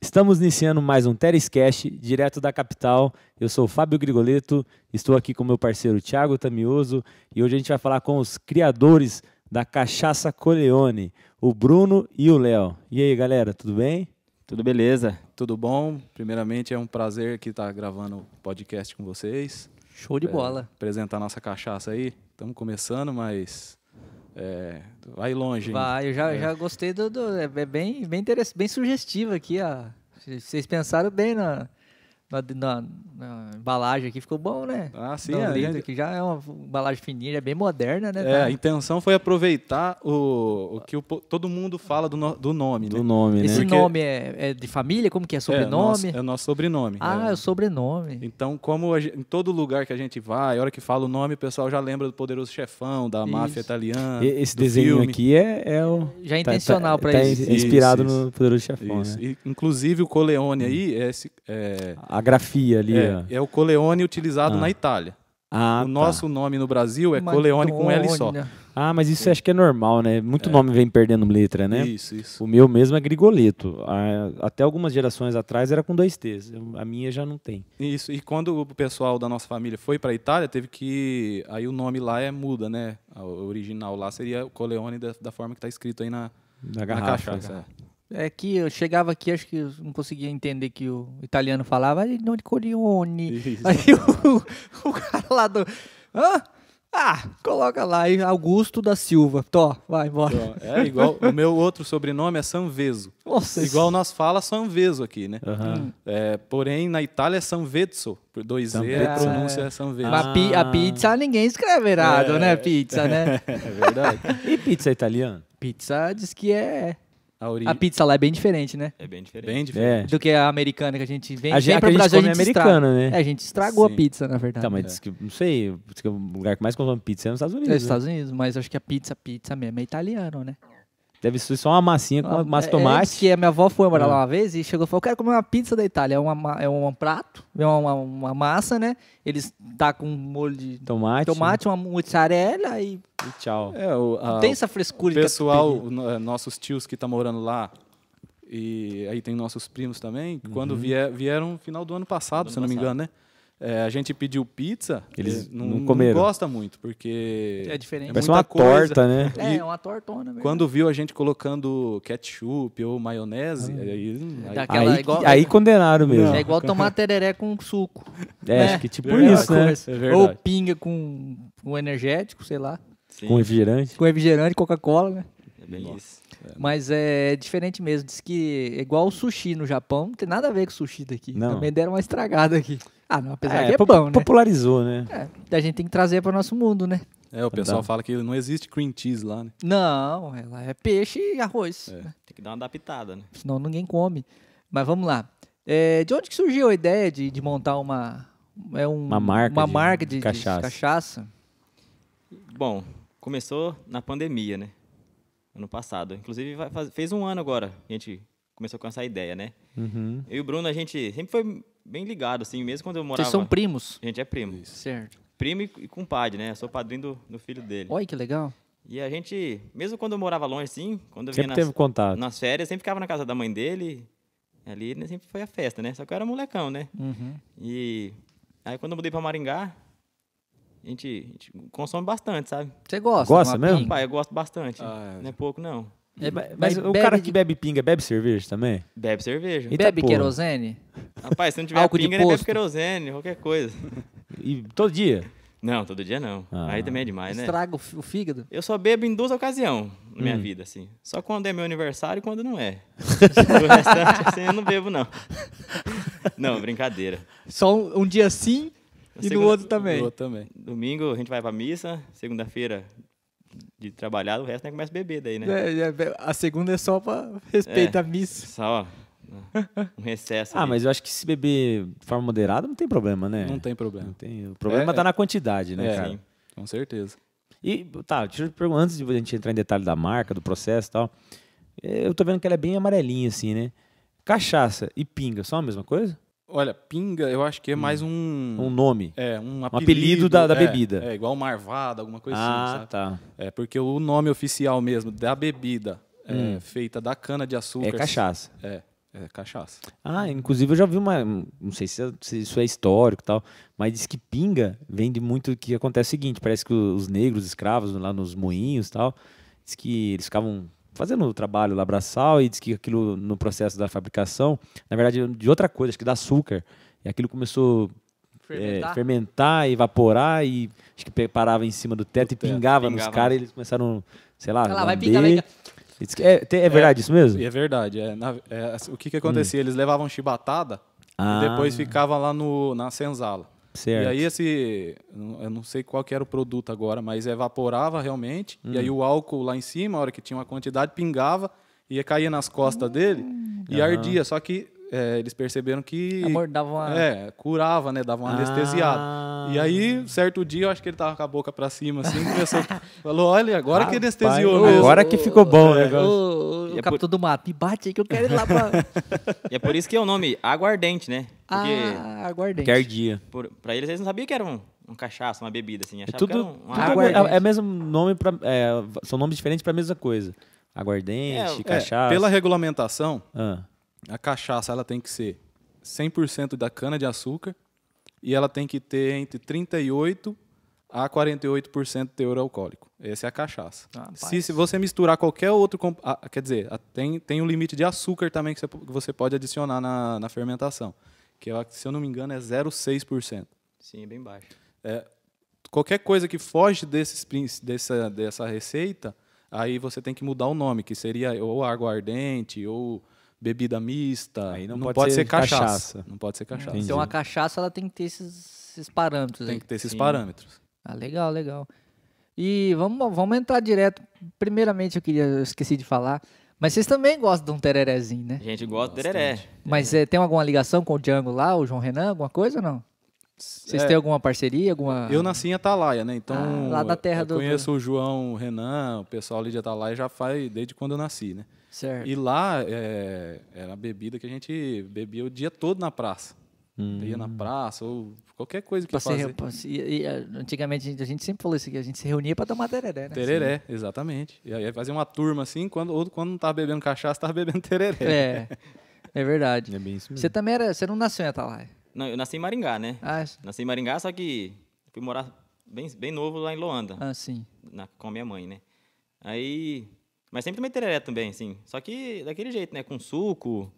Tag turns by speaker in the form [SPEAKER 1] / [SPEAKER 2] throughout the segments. [SPEAKER 1] Estamos iniciando mais um Terescast, direto da capital. Eu sou o Fábio Grigoleto, estou aqui com meu parceiro Thiago Tamioso e hoje a gente vai falar com os criadores da Cachaça Coleone, o Bruno e o Léo. E aí, galera, tudo bem?
[SPEAKER 2] Tudo beleza?
[SPEAKER 3] Tudo bom? Primeiramente, é um prazer aqui estar gravando o podcast com vocês.
[SPEAKER 2] Show de
[SPEAKER 3] É,
[SPEAKER 2] bola.
[SPEAKER 3] Apresentar nossa cachaça aí. Estamos começando, mas é, vai longe. hein?
[SPEAKER 4] Vai, eu já,
[SPEAKER 3] É.
[SPEAKER 4] já gostei do. do- é bem, bem, interess- bem sugestivo aqui, ó. C- Vocês pensaram bem na, na, na- na embalagem aqui, ficou bom, né?
[SPEAKER 3] Ah, sim,
[SPEAKER 4] Dá um
[SPEAKER 3] é,
[SPEAKER 4] litro,
[SPEAKER 3] gente-
[SPEAKER 4] que já é uma embalagem fininha, já é bem moderna, né?
[SPEAKER 3] É,
[SPEAKER 4] cara?
[SPEAKER 3] a intenção foi aproveitar o, o que o po- todo mundo fala do, no- do nome,
[SPEAKER 1] Do
[SPEAKER 3] né?
[SPEAKER 1] nome, né?
[SPEAKER 4] Esse
[SPEAKER 3] Porque-
[SPEAKER 4] nome é, é de família? Como que
[SPEAKER 3] É,
[SPEAKER 4] é?
[SPEAKER 3] nosso-
[SPEAKER 4] Sobrenome?
[SPEAKER 3] É o nosso sobrenome.
[SPEAKER 4] ah,
[SPEAKER 3] é.
[SPEAKER 4] é o sobrenome.
[SPEAKER 3] Então, como a gen- em todo lugar que a gente vai, a hora que fala o nome, o pessoal já lembra do Poderoso Chefão, da máfia italiana.
[SPEAKER 1] E- Esse
[SPEAKER 3] do
[SPEAKER 1] desenho
[SPEAKER 3] filme.
[SPEAKER 1] aqui é, é o.
[SPEAKER 4] Já é intencional pra
[SPEAKER 1] tá
[SPEAKER 4] isso.
[SPEAKER 1] in- inspirado
[SPEAKER 3] Isso,
[SPEAKER 1] no Poderoso Chefão,
[SPEAKER 3] Isso.
[SPEAKER 1] né?
[SPEAKER 3] E, inclusive, o Coleone aí é, esse- é,
[SPEAKER 1] A grafia ali, ó.
[SPEAKER 3] é, é o Coleone utilizado
[SPEAKER 1] Ah.
[SPEAKER 3] na Itália.
[SPEAKER 1] Ah,
[SPEAKER 3] o
[SPEAKER 1] tá.
[SPEAKER 3] nosso nome no Brasil é Coleone com L só.
[SPEAKER 4] Madonna.
[SPEAKER 1] Ah, mas isso eu acho que é normal, né? Muito nome vem perdendo letra, né?
[SPEAKER 3] Isso, isso.
[SPEAKER 1] O meu mesmo é Grigoleto. A- Até algumas gerações atrás era com dois T's. Eu- A minha já não tem.
[SPEAKER 3] Isso. E quando o pessoal da nossa família foi para Itália, teve que. Aí o nome lá é muda, né? O original lá seria o Coleone da, da forma que está escrito aí na,
[SPEAKER 1] Da
[SPEAKER 3] na
[SPEAKER 1] garrafa.
[SPEAKER 3] cachaça.
[SPEAKER 4] É que eu chegava aqui, acho que eu não conseguia entender que o italiano falava, "Ah, não de Corione.
[SPEAKER 3] Isso.
[SPEAKER 4] Aí o, o cara lá do. Hã? Ah, coloca lá, e Augusto da Silva. Tó, vai embora.
[SPEAKER 3] Então, É igual. o meu outro sobrenome é Sanveso.
[SPEAKER 4] Nossa, Hum.
[SPEAKER 3] Igual nós fala Sanveso aqui, né?
[SPEAKER 1] Aham.
[SPEAKER 3] É, porém, na Itália é Sanvezzo. por Dois Z, a
[SPEAKER 1] Sanvezzo.
[SPEAKER 3] pronúncia é Sanvezzo.
[SPEAKER 4] Mas pi-
[SPEAKER 1] Ah.
[SPEAKER 4] a pizza ninguém escreve errado, né? Pizza, né?
[SPEAKER 3] É verdade.
[SPEAKER 1] E pizza italiana?
[SPEAKER 4] Pizza diz que é.
[SPEAKER 3] A, origem
[SPEAKER 4] A pizza lá é bem diferente, né?
[SPEAKER 2] É bem diferente.
[SPEAKER 3] bem diferente.
[SPEAKER 1] É.
[SPEAKER 4] Do que a americana que a gente vem.
[SPEAKER 1] A gente-
[SPEAKER 4] vem
[SPEAKER 1] a que a
[SPEAKER 4] pro
[SPEAKER 1] gente
[SPEAKER 4] Brasil,
[SPEAKER 1] come é
[SPEAKER 4] estraga.
[SPEAKER 1] americana, né?
[SPEAKER 4] É, a gente estragou
[SPEAKER 3] Sim. É.
[SPEAKER 4] a pizza, na verdade.
[SPEAKER 1] Tá, mas diz que, não sei, diz que o lugar que mais consome pizza é nos Estados
[SPEAKER 4] É
[SPEAKER 1] Unidos.
[SPEAKER 4] dos
[SPEAKER 1] né?
[SPEAKER 4] Estados Unidos, mas acho que a pizza, pizza mesmo é italiano, né?
[SPEAKER 1] Deve ser só uma massinha com
[SPEAKER 4] Ah,
[SPEAKER 1] massa
[SPEAKER 4] é-
[SPEAKER 1] de
[SPEAKER 4] é isso
[SPEAKER 1] tomate.
[SPEAKER 4] que a minha avó foi morar
[SPEAKER 1] Ah.
[SPEAKER 4] lá uma vez e chegou e falou: Eu quero comer uma pizza da Itália. É, uma, ma- é um prato, é uma, uma massa, né? Eles tacam um molho de
[SPEAKER 1] Tomate. né?
[SPEAKER 4] tomate, uma mozzarella e
[SPEAKER 1] E tchau.
[SPEAKER 3] É, o, a-
[SPEAKER 1] Ah,
[SPEAKER 4] não tem essa frescura
[SPEAKER 3] o
[SPEAKER 4] de
[SPEAKER 3] pessoal, o no- é, nossos tios que estão morando lá, e aí tem nossos primos também, que
[SPEAKER 1] Uhum.
[SPEAKER 3] quando vier, vieram no final do ano passado, se eu não me engano, né? É, a gente pediu pizza,
[SPEAKER 1] Eles
[SPEAKER 3] eh,
[SPEAKER 1] não comeram.
[SPEAKER 3] gosta muito, porque...
[SPEAKER 4] É diferente.
[SPEAKER 1] Parece
[SPEAKER 3] muita
[SPEAKER 1] uma
[SPEAKER 3] coisa.
[SPEAKER 1] torta, né?
[SPEAKER 4] É,
[SPEAKER 3] E
[SPEAKER 4] é uma tortona mesmo.
[SPEAKER 3] Quando viu a gente colocando ketchup ou maionese,
[SPEAKER 1] Ah.
[SPEAKER 3] aí, tá aí-
[SPEAKER 4] Daqui- Aquela
[SPEAKER 1] Aí,
[SPEAKER 4] igual-
[SPEAKER 1] que- aí condenaram mesmo.
[SPEAKER 4] É igual tomar tereré com suco.
[SPEAKER 1] Ah. É,
[SPEAKER 4] né?
[SPEAKER 1] acho que tipo
[SPEAKER 3] Verdade.
[SPEAKER 1] isso, né?
[SPEAKER 3] É verdade.
[SPEAKER 4] Ou pinga com, com energético, sei lá.
[SPEAKER 2] Sim,
[SPEAKER 1] Com refrigerante.
[SPEAKER 4] Com refrigerante, Coca-Cola, né?
[SPEAKER 2] é bem isso.
[SPEAKER 4] Mas é diferente mesmo. Diz que é igual o sushi no Japão, não tem nada a ver com o sushi daqui.
[SPEAKER 1] Não.
[SPEAKER 4] Também deram uma estragada aqui. Ah, não, apesar
[SPEAKER 1] É,
[SPEAKER 4] que é
[SPEAKER 1] po-
[SPEAKER 4] pão, né?
[SPEAKER 1] popularizou, né?
[SPEAKER 4] É, a gente tem que trazer para o nosso mundo, né?
[SPEAKER 3] É, o pessoal
[SPEAKER 1] Tá.
[SPEAKER 3] fala que não existe cream cheese lá, né?
[SPEAKER 4] Não, ela é peixe e arroz.
[SPEAKER 1] É.
[SPEAKER 4] né?
[SPEAKER 2] Tem que dar uma adaptada, né?
[SPEAKER 4] Senão ninguém come. Mas vamos lá. É, de onde que surgiu a ideia de, de montar uma, é um-
[SPEAKER 1] Uma marca
[SPEAKER 4] uma
[SPEAKER 1] de-
[SPEAKER 4] marca
[SPEAKER 1] de
[SPEAKER 4] de, de
[SPEAKER 1] cachaça.
[SPEAKER 4] cachaça.
[SPEAKER 2] Bom, começou na pandemia, né? Ano passado. Inclusive, vai faz- fez um ano agora que a gente começou com essa ideia, né?
[SPEAKER 1] Uhum.
[SPEAKER 2] Eu e o Bruno, a gente sempre foi bem ligado, assim, mesmo quando eu morava...
[SPEAKER 4] Vocês são primos?
[SPEAKER 2] A gente é primo.
[SPEAKER 4] Certo.
[SPEAKER 2] Primo e e compadre, né? Eu sou padrinho do, do filho dele.
[SPEAKER 4] Olha que legal.
[SPEAKER 2] E a gente, mesmo quando eu morava longe, assim, quando eu vinha
[SPEAKER 1] Sempre
[SPEAKER 2] nas,
[SPEAKER 1] teve contato.
[SPEAKER 2] nas férias, sempre ficava na casa da mãe dele. Ali né, sempre foi a festa, né? Só que eu era molecão, né?
[SPEAKER 4] Uhum.
[SPEAKER 2] E aí quando eu mudei pra Maringá, a gente, a gente consome bastante, sabe?
[SPEAKER 4] Você gosta?
[SPEAKER 1] Gosta
[SPEAKER 4] de uma
[SPEAKER 1] mesmo?
[SPEAKER 4] pinga?
[SPEAKER 2] Pai, eu gosto bastante.
[SPEAKER 3] Ah, é.
[SPEAKER 2] Não é pouco, não.
[SPEAKER 4] É,
[SPEAKER 1] Mas,
[SPEAKER 4] mas
[SPEAKER 1] o
[SPEAKER 4] bebe
[SPEAKER 1] cara
[SPEAKER 4] de-
[SPEAKER 1] que bebe pinga bebe cerveja também?
[SPEAKER 2] Bebe cerveja.
[SPEAKER 1] Eita
[SPEAKER 4] Bebe
[SPEAKER 1] porra.
[SPEAKER 4] querosene?
[SPEAKER 2] Rapaz, se não tiver
[SPEAKER 4] Álcool de
[SPEAKER 2] pinga, ele bebe
[SPEAKER 4] posto.
[SPEAKER 2] querosene, qualquer coisa.
[SPEAKER 1] E todo dia?
[SPEAKER 2] Não, todo dia não.
[SPEAKER 1] Ah.
[SPEAKER 2] Aí também é demais, né?
[SPEAKER 4] Estraga o f- o fígado?
[SPEAKER 2] Eu só bebo em duas ocasiões na
[SPEAKER 4] Hum.
[SPEAKER 2] minha vida, assim. Só quando é meu aniversário e quando não é. o restante, assim, eu não bebo, não. Não, brincadeira.
[SPEAKER 4] Só um, um dia sim
[SPEAKER 2] Na
[SPEAKER 4] e no
[SPEAKER 2] segunda-
[SPEAKER 4] outro também.
[SPEAKER 3] Eu também.
[SPEAKER 2] Domingo a gente vai pra missa, segunda-feira de trabalhar, o resto a gente começa a beber daí, né?
[SPEAKER 4] É, é, a segunda é só pra
[SPEAKER 1] É.
[SPEAKER 4] respeitar a missa.
[SPEAKER 2] Só um recesso.
[SPEAKER 1] Ah,
[SPEAKER 2] ali.
[SPEAKER 1] mas eu acho que se beber de forma moderada não tem problema, né?
[SPEAKER 3] Não tem
[SPEAKER 1] Não
[SPEAKER 3] problema.
[SPEAKER 1] tem. O problema
[SPEAKER 3] É,
[SPEAKER 1] tá na quantidade, né,
[SPEAKER 3] É,
[SPEAKER 1] cara?
[SPEAKER 2] sim.
[SPEAKER 3] com certeza.
[SPEAKER 1] E, tá, deixa eu te perguntar, antes de a gente entrar em detalhe da marca, do processo e tal, eh, eu tô vendo que ela é bem amarelinha, assim, né? Cachaça e pinga, são a mesma coisa?
[SPEAKER 3] Olha, pinga, eu acho que é mais um...
[SPEAKER 1] Hum. Um nome?
[SPEAKER 3] É, um apelido,
[SPEAKER 1] apelido da- da
[SPEAKER 3] é,
[SPEAKER 1] bebida.
[SPEAKER 3] É, igual marvada, alguma coisa assim,
[SPEAKER 1] ah,
[SPEAKER 3] sabe?
[SPEAKER 1] tá.
[SPEAKER 3] É, porque o nome oficial mesmo da bebida é, feita da cana de açúcar.
[SPEAKER 1] É Hum. cachaça.
[SPEAKER 3] É, É cachaça.
[SPEAKER 1] Ah, inclusive eu já vi uma. Não sei se, se isso é histórico e tal, mas diz que pinga vem de muito que acontece é o seguinte: parece que os negros escravos lá nos moinhos e tal, diz que eles ficavam fazendo o trabalho lá braçal e diz que aquilo no processo da fabricação, na verdade de outra coisa, acho que da açúcar, e aquilo começou é, fermentar,
[SPEAKER 4] Fermentar.
[SPEAKER 1] evaporar e acho que pe- parava em cima do teto e
[SPEAKER 3] teto,
[SPEAKER 1] pingava,
[SPEAKER 2] pingava.
[SPEAKER 1] nos caras e eles começaram, sei lá,
[SPEAKER 4] Olha lá, vai
[SPEAKER 1] lamber.
[SPEAKER 4] pingar, vai pingar.
[SPEAKER 1] E diz que- é, te- é verdade isso mesmo?
[SPEAKER 3] E é verdade. é, na- é, assim, o que, que acontecia? Eles levavam chibatada
[SPEAKER 1] Hum. Ah,
[SPEAKER 3] e depois ficava lá no, na senzala.
[SPEAKER 1] certo.
[SPEAKER 3] E aí esse, eu não sei qual que era o produto agora, mas evaporava realmente, e
[SPEAKER 1] Hum.
[SPEAKER 3] aí o álcool lá em cima, a hora que tinha uma quantidade, pingava, e caía nas costas dele, e
[SPEAKER 1] Aham.
[SPEAKER 3] ardia, só que é, eles perceberam que...
[SPEAKER 4] Amor, dava uma-
[SPEAKER 3] É, curava, né, dava uma
[SPEAKER 1] Ah.
[SPEAKER 3] anestesiada. E aí, certo dia, eu acho que ele tava com a boca pra cima, assim, começou, falou, olha, agora que
[SPEAKER 1] Rapaz,
[SPEAKER 3] anestesiou mesmo.
[SPEAKER 1] Agora que ficou bom o
[SPEAKER 4] Ô,
[SPEAKER 1] negócio.
[SPEAKER 4] ô,
[SPEAKER 2] E é
[SPEAKER 4] o capitão do mato, me bate aí que eu quero ir lá pra...
[SPEAKER 2] E é por isso que é o nome aguardente, né? Porque
[SPEAKER 4] ah, aguardente.
[SPEAKER 1] Que ardia.
[SPEAKER 2] por, pra eles, eles não sabiam que era um, um cachaça, uma bebida, assim.
[SPEAKER 1] É
[SPEAKER 2] Achavam
[SPEAKER 1] tudo,
[SPEAKER 2] que era
[SPEAKER 1] tudo
[SPEAKER 2] um, uma
[SPEAKER 1] é-
[SPEAKER 2] água.
[SPEAKER 4] aguardente.
[SPEAKER 1] é, mesmo nome para são nomes diferentes para a mesma coisa. Aguardente,
[SPEAKER 2] É, é,
[SPEAKER 3] É,
[SPEAKER 1] cachaça.
[SPEAKER 3] pela regulamentação,
[SPEAKER 1] Ah,
[SPEAKER 3] a cachaça ela tem que ser 100% da cana de açúcar e ela tem que ter entre 38 a 48% teor alcoólico. Essa é a cachaça.
[SPEAKER 4] Rapaz.
[SPEAKER 3] Se, se você misturar qualquer outro, comp- ah, quer dizer, a- tem tem um limite de açúcar também que você, que você pode adicionar na, na fermentação, que eu ac- se eu não me engano é 0,6%.
[SPEAKER 2] Sim, é bem baixo.
[SPEAKER 3] Qualquer coisa que foge desses, princ- dessa, dessa receita, aí você tem que mudar o nome, que seria ou aguardente ou bebida mista.
[SPEAKER 1] Aí não
[SPEAKER 3] não,
[SPEAKER 1] pode
[SPEAKER 3] pode,
[SPEAKER 1] ser
[SPEAKER 3] ser, cachaça.
[SPEAKER 1] cachaça.
[SPEAKER 3] Não pode ser cachaça.
[SPEAKER 1] Entendi.
[SPEAKER 4] Então a cachaça ela tem que ter esses, esses parâmetros
[SPEAKER 3] Tem
[SPEAKER 4] aí.
[SPEAKER 3] que ter esses
[SPEAKER 2] Sim.
[SPEAKER 3] parâmetros.
[SPEAKER 4] Ah, legal, legal. E vamos, vamos entrar direto. Primeiramente, eu queria, eu esqueci de falar, mas vocês também gostam de um tererezinho, né?
[SPEAKER 2] A gente gosta de
[SPEAKER 1] É.
[SPEAKER 2] tereré.
[SPEAKER 4] Mas eh, tem alguma ligação com o Django lá, o João Renan, alguma coisa ou não? Vocês
[SPEAKER 3] É,
[SPEAKER 4] têm alguma parceria, alguma...
[SPEAKER 3] Eu nasci em Atalaia, né? Então.
[SPEAKER 4] Ah, lá da terra
[SPEAKER 3] eu
[SPEAKER 4] do-
[SPEAKER 3] Conheço o João, o Renan, o pessoal ali de Atalaia já faz desde quando eu nasci, né?
[SPEAKER 4] Certo.
[SPEAKER 3] E lá é, era a bebida que a gente bebia o dia todo na praça.
[SPEAKER 1] Hum.
[SPEAKER 3] Ia na praça ou qualquer coisa que
[SPEAKER 4] Pra se
[SPEAKER 3] fazer.
[SPEAKER 4] re- pra se- e- e, eh, antigamente, a gente- a gente sempre falou isso aqui, a gente se reunia pra tomar tereré, né?
[SPEAKER 3] Tereré, exatamente. E aí fazia uma turma assim, quando, ou quando não tava bebendo cachaça, tava bebendo tereré.
[SPEAKER 4] É, é verdade.
[SPEAKER 1] é bem isso mesmo.
[SPEAKER 4] Você também era... Você não nasceu em Atalaia?
[SPEAKER 2] Não, eu nasci em Maringá, né?
[SPEAKER 4] Ah,
[SPEAKER 2] Nasci em Maringá, só que fui morar bem, bem novo lá em Loanda,
[SPEAKER 4] ah, sim.
[SPEAKER 2] na- com a minha mãe, né? Aí. Mas sempre tomei tereré também, assim. Só que daquele jeito, né? Com suco,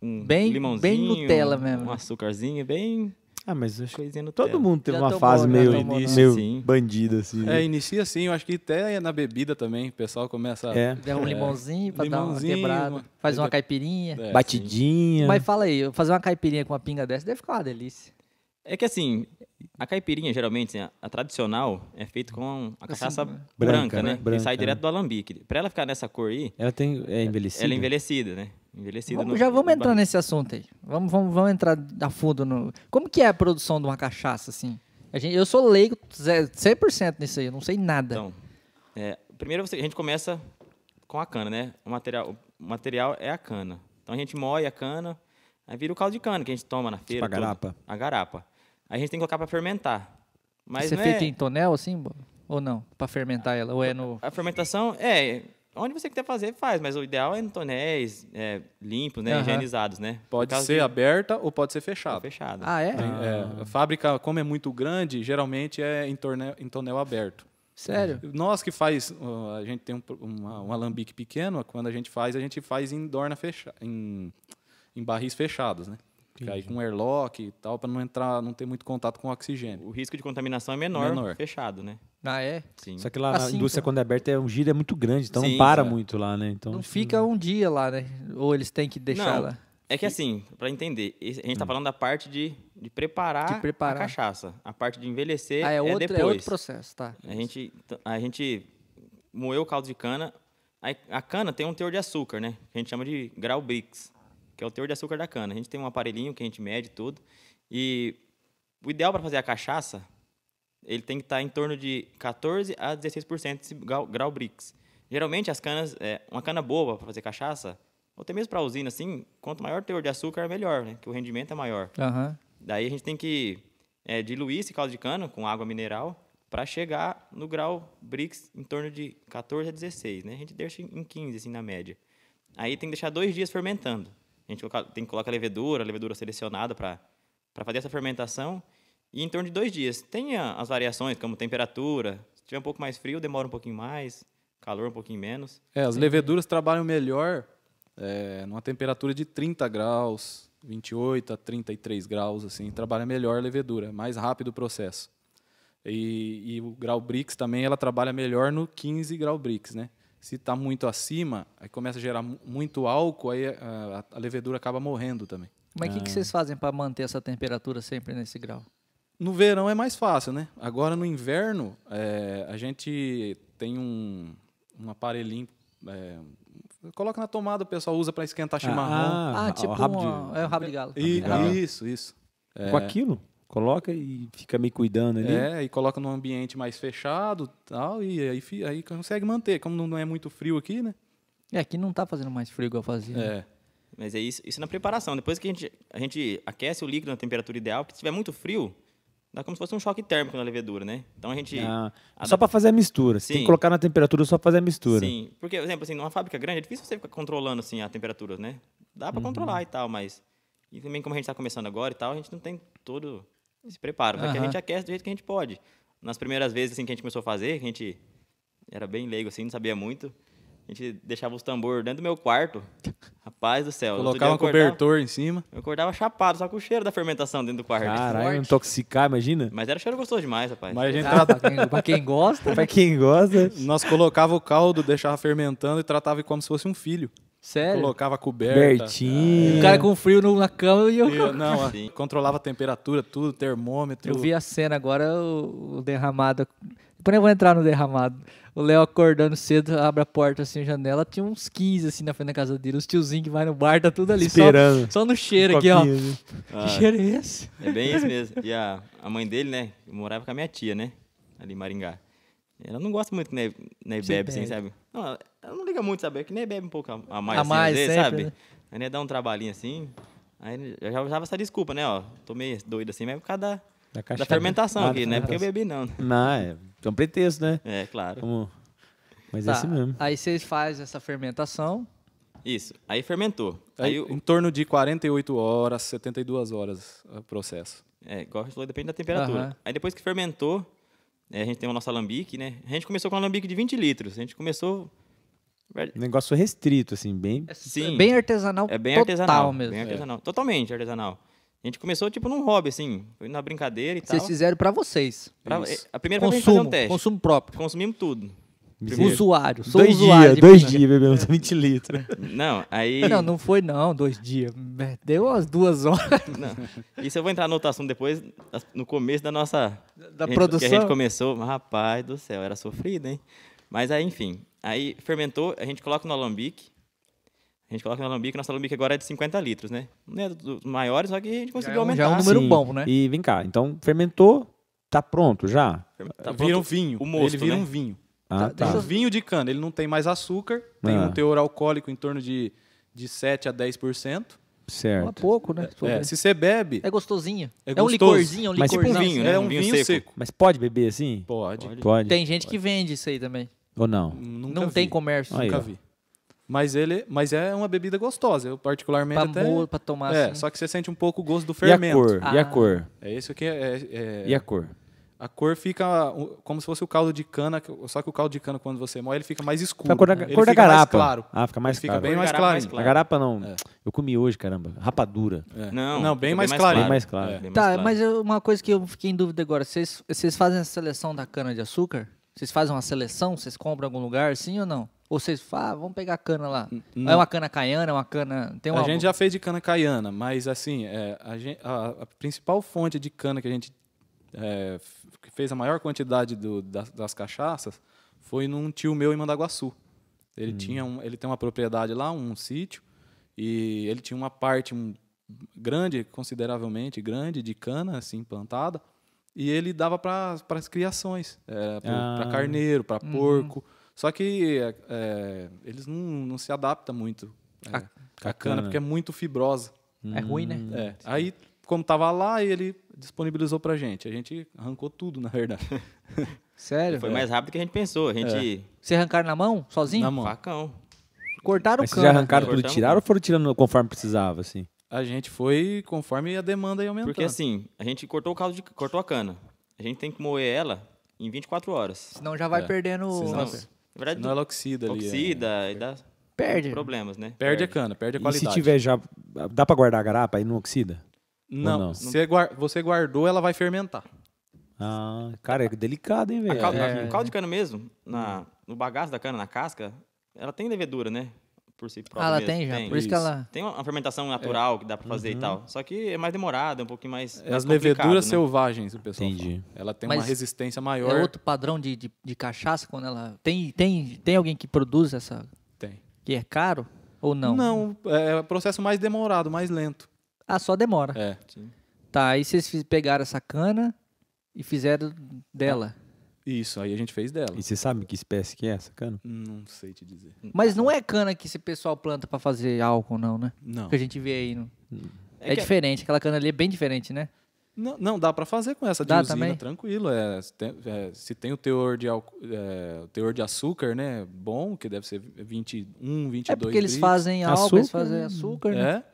[SPEAKER 2] com
[SPEAKER 4] Bem- bem
[SPEAKER 2] limãozinho.
[SPEAKER 4] Nutella mesmo.
[SPEAKER 2] Um açúcarzinho, bem
[SPEAKER 1] Ah, mas acho que
[SPEAKER 2] coisinha Nutella.
[SPEAKER 1] todo mundo teve
[SPEAKER 4] Já
[SPEAKER 1] uma
[SPEAKER 4] tomou,
[SPEAKER 1] fase
[SPEAKER 4] já
[SPEAKER 1] meio,
[SPEAKER 4] tomou,
[SPEAKER 1] meio
[SPEAKER 4] né?
[SPEAKER 2] Sim.
[SPEAKER 1] bandida assim.
[SPEAKER 3] É, inicia assim, eu acho que até na bebida também, o pessoal começa.
[SPEAKER 1] É.
[SPEAKER 4] Der um limãozinho pra
[SPEAKER 3] Limãozinho,
[SPEAKER 4] dar uma quebrada.
[SPEAKER 3] uma-
[SPEAKER 4] Faz uma caipirinha.
[SPEAKER 3] É,
[SPEAKER 1] Batidinha.
[SPEAKER 4] Mas fala aí, fazer uma caipirinha com uma pinga dessa deve ficar uma delícia.
[SPEAKER 2] É que assim, a caipirinha, geralmente, assim, a, a tradicional, é feita com
[SPEAKER 4] Assim,
[SPEAKER 2] a cachaça branca,
[SPEAKER 1] branca,
[SPEAKER 2] né?
[SPEAKER 1] né? Branca,
[SPEAKER 2] que sai
[SPEAKER 1] né?
[SPEAKER 2] direto do alambique. Pra ela ficar nessa cor aí,
[SPEAKER 1] Ela tem é envelhecida.
[SPEAKER 2] ela é envelhecida, né? Envelhecida
[SPEAKER 4] Vamos-
[SPEAKER 2] no-
[SPEAKER 4] já vamos
[SPEAKER 2] no
[SPEAKER 4] entrar
[SPEAKER 2] barril.
[SPEAKER 4] nesse assunto aí. Vamos, vamos, vamos entrar a fundo no. Como que é a produção de uma cachaça assim? A gente, eu sou leigo ze- 100% nisso aí, eu não sei nada.
[SPEAKER 2] Então, é, primeiro você- a gente começa com a cana, né? O material, o material é a cana. Então a gente moe a cana, aí vira o caldo de cana que a gente toma
[SPEAKER 4] Tipo
[SPEAKER 2] na feira.
[SPEAKER 1] a garapa.
[SPEAKER 2] A garapa. Aí a gente tem que colocar para fermentar. Mas
[SPEAKER 4] Isso é
[SPEAKER 2] não
[SPEAKER 4] feito em tonel assim? bo- Ou não? Pra fermentar ela? Ou é no.
[SPEAKER 2] A fermentação é onde você quiser fazer faz, mas o ideal é em tonéis é, limpos, né?
[SPEAKER 4] Aham.
[SPEAKER 2] Higienizados, né? Por
[SPEAKER 3] Pode
[SPEAKER 2] causa
[SPEAKER 3] ser
[SPEAKER 2] de-
[SPEAKER 3] aberta ou pode ser fechada.
[SPEAKER 2] fechado.
[SPEAKER 4] Ah, é?
[SPEAKER 3] Tem- é, a fábrica, como é muito grande, geralmente é em tornel, em tonel aberto.
[SPEAKER 4] Sério?
[SPEAKER 3] Nós que faz, uh, a gente tem um, pro- uma, um alambique pequeno, quando a gente faz, a gente faz em dorna fecha, em, em barris fechados, né? Porque aí com airlock e tal, para não entrar, não ter muito contato com oxigênio.
[SPEAKER 2] O risco de contaminação é menor,
[SPEAKER 3] Menor.
[SPEAKER 2] fechado, né?
[SPEAKER 4] Ah, é?
[SPEAKER 2] Sim.
[SPEAKER 1] Só que lá
[SPEAKER 4] Assim,
[SPEAKER 1] na indústria,
[SPEAKER 4] então.
[SPEAKER 1] quando é aberta, é um giro é muito grande, então não
[SPEAKER 2] Sim,
[SPEAKER 1] para
[SPEAKER 2] é.
[SPEAKER 1] muito lá, né? Então,
[SPEAKER 4] Não fica um dia lá, né? Ou eles têm que deixar
[SPEAKER 2] Não.
[SPEAKER 4] lá.
[SPEAKER 2] É que assim, para entender, esse- a gente tá falando da parte de, de, preparar
[SPEAKER 4] De preparar.
[SPEAKER 2] a cachaça. A parte de envelhecer
[SPEAKER 4] Ah, é, outro,
[SPEAKER 2] depois.
[SPEAKER 4] é outro processo, tá.
[SPEAKER 2] A gente, a gente moeu o caldo de cana. Aí A, cana tem um teor de açúcar, né? Que a gente chama de grau Brix, que é o teor de açúcar da cana. A gente tem um aparelhinho que a gente mede tudo. E o ideal para fazer a cachaça, ele tem que estar em torno de 14 a 16% desse grau, grau Brix. Geralmente as canas, é, uma cana boa para fazer cachaça, ou até mesmo para usina assim, quanto maior o teor de açúcar, melhor, né? Que o rendimento é maior.
[SPEAKER 4] Aham.
[SPEAKER 2] Daí a gente tem que é, diluir esse caldo de cana com água mineral para chegar no grau Brix em torno de 14 a 16, né? A gente deixa em 15, assim, na média. Aí tem que deixar dois dias fermentando. A gente coloca- tem que colocar levedura, levedura selecionada para fazer essa fermentação. E em torno de dois dias. Tem a- as variações, como temperatura. Se tiver um pouco mais frio, demora um pouquinho mais. Calor, um pouquinho menos.
[SPEAKER 3] É, as leveduras trabalham melhor é, numa temperatura de 30 graus, 28 a 33 graus, assim, trabalha melhor a levedura, é mais rápido o processo. E, e o grau Brix também, ela trabalha melhor no 15 grau Brix, né? Se está muito acima, aí começa a gerar mu- muito álcool, aí a, a levedura acaba morrendo também.
[SPEAKER 4] Mas o que, que vocês fazem para manter essa temperatura sempre nesse grau?
[SPEAKER 3] No verão é mais fácil, né? Agora no inverno, é, a gente tem um, um aparelhinho. é, coloca na tomada, o pessoal usa para esquentar chimarrão.
[SPEAKER 4] Ah,
[SPEAKER 1] o
[SPEAKER 4] tipo
[SPEAKER 1] rabo de-
[SPEAKER 4] uma- é o rabo de galo.
[SPEAKER 3] E-
[SPEAKER 4] É rabo de-
[SPEAKER 3] isso, isso.
[SPEAKER 1] Com aquilo, coloca e fica meio cuidando ali.
[SPEAKER 3] É, e coloca num ambiente mais fechado tal, e aí, fi- aí consegue manter. Como não- não é muito frio aqui, né?
[SPEAKER 4] É, aqui não tá fazendo mais frio igual fazia. né?
[SPEAKER 3] É.
[SPEAKER 2] Mas é isso, isso na preparação. Depois que a gente, a gente aquece o líquido na temperatura ideal, porque se tiver muito frio, dá como se fosse um choque térmico na levedura, né? Então a gente.
[SPEAKER 1] Ah,
[SPEAKER 2] adapta-
[SPEAKER 1] só para fazer a mistura. Você tem que
[SPEAKER 2] Sim.
[SPEAKER 1] colocar na temperatura só pra fazer a mistura.
[SPEAKER 2] Sim, porque, por exemplo, assim, numa fábrica grande é difícil você ficar controlando assim, a temperatura, né? Dá para controlar e tal, mas. E também, como a gente está começando agora e tal, a gente não tem todo esse preparo. Só que a
[SPEAKER 4] Aham.
[SPEAKER 2] gente aquece do jeito que a gente pode. Nas primeiras vezes assim, que a gente começou a fazer, que a gente era bem leigo, assim, não sabia muito. A gente deixava os tambor dentro do meu quarto. Rapaz do céu. outro dia
[SPEAKER 3] Colocava
[SPEAKER 2] eu
[SPEAKER 3] um
[SPEAKER 2] acordava-
[SPEAKER 3] cobertor em cima.
[SPEAKER 2] Eu acordava chapado, só com o cheiro da fermentação dentro do quarto.
[SPEAKER 1] Caralho, intoxicar, imagina?
[SPEAKER 2] Mas era cheiro gostoso demais, rapaz.
[SPEAKER 3] Mas a gente
[SPEAKER 4] Ah,
[SPEAKER 3] tratava.
[SPEAKER 4] pra, quem, pra quem gosta,
[SPEAKER 1] Pra quem gosta.
[SPEAKER 3] Nós colocava o caldo, deixava fermentando e tratava como se fosse um filho.
[SPEAKER 4] sério.
[SPEAKER 3] Colocava a coberta.
[SPEAKER 1] Bertinho.
[SPEAKER 4] O cara com frio no- na cama e eu.
[SPEAKER 3] Eu- não, a-
[SPEAKER 2] Sim.
[SPEAKER 3] controlava a temperatura, tudo, termômetro.
[SPEAKER 4] Eu vi a cena agora, o, o derramado. Depois eu vou entrar no derramado. O Léo acordando cedo, abre a porta assim, a janela, tinha uns 15 assim na frente da casa dele. Os tiozinhos que vai no bar, tá tudo ali. só-
[SPEAKER 1] Esperando. Um
[SPEAKER 4] Só, no cheiro aqui, ó.
[SPEAKER 1] Copinho, né?
[SPEAKER 2] Ah,
[SPEAKER 4] Que cheiro é esse?
[SPEAKER 2] É bem isso mesmo. E a, a mãe dele, né? Morava com a minha tia, né? Ali em Maringá. Ela não gosta muito que nem, nem
[SPEAKER 4] Você
[SPEAKER 2] bebe, assim,
[SPEAKER 4] bebe.
[SPEAKER 2] sabe? Não, ela- ela não liga muito, sabe? É que nem bebe um pouco a, a mais,
[SPEAKER 4] A
[SPEAKER 2] assim,
[SPEAKER 4] mais,
[SPEAKER 2] às vezes,
[SPEAKER 4] sempre,
[SPEAKER 2] sabe?
[SPEAKER 4] né?
[SPEAKER 2] Aí né, dá um trabalhinho assim. Aí eu já usava essa desculpa, né? Ó, tô meio doido assim, mas é por causa da,
[SPEAKER 1] Da,
[SPEAKER 2] da
[SPEAKER 1] cachaça.
[SPEAKER 2] fermentação
[SPEAKER 1] Ah,
[SPEAKER 2] aqui,
[SPEAKER 1] da
[SPEAKER 2] né? Porque eu
[SPEAKER 1] fermentação.
[SPEAKER 2] bebi não. né?
[SPEAKER 1] Não, é, é um pretexto, né?
[SPEAKER 2] É, claro.
[SPEAKER 1] Como... Mas é
[SPEAKER 4] Tá,
[SPEAKER 1] assim mesmo.
[SPEAKER 4] Aí vocês fazem essa fermentação.
[SPEAKER 2] Isso. Aí fermentou.
[SPEAKER 3] Aí,
[SPEAKER 2] Aí, o-
[SPEAKER 3] em torno de 48 horas, 72 horas o processo.
[SPEAKER 2] É, igual a gente falou, depende da temperatura.
[SPEAKER 4] Aham.
[SPEAKER 2] Aí depois que fermentou, é, a gente tem o nosso alambique, né? A gente começou com um alambique de 20 litros. A gente começou.
[SPEAKER 1] Um negócio restrito, assim, bem.
[SPEAKER 4] É
[SPEAKER 2] Sim.
[SPEAKER 4] bem artesanal.
[SPEAKER 2] É bem
[SPEAKER 4] total
[SPEAKER 2] artesanal.
[SPEAKER 4] mesmo.
[SPEAKER 2] Bem artesanal. Totalmente artesanal. A gente começou tipo num hobby, assim. Foi na brincadeira e tal.
[SPEAKER 4] Vocês fizeram pra vocês.
[SPEAKER 2] Pra-
[SPEAKER 3] Isso.
[SPEAKER 2] a primeira vez foi pra gente fazer
[SPEAKER 4] Consumo,
[SPEAKER 2] um teste.
[SPEAKER 4] consumo próprio.
[SPEAKER 2] Consumimos tudo. Primeiro.
[SPEAKER 4] Usuário. Sou
[SPEAKER 1] Dois
[SPEAKER 4] usuário.
[SPEAKER 1] dias,
[SPEAKER 4] de
[SPEAKER 1] dois
[SPEAKER 4] pinga.
[SPEAKER 1] dias bebemos 20 litros.
[SPEAKER 2] Não, aí.
[SPEAKER 4] Não, não foi não, dois dias. Deu umas duas horas
[SPEAKER 2] não. Isso eu vou entrar no outro assunto depois, as- no começo da nossa
[SPEAKER 4] da
[SPEAKER 2] gente-
[SPEAKER 4] produção.
[SPEAKER 2] É, Que a gente começou, mas, rapaz do céu, era sofrido, hein? Mas aí, enfim, aí fermentou, a gente coloca no alambique. A gente coloca no alambique, nosso alambique agora é de 50 litros, né? Não é dos maiores, só que a gente conseguiu
[SPEAKER 4] é um- já
[SPEAKER 2] aumentar.
[SPEAKER 4] é um número bom, né?
[SPEAKER 1] E vem cá, então fermentou, tá pronto já?
[SPEAKER 3] vira
[SPEAKER 2] Tá
[SPEAKER 3] um
[SPEAKER 2] pronto.
[SPEAKER 3] vinho.
[SPEAKER 2] o mosto,
[SPEAKER 3] ele vira
[SPEAKER 2] né?
[SPEAKER 3] um vinho.
[SPEAKER 1] Ah,
[SPEAKER 4] Tá, deixa
[SPEAKER 1] tá.
[SPEAKER 3] Um vinho de cana. Ele não tem mais açúcar, tem
[SPEAKER 1] Ah.
[SPEAKER 3] um teor alcoólico em torno de, de 7 a 10%.
[SPEAKER 4] Fala
[SPEAKER 1] Certo.
[SPEAKER 4] pouco, né? Sobre-
[SPEAKER 3] É, se você bebe,
[SPEAKER 4] É gostosinho.
[SPEAKER 3] É
[SPEAKER 4] um
[SPEAKER 3] gostoso.
[SPEAKER 4] licorzinho, é um
[SPEAKER 1] Mas tipo um
[SPEAKER 4] licorzinho.
[SPEAKER 2] vinho, né?
[SPEAKER 3] é
[SPEAKER 2] um
[SPEAKER 3] um vinho,
[SPEAKER 2] vinho
[SPEAKER 3] seco.
[SPEAKER 2] seco.
[SPEAKER 1] Mas pode beber assim?
[SPEAKER 3] Pode.
[SPEAKER 1] Pode.
[SPEAKER 4] Tem gente que vende isso aí também.
[SPEAKER 1] Ou não?
[SPEAKER 3] Nunca
[SPEAKER 4] não
[SPEAKER 3] vi.
[SPEAKER 4] tem comércio.
[SPEAKER 1] Aí,
[SPEAKER 3] Nunca
[SPEAKER 1] ó.
[SPEAKER 3] vi. Mas, ele, mas é uma bebida gostosa. Eu particularmente
[SPEAKER 4] pra,
[SPEAKER 3] até...
[SPEAKER 4] mo- pra tomar
[SPEAKER 3] é,
[SPEAKER 4] assim.
[SPEAKER 3] só que você sente um pouco o gosto
[SPEAKER 1] E
[SPEAKER 3] do
[SPEAKER 1] a
[SPEAKER 3] fermento.
[SPEAKER 1] cor? E a
[SPEAKER 4] Ah.
[SPEAKER 1] cor?
[SPEAKER 3] É isso que é... é-
[SPEAKER 1] E a cor?
[SPEAKER 3] A cor fica uh, como se fosse o caldo de cana, que- só que o caldo de cana, quando você moe, ele fica mais escuro. né?
[SPEAKER 1] a cor da,
[SPEAKER 3] Ele
[SPEAKER 1] cor da
[SPEAKER 3] fica mais
[SPEAKER 1] garapa.
[SPEAKER 3] claro.
[SPEAKER 1] Ah, fica mais
[SPEAKER 3] Ele fica
[SPEAKER 1] claro.
[SPEAKER 3] bem mais
[SPEAKER 2] Garapa
[SPEAKER 3] claro.
[SPEAKER 2] mais
[SPEAKER 3] hein?
[SPEAKER 2] claro.
[SPEAKER 1] A garapa não.
[SPEAKER 3] É.
[SPEAKER 1] Eu comi hoje, caramba. Rapadura.
[SPEAKER 3] É.
[SPEAKER 2] Não,
[SPEAKER 3] Não, bem
[SPEAKER 2] fica
[SPEAKER 3] mais claro.
[SPEAKER 1] Bem mais claro.
[SPEAKER 2] É, bem mais
[SPEAKER 4] Tá,
[SPEAKER 2] claro.
[SPEAKER 4] mas eu- uma coisa que eu fiquei em dúvida agora. Vocês, vocês fazem a seleção da cana-de-açúcar? Vocês fazem uma seleção? Vocês compram em algum lugar, sim ou não? Ou vocês falam, ah, vamos pegar a cana lá. É uma cana caiana, é uma cana... Tem uma...
[SPEAKER 3] A gente já fez de cana caiana, mas assim, é, a, gen- a- a principal fonte de cana que a gente é, f- que fez a maior quantidade do- das, das cachaças foi num tio meu em Mandaguaçu. Ele, tinha um- ele tem uma propriedade lá, um sítio, e ele tinha uma parte um, grande, consideravelmente grande, de cana assim, plantada, e ele dava para as criações,
[SPEAKER 1] Ah.
[SPEAKER 3] para carneiro, para porco. Só que é, é, eles não, não se adaptam muito
[SPEAKER 4] A-
[SPEAKER 3] é, a cana, porque é muito fibrosa.
[SPEAKER 4] É ruim, né?
[SPEAKER 3] É. Aí, como tava lá, ele disponibilizou pra gente. A gente arrancou tudo, na verdade.
[SPEAKER 4] Sério?
[SPEAKER 3] É.
[SPEAKER 2] Foi mais rápido que a gente pensou. A gente.
[SPEAKER 4] Vocês arrancaram na mão, sozinho?
[SPEAKER 3] na mão.
[SPEAKER 2] Facão.
[SPEAKER 4] Cortaram
[SPEAKER 1] Mas
[SPEAKER 4] o
[SPEAKER 1] vocês já
[SPEAKER 4] cano.
[SPEAKER 1] arrancaram
[SPEAKER 3] né?
[SPEAKER 1] tudo e
[SPEAKER 3] é
[SPEAKER 2] Cortamos.
[SPEAKER 1] tiraram ou foram tirando conforme precisava, assim?
[SPEAKER 3] A gente foi conforme a demanda ia aumentando.
[SPEAKER 2] Porque assim, a gente cortou o caldo de cortou a cana. A gente tem que moer ela em 24 horas.
[SPEAKER 4] Senão já vai
[SPEAKER 3] É.
[SPEAKER 4] perdendo. o-
[SPEAKER 3] Senão-
[SPEAKER 2] Não, na
[SPEAKER 3] Nossa.
[SPEAKER 2] verdade,
[SPEAKER 3] Senão ela oxida ali. é.
[SPEAKER 2] oxida e dá
[SPEAKER 4] Perde.
[SPEAKER 2] problemas, né?
[SPEAKER 3] Perde a cana, perde a
[SPEAKER 1] E
[SPEAKER 3] qualidade.
[SPEAKER 1] se tiver já. Dá pra guardar a garapa e não oxida?
[SPEAKER 3] Não,
[SPEAKER 1] não?
[SPEAKER 3] Você, guar- você guardou, ela vai fermentar.
[SPEAKER 1] Ah, cara, é delicado, hein,
[SPEAKER 2] A
[SPEAKER 1] velho?
[SPEAKER 2] caldo,
[SPEAKER 4] É.
[SPEAKER 2] O caldo de cana mesmo, na, no bagaço da cana, na casca, ela tem levedura, né? Por si própria.
[SPEAKER 4] Ah, ela
[SPEAKER 2] mesmo,
[SPEAKER 4] tem já. Por isso que
[SPEAKER 3] Isso.
[SPEAKER 4] ela.
[SPEAKER 2] Tem uma uma fermentação natural que dá pra fazer e tal. Só que é mais demorado, é um pouquinho mais.
[SPEAKER 3] Uhum. É
[SPEAKER 2] mais
[SPEAKER 3] As leveduras
[SPEAKER 2] complicado, né?
[SPEAKER 3] selvagens, o pessoal
[SPEAKER 1] Entendi.
[SPEAKER 3] fala. Ela tem uma
[SPEAKER 4] Mas
[SPEAKER 3] resistência
[SPEAKER 4] É
[SPEAKER 3] maior.
[SPEAKER 4] outro padrão de, de, de cachaça quando ela. Tem, tem, tem alguém que produz essa.
[SPEAKER 3] Tem.
[SPEAKER 4] que é caro? Ou não?
[SPEAKER 3] Não, é um processo mais demorado, mais lento.
[SPEAKER 4] Ah, só demora.
[SPEAKER 3] É.
[SPEAKER 2] Sim.
[SPEAKER 4] Tá, aí vocês fiz- pegaram essa cana e fizeram dela.
[SPEAKER 3] Isso, aí a gente fez dela.
[SPEAKER 1] E você sabe que espécie que é essa cana?
[SPEAKER 3] Não sei te dizer.
[SPEAKER 4] Mas não é cana que esse pessoal planta pra fazer álcool, não, né?
[SPEAKER 3] Não.
[SPEAKER 4] Que a gente vê aí. No... É,
[SPEAKER 2] que-
[SPEAKER 4] diferente, aquela cana ali é bem diferente, né?
[SPEAKER 3] Não, não, dá pra fazer com essa de
[SPEAKER 4] Dá
[SPEAKER 3] usina,
[SPEAKER 4] também?
[SPEAKER 3] tranquilo. É, se, tem, é, se tem o teor de, álcool- é, o teor de açúcar, né? Bom, que deve ser 21, 22
[SPEAKER 4] É porque eles
[SPEAKER 3] bits.
[SPEAKER 4] fazem álcool, eles
[SPEAKER 1] Açúcar,
[SPEAKER 4] fazem
[SPEAKER 1] né?
[SPEAKER 4] açúcar, né?
[SPEAKER 3] É,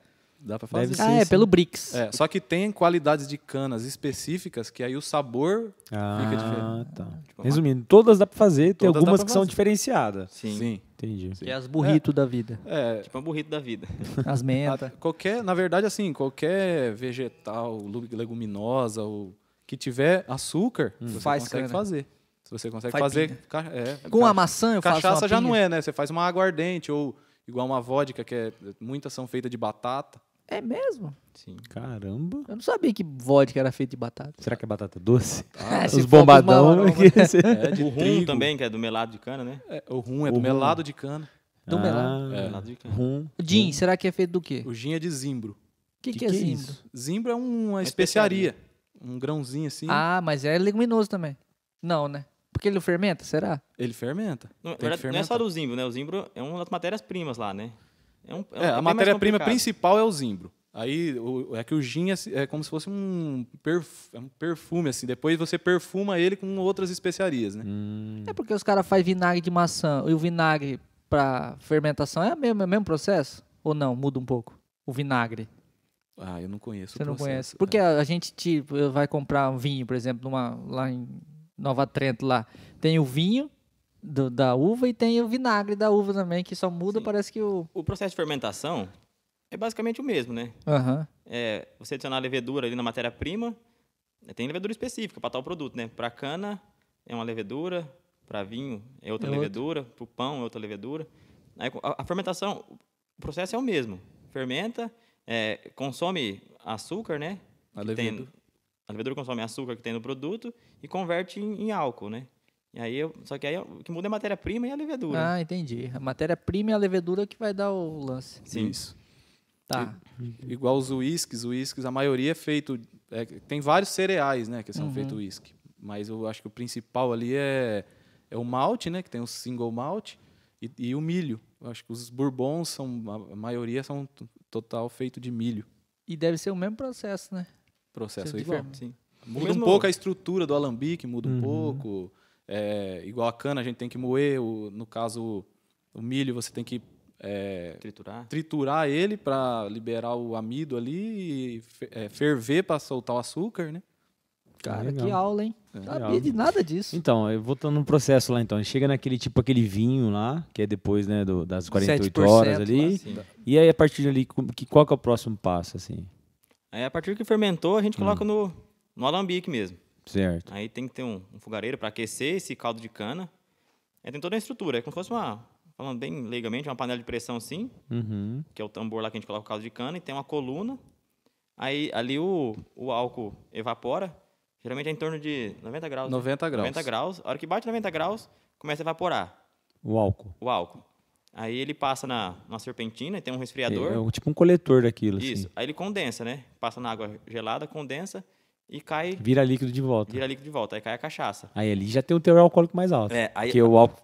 [SPEAKER 3] dá pra fazer.
[SPEAKER 1] Deve
[SPEAKER 4] Ah,
[SPEAKER 1] Sim,
[SPEAKER 4] é,
[SPEAKER 1] sim.
[SPEAKER 4] pelo BRICS.
[SPEAKER 3] É, só que tem qualidades de canas específicas que aí o sabor.
[SPEAKER 1] Ah,
[SPEAKER 3] diferente.
[SPEAKER 1] tá.
[SPEAKER 2] Tipo,
[SPEAKER 1] Resumindo, todas dá pra fazer, tem
[SPEAKER 3] Todas dá
[SPEAKER 1] algumas
[SPEAKER 3] pra
[SPEAKER 1] que são
[SPEAKER 3] fazer.
[SPEAKER 1] diferenciadas.
[SPEAKER 2] Sim.
[SPEAKER 1] Entendi.
[SPEAKER 4] Que é as burrito da vida.
[SPEAKER 3] É,
[SPEAKER 2] Tipo um burrito da vida.
[SPEAKER 4] As
[SPEAKER 3] a-
[SPEAKER 4] mentas.
[SPEAKER 3] qualquer, na verdade, assim, qualquer vegetal, lu- leguminosa, ou que tiver açúcar, você
[SPEAKER 4] Faz
[SPEAKER 3] consegue
[SPEAKER 4] cana.
[SPEAKER 3] fazer. Se você consegue
[SPEAKER 4] Faz
[SPEAKER 3] fazer. ca- é,
[SPEAKER 4] Com
[SPEAKER 3] ca-
[SPEAKER 4] a maçã eu faço
[SPEAKER 3] Cachaça
[SPEAKER 4] uma
[SPEAKER 3] já
[SPEAKER 4] pinha.
[SPEAKER 3] não é, né? Você faz uma aguardente ou igual uma vodka, que é, muitas são feitas de batata.
[SPEAKER 4] É mesmo?
[SPEAKER 2] Sim.
[SPEAKER 1] Caramba.
[SPEAKER 4] Eu não sabia que vodka era feito de batata.
[SPEAKER 1] Será que é batata doce?
[SPEAKER 4] Ah, se
[SPEAKER 1] Os
[SPEAKER 4] for pros
[SPEAKER 1] bombadão.
[SPEAKER 4] malaroma.
[SPEAKER 1] que você-
[SPEAKER 3] É, de
[SPEAKER 2] O rum
[SPEAKER 3] trigo.
[SPEAKER 2] também, que é do melado de cana, né?
[SPEAKER 3] É, o rum é
[SPEAKER 1] O
[SPEAKER 3] do
[SPEAKER 1] rum.
[SPEAKER 3] melado de cana.
[SPEAKER 4] Do melado.
[SPEAKER 1] Ah,
[SPEAKER 2] Melado de
[SPEAKER 3] é.
[SPEAKER 2] cana.
[SPEAKER 1] Rum.
[SPEAKER 4] Gin, será que é feito do quê?
[SPEAKER 3] O gin é de zimbro.
[SPEAKER 4] O que,
[SPEAKER 1] Que
[SPEAKER 4] que, é
[SPEAKER 1] que é
[SPEAKER 4] zimbro?
[SPEAKER 1] isso?
[SPEAKER 3] Zimbro é uma
[SPEAKER 2] especiaria.
[SPEAKER 3] especiaria. Um grãozinho assim.
[SPEAKER 4] Ah, mas é leguminoso também. Não, né? Porque ele fermenta, será?
[SPEAKER 3] Ele fermenta.
[SPEAKER 2] Não,
[SPEAKER 3] Tem que
[SPEAKER 2] verdade, não é só
[SPEAKER 3] fermentar.
[SPEAKER 2] do zimbro, né? O zimbro é uma das matérias-primas lá, né? É, um,
[SPEAKER 3] É, a matéria-prima
[SPEAKER 2] principal.
[SPEAKER 3] principal é o zimbro. Aí o- é que o gin é, se- é como se fosse um, perf- é um perfume, assim. Depois você perfuma ele com outras especiarias, né?
[SPEAKER 1] hum.
[SPEAKER 4] É porque os caras fazem vinagre de maçã e o vinagre pra fermentação é o mesmo, é o mesmo processo? Ou não? Muda um pouco. O vinagre.
[SPEAKER 3] Ah, eu não conheço
[SPEAKER 4] Você
[SPEAKER 3] o
[SPEAKER 4] não
[SPEAKER 3] processo.
[SPEAKER 4] conhece. Porque a a gente tipo, vai comprar um vinho, por exemplo, numa, lá em Nova Trento, lá. Tem o vinho do- da uva e tem o vinagre da uva também, que só muda, parece que o.
[SPEAKER 2] O processo de fermentação é basicamente o mesmo, né?
[SPEAKER 4] Aham.
[SPEAKER 2] É, você adicionar a levedura ali na matéria-prima, né, tem levedura específica para tal produto, né? Para cana é uma levedura, para vinho é outra
[SPEAKER 4] É outra.
[SPEAKER 2] levedura, para o pão é outra levedura. Aí, co- a, a fermentação, o processo é o mesmo. Fermenta, é, consome açúcar, né?
[SPEAKER 3] É, A
[SPEAKER 2] que
[SPEAKER 3] levedura.
[SPEAKER 2] Tem, a levedura consome açúcar que tem no produto e converte em, em álcool, né? E aí, eu- só que aí o que muda é a matéria-prima e a levedura.
[SPEAKER 4] Ah, entendi. A matéria-prima e a levedura que vai dar o lance.
[SPEAKER 2] Sim.
[SPEAKER 3] Isso.
[SPEAKER 4] Tá.
[SPEAKER 3] Igual os uísques, uísques, a maioria é feito. é, tem vários cereais, né, que são
[SPEAKER 4] Uhum.
[SPEAKER 3] feitos uísque. Mas eu acho que o principal ali é, é o malte, né, que tem o single malt, e, e o milho. Eu acho que os bourbons são. A maioria são t- total feito de milho.
[SPEAKER 4] E deve ser o mesmo processo, né?
[SPEAKER 3] Processo
[SPEAKER 4] Seja
[SPEAKER 3] aí.
[SPEAKER 4] igual.
[SPEAKER 2] Sim.
[SPEAKER 3] Muda
[SPEAKER 2] Mesmo-
[SPEAKER 3] um pouco a estrutura do alambique, muda um pouco. É, igual a cana, a gente tem que moer. o- no caso, o milho, você tem que. é,
[SPEAKER 2] Triturar.
[SPEAKER 3] triturar ele para liberar o amido ali e fe- é, ferver para soltar o açúcar, né?
[SPEAKER 4] Cara,
[SPEAKER 1] Legal.
[SPEAKER 4] que aula, hein? Não
[SPEAKER 1] que
[SPEAKER 4] sabia
[SPEAKER 1] aula.
[SPEAKER 4] de nada disso.
[SPEAKER 1] Então, eu voltando no processo lá, então. Chega naquele tipo, aquele vinho lá, que é depois, né, do- das 48 horas
[SPEAKER 4] 7%
[SPEAKER 1] ali.
[SPEAKER 2] Sim.
[SPEAKER 1] E aí, a partir dali, como que, qual que é o próximo passo, assim?
[SPEAKER 2] Aí a partir que fermentou, a gente
[SPEAKER 4] Hum.
[SPEAKER 2] coloca no, no alambique mesmo.
[SPEAKER 1] Certo.
[SPEAKER 2] Aí tem que ter um, um fogareiro para aquecer esse caldo de cana. Aí tem toda a estrutura, é como se fosse uma, falando bem leigamente, uma panela de pressão assim,
[SPEAKER 1] Uhum.
[SPEAKER 2] que é o tambor lá que a gente coloca o caldo de cana, e tem uma coluna. Aí ali o, o álcool evapora, geralmente é em torno de 90 graus. né?
[SPEAKER 3] 90 graus.
[SPEAKER 2] 90 graus. A hora que bate 90 graus, começa a evaporar
[SPEAKER 1] O álcool.
[SPEAKER 2] o álcool. Aí ele passa na, na serpentina, e tem um resfriador.
[SPEAKER 1] É, é um- tipo um coletor daquilo, assim.
[SPEAKER 2] Isso. Aí ele condensa, né? Passa na água gelada, condensa e cai,
[SPEAKER 1] Vira líquido de volta.
[SPEAKER 2] vira líquido de volta. Aí cai a cachaça.
[SPEAKER 1] Aí ali já tem o teor alcoólico mais alto.
[SPEAKER 2] É, aí-
[SPEAKER 1] Porque o álcool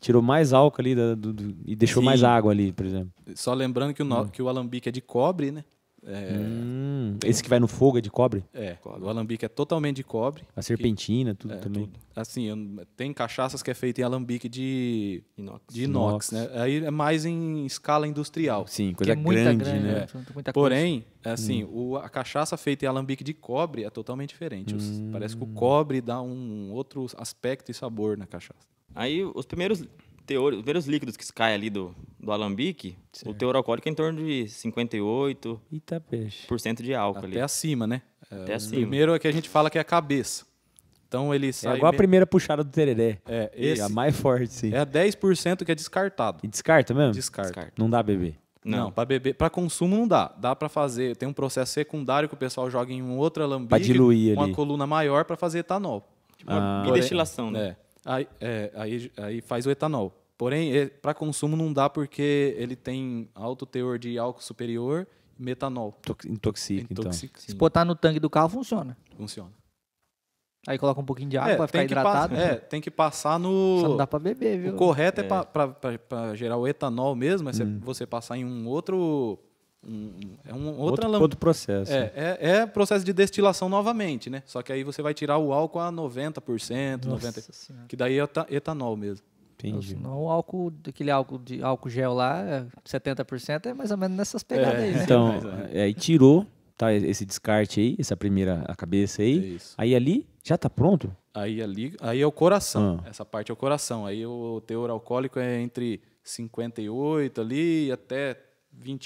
[SPEAKER 1] tirou mais álcool ali da- do- do- e deixou
[SPEAKER 2] Sim.
[SPEAKER 1] mais água ali, por exemplo.
[SPEAKER 3] Hum. Só lembrando que o, no- que o alambique é de cobre, né?
[SPEAKER 1] Hum, esse que vai no fogo é de cobre?
[SPEAKER 3] É, o alambique é totalmente de cobre.
[SPEAKER 1] A serpentina, tudo
[SPEAKER 3] É,
[SPEAKER 1] também.
[SPEAKER 3] tudo. Assim, eu não- tem cachaças que é feita em alambique de,
[SPEAKER 2] Inox.
[SPEAKER 3] de inox,
[SPEAKER 1] Inox.
[SPEAKER 3] né? Aí é mais em escala industrial.
[SPEAKER 1] Sim,
[SPEAKER 4] Porque
[SPEAKER 1] coisa
[SPEAKER 4] é muita
[SPEAKER 1] grande,
[SPEAKER 4] grana,
[SPEAKER 1] né?
[SPEAKER 4] junta muita coisa.
[SPEAKER 3] Porém, assim, o- a cachaça feita em alambique de cobre é totalmente diferente. Os- Parece que o cobre dá um outro aspecto e sabor na cachaça.
[SPEAKER 2] Aí os primeiros teores, os primeiros líquidos que caem ali do, do alambique, o teor alcoólico é em torno de 58%
[SPEAKER 1] Eita, peixe.
[SPEAKER 2] de álcool
[SPEAKER 3] Até
[SPEAKER 2] ali.
[SPEAKER 3] acima, né? É,
[SPEAKER 2] Até
[SPEAKER 3] o
[SPEAKER 2] acima.
[SPEAKER 3] Primeiro é que a gente fala que é a cabeça. Então ele
[SPEAKER 1] É
[SPEAKER 3] sai.
[SPEAKER 1] igual a
[SPEAKER 3] me-
[SPEAKER 1] primeira puxada do tereré.
[SPEAKER 3] É,
[SPEAKER 1] É
[SPEAKER 3] esse
[SPEAKER 1] a mais forte, sim.
[SPEAKER 3] é a 10% que é descartado.
[SPEAKER 1] E descarta mesmo?
[SPEAKER 3] Descarta.
[SPEAKER 2] Descarta.
[SPEAKER 1] Não dá, bebê.
[SPEAKER 3] Não,
[SPEAKER 2] Não.
[SPEAKER 3] para beber, para consumo não dá. Dá para fazer, tem um processo secundário que o pessoal joga em um outro alambique
[SPEAKER 1] Pra diluir
[SPEAKER 3] com
[SPEAKER 1] ali.
[SPEAKER 3] uma coluna maior para fazer etanol.
[SPEAKER 2] Tipo uma
[SPEAKER 1] Ah.
[SPEAKER 2] bidestilação, né?
[SPEAKER 3] É. Aí, é, aí, aí faz o etanol. Porém, para consumo não dá porque ele tem alto teor de álcool superior e metanol.
[SPEAKER 1] Tox- Intoxica, então.
[SPEAKER 3] Intoxica.
[SPEAKER 4] Se botar no tanque do carro, funciona.
[SPEAKER 3] Funciona. É,
[SPEAKER 4] Aí coloca um pouquinho de água pra ficar
[SPEAKER 3] tem que pa-
[SPEAKER 4] hidratado.
[SPEAKER 3] é, tem que passar
[SPEAKER 4] Só não
[SPEAKER 3] no.
[SPEAKER 4] dá pra beber, viu?
[SPEAKER 3] O correto é, para gerar o etanol mesmo, é você-
[SPEAKER 1] Uhum.
[SPEAKER 3] você passar em um outro. um- é um outro,
[SPEAKER 1] Outro,
[SPEAKER 3] alam-
[SPEAKER 1] outro processo.
[SPEAKER 3] É, é, é processo de destilação novamente, né? Só que aí você vai tirar o álcool a 90%, 90%.
[SPEAKER 4] Nossa senhora.
[SPEAKER 3] Que daí é eta- etanol mesmo.
[SPEAKER 1] Entendi.
[SPEAKER 4] Não, o álcool, aquele álcool de álcool gel lá, é 70% é mais ou menos nessas pegadas aí, né?
[SPEAKER 1] Então,
[SPEAKER 3] Mas, é.
[SPEAKER 1] aí tirou tá, esse descarte aí, essa primeira a cabeça
[SPEAKER 3] É
[SPEAKER 1] aí.
[SPEAKER 3] isso.
[SPEAKER 1] Aí ali já tá pronto?
[SPEAKER 3] Aí ali, aí é o coração.
[SPEAKER 1] Ah.
[SPEAKER 3] Essa parte é o coração. Aí o teor alcoólico é entre 58 ali e até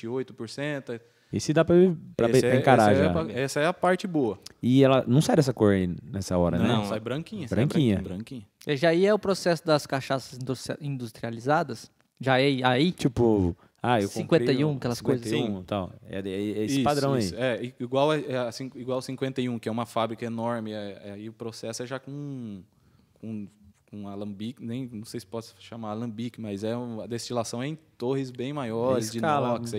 [SPEAKER 3] 28%.
[SPEAKER 1] Esse dá pra, pra,
[SPEAKER 3] é, Esse
[SPEAKER 1] pra
[SPEAKER 3] é-
[SPEAKER 1] encarar
[SPEAKER 3] essa é
[SPEAKER 1] já.
[SPEAKER 3] a- essa é a parte boa.
[SPEAKER 1] E ela não sai dessa cor aí nessa hora, né?
[SPEAKER 2] Não.
[SPEAKER 3] sai branquinha.
[SPEAKER 1] Branquinha.
[SPEAKER 3] Sai branquinha.
[SPEAKER 4] E Já aí é o processo das cachaças industri- industrializadas. Já é aí.
[SPEAKER 1] Tipo, ah, eu
[SPEAKER 4] 51,
[SPEAKER 1] comprei um
[SPEAKER 4] aquelas coisas. assim?
[SPEAKER 1] 51 e tal. É, é- é esse
[SPEAKER 3] Isso,
[SPEAKER 1] padrão
[SPEAKER 3] isso.
[SPEAKER 1] aí.
[SPEAKER 3] É, i- igual, a- é a cin- igual 51, que é uma fábrica enorme, é, é, e o processo é já com, com, com alambique, nem, não sei se posso chamar alambique, mas é um- a destilação é em torres bem maiores, de inox, é